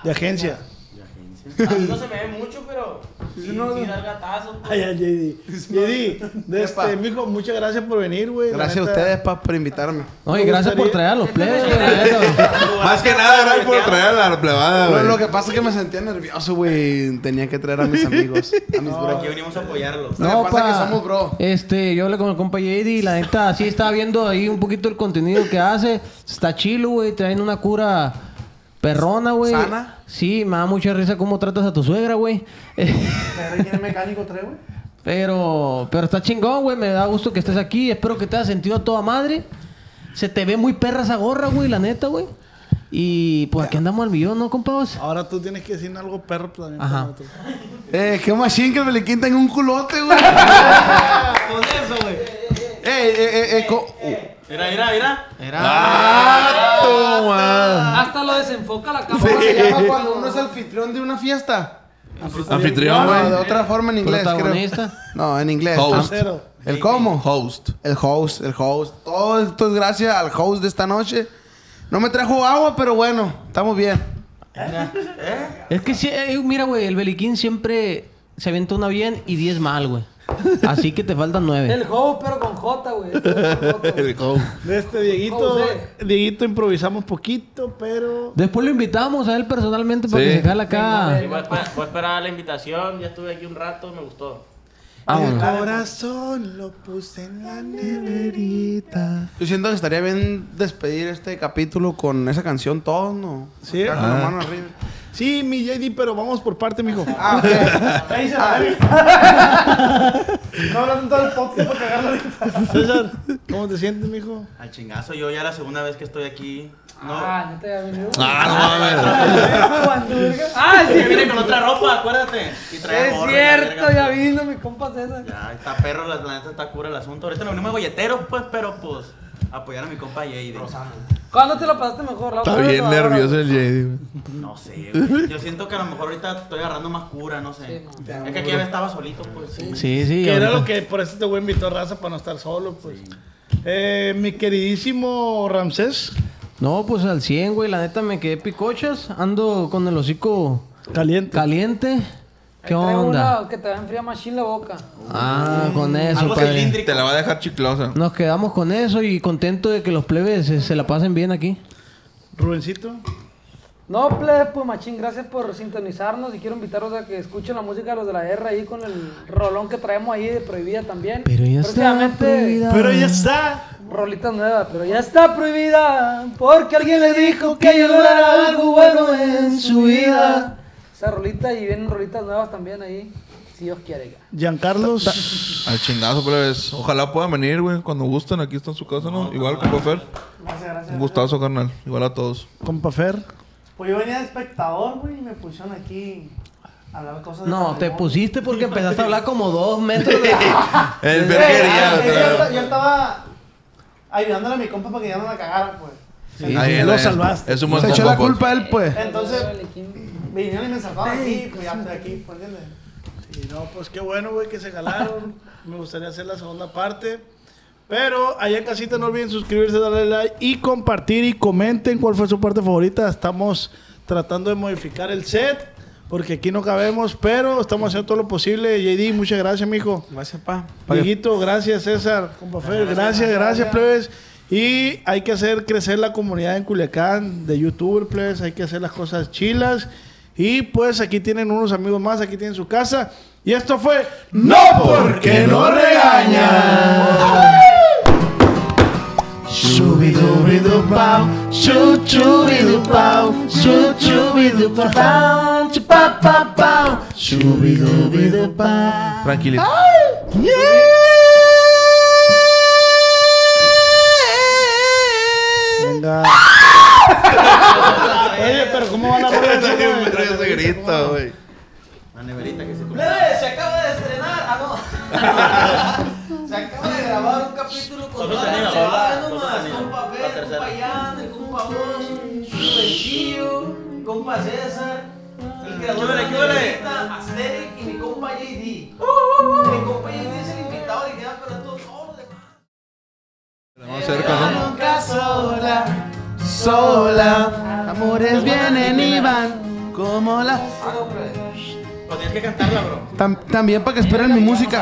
De agencia. A mí no se me ve mucho, pero. Sí, sí da el gatazo, Ah, pues. Ay, ay, (laughs) JD. JD, de este, mijo, muchas gracias por venir, güey. La Gracias a neta, ustedes, pa, por invitarme. Oye, gracias por traer a los plebes. güey, la neta. Más que nada, gracias por traer a la plebada, Lo, lo güey. que pasa es que me sentía nervioso, güey. Tenía que traer a (laughs) mis amigos, a mis bros. Aquí venimos a apoyarlos. Lo que pasa es que somos bro. Este, yo hablé con el compa JD y la neta sí estaba viendo ahí un poquito el contenido que hace. Está chilo, güey. Traen una cura perrona, güey. ¿Sana? Sí, me da mucha risa cómo tratas a tu suegra, güey. (laughs) Pero ¿quién es mecánico trae, güey? Pero, pero está chingón, güey. Me da gusto que estés aquí. Espero que te haya sentido a toda madre. Se te ve muy perra esa gorra, güey, la neta, güey. Y pues aquí andamos al millón, ¿no, compas? Ahora tú tienes que decir algo perro pues, también para Ajá. nosotros. Eh, qué machín que el Beliquín tenga un culote, güey. Con eso, güey. eh, eh, eh, eh, co- Mira, mira, mira. ¡Ah, toma! Hasta lo desenfoca la cámara. (laughs) ¿Cómo se llama cuando uno es anfitrión de una fiesta? Anfitrión, No, de güey. otra forma en inglés, creo. Protagonista. No, en inglés. Host. Am- ¿El cómo? Host. El host, el host. Todo esto es gracias al host de esta noche. No me trajo agua, pero bueno, estamos bien. Es que, sí, eh, mira, güey, el Beliquín siempre se avienta una bien y 10 mal, güey. Así que te faltan 9. El juego, pero con J, güey. El juego, pero con J, güey. De este Dieguito, Oh, eh. sí. Dieguito improvisamos poquito, pero. Después lo invitamos a él personalmente para Sí. que se jale acá. Sí, voy, a, esper- voy a esperar la invitación. Ya estuve aquí un rato, me gustó. El Vámonos. corazón lo puse en la neverita. Yo siento que estaría bien despedir este capítulo con esa canción todos, ¿no? Sí. Acá con la Ah. mano arriba. Sí, mi JD, pero vamos por parte, mijo. Ah, ok. (laughs) Ah. (laughs) César, ¿cómo te sientes, mijo? Al chingazo, yo ya la segunda vez que estoy aquí. No. Ah, neta, ya venido. (laughs) Ah, Ah, sí. Que viene con otra ropa, acuérdate. Y trae Es gorra y la cierto, verga, ya pues. vino mi compa César. Ya, está perro, la la neta está cura el asunto. Ahorita nos venimos de golleteros, pues, pero pues, apoyar a mi compa Jade. ¿Cuándo te la pasaste mejor? ¿La no mames. Está otra vez o bien ahora? nervioso el JD, güey. No sé, güey. Yo siento que a lo mejor ahorita estoy agarrando más cura, no sé. Sí, es que aquí ya estaba solito, pues. Sí. Sí, sí. Que era ahorita. lo que por eso te voy a invitar raza para no estar solo, pues. Eh, mi queridísimo Ramsés. No, pues al 100, güey. La neta me quedé picochas. Ando con el hocico Caliente. caliente. ¿Qué Trae onda? una que te va a enfriar machine la boca. Ah, con eso, Algo padre. cilíndrico. Te la va a dejar chiclosa. Nos quedamos con eso y contento de que los plebes se, se la pasen bien aquí. Rubencito. No, plebes, pues machín, gracias por sintonizarnos y quiero invitarlos a que escuchen la música de los de la guerra ahí con el rolón que traemos ahí de prohibida también. Pero ya está Próximamente, prohibida. Pero ya está. Rolitas nuevas, pero ya está prohibida porque alguien le dijo que ayudara algo bueno en su vida. Esa rolita y vienen rolitas nuevas también ahí, si Dios quiere. ya. Giancarlos. Al chingazo, plebes. Ojalá puedan venir, güey. Cuando gusten, aquí está en su casa, ¿no? Igual, compa Fer. Un gustazo, carnal. Igual a todos. Compa Fer. Pues yo venía de espectador, güey, y me pusieron aquí a hablar cosas de No, te matrimonio. pusiste porque empezaste a hablar como dos (laughs) metros de... El Güey, ah, es que yo, verguería. esta- yo estaba ayudándole a mi compa para que ya no la cagara, pues. Lo salvaste. Es un buen Se echó compa, la pues. culpa él, pues. Entonces, vinieron y me salvaron aquí, pues ya estoy aquí, ¿me entiendes? Sí, no, pues qué bueno, güey, que se jalaron. Me gustaría hacer la segunda parte. Pero allá en casita no olviden suscribirse, darle like y compartir y comenten cuál fue su parte favorita. Estamos tratando de modificar el set porque aquí no cabemos, pero estamos haciendo todo lo posible. JD, muchas gracias, mijo. Gracias, pa. Pa' que- Dieguito, gracias, César. Compa Fer, gracias, gracias, plebes. Y hay que hacer crecer la comunidad en Culiacán de youtuber, plebes. Hay que hacer las cosas chilas. Y pues aquí tienen unos amigos más, aquí tienen su casa. Y esto fue No porque no regañan. Shubidubidupau, chuchubidupau, chuchubidupapau, chupapapau, shubidubidupau. Tranquilito. Venga. Oye, pero ¿cómo va la rola esa, güey? Ese grito, güey. La neverita que se comió. Plebe, se acaba de estrenar. Ah, no. se acaba de grabar un capítulo con Solo Dora, se anima, se ¿verdad? va Solo nomás. se anima. Compa La Ver, tercera. compa Jan, compa Vos, compa Chío, compa César. El creador de la ¿Qué ole, qué Uh, ole? entrevista, Asterix y mi compa JD. Mi compa JD es el invitado original, pero todos todos los demás. Más cerca, ¿no? Nunca sola, sola. Amores vienen y van como la. Pues tienes que cantarla, bro. Tam- también para que esperen mi música.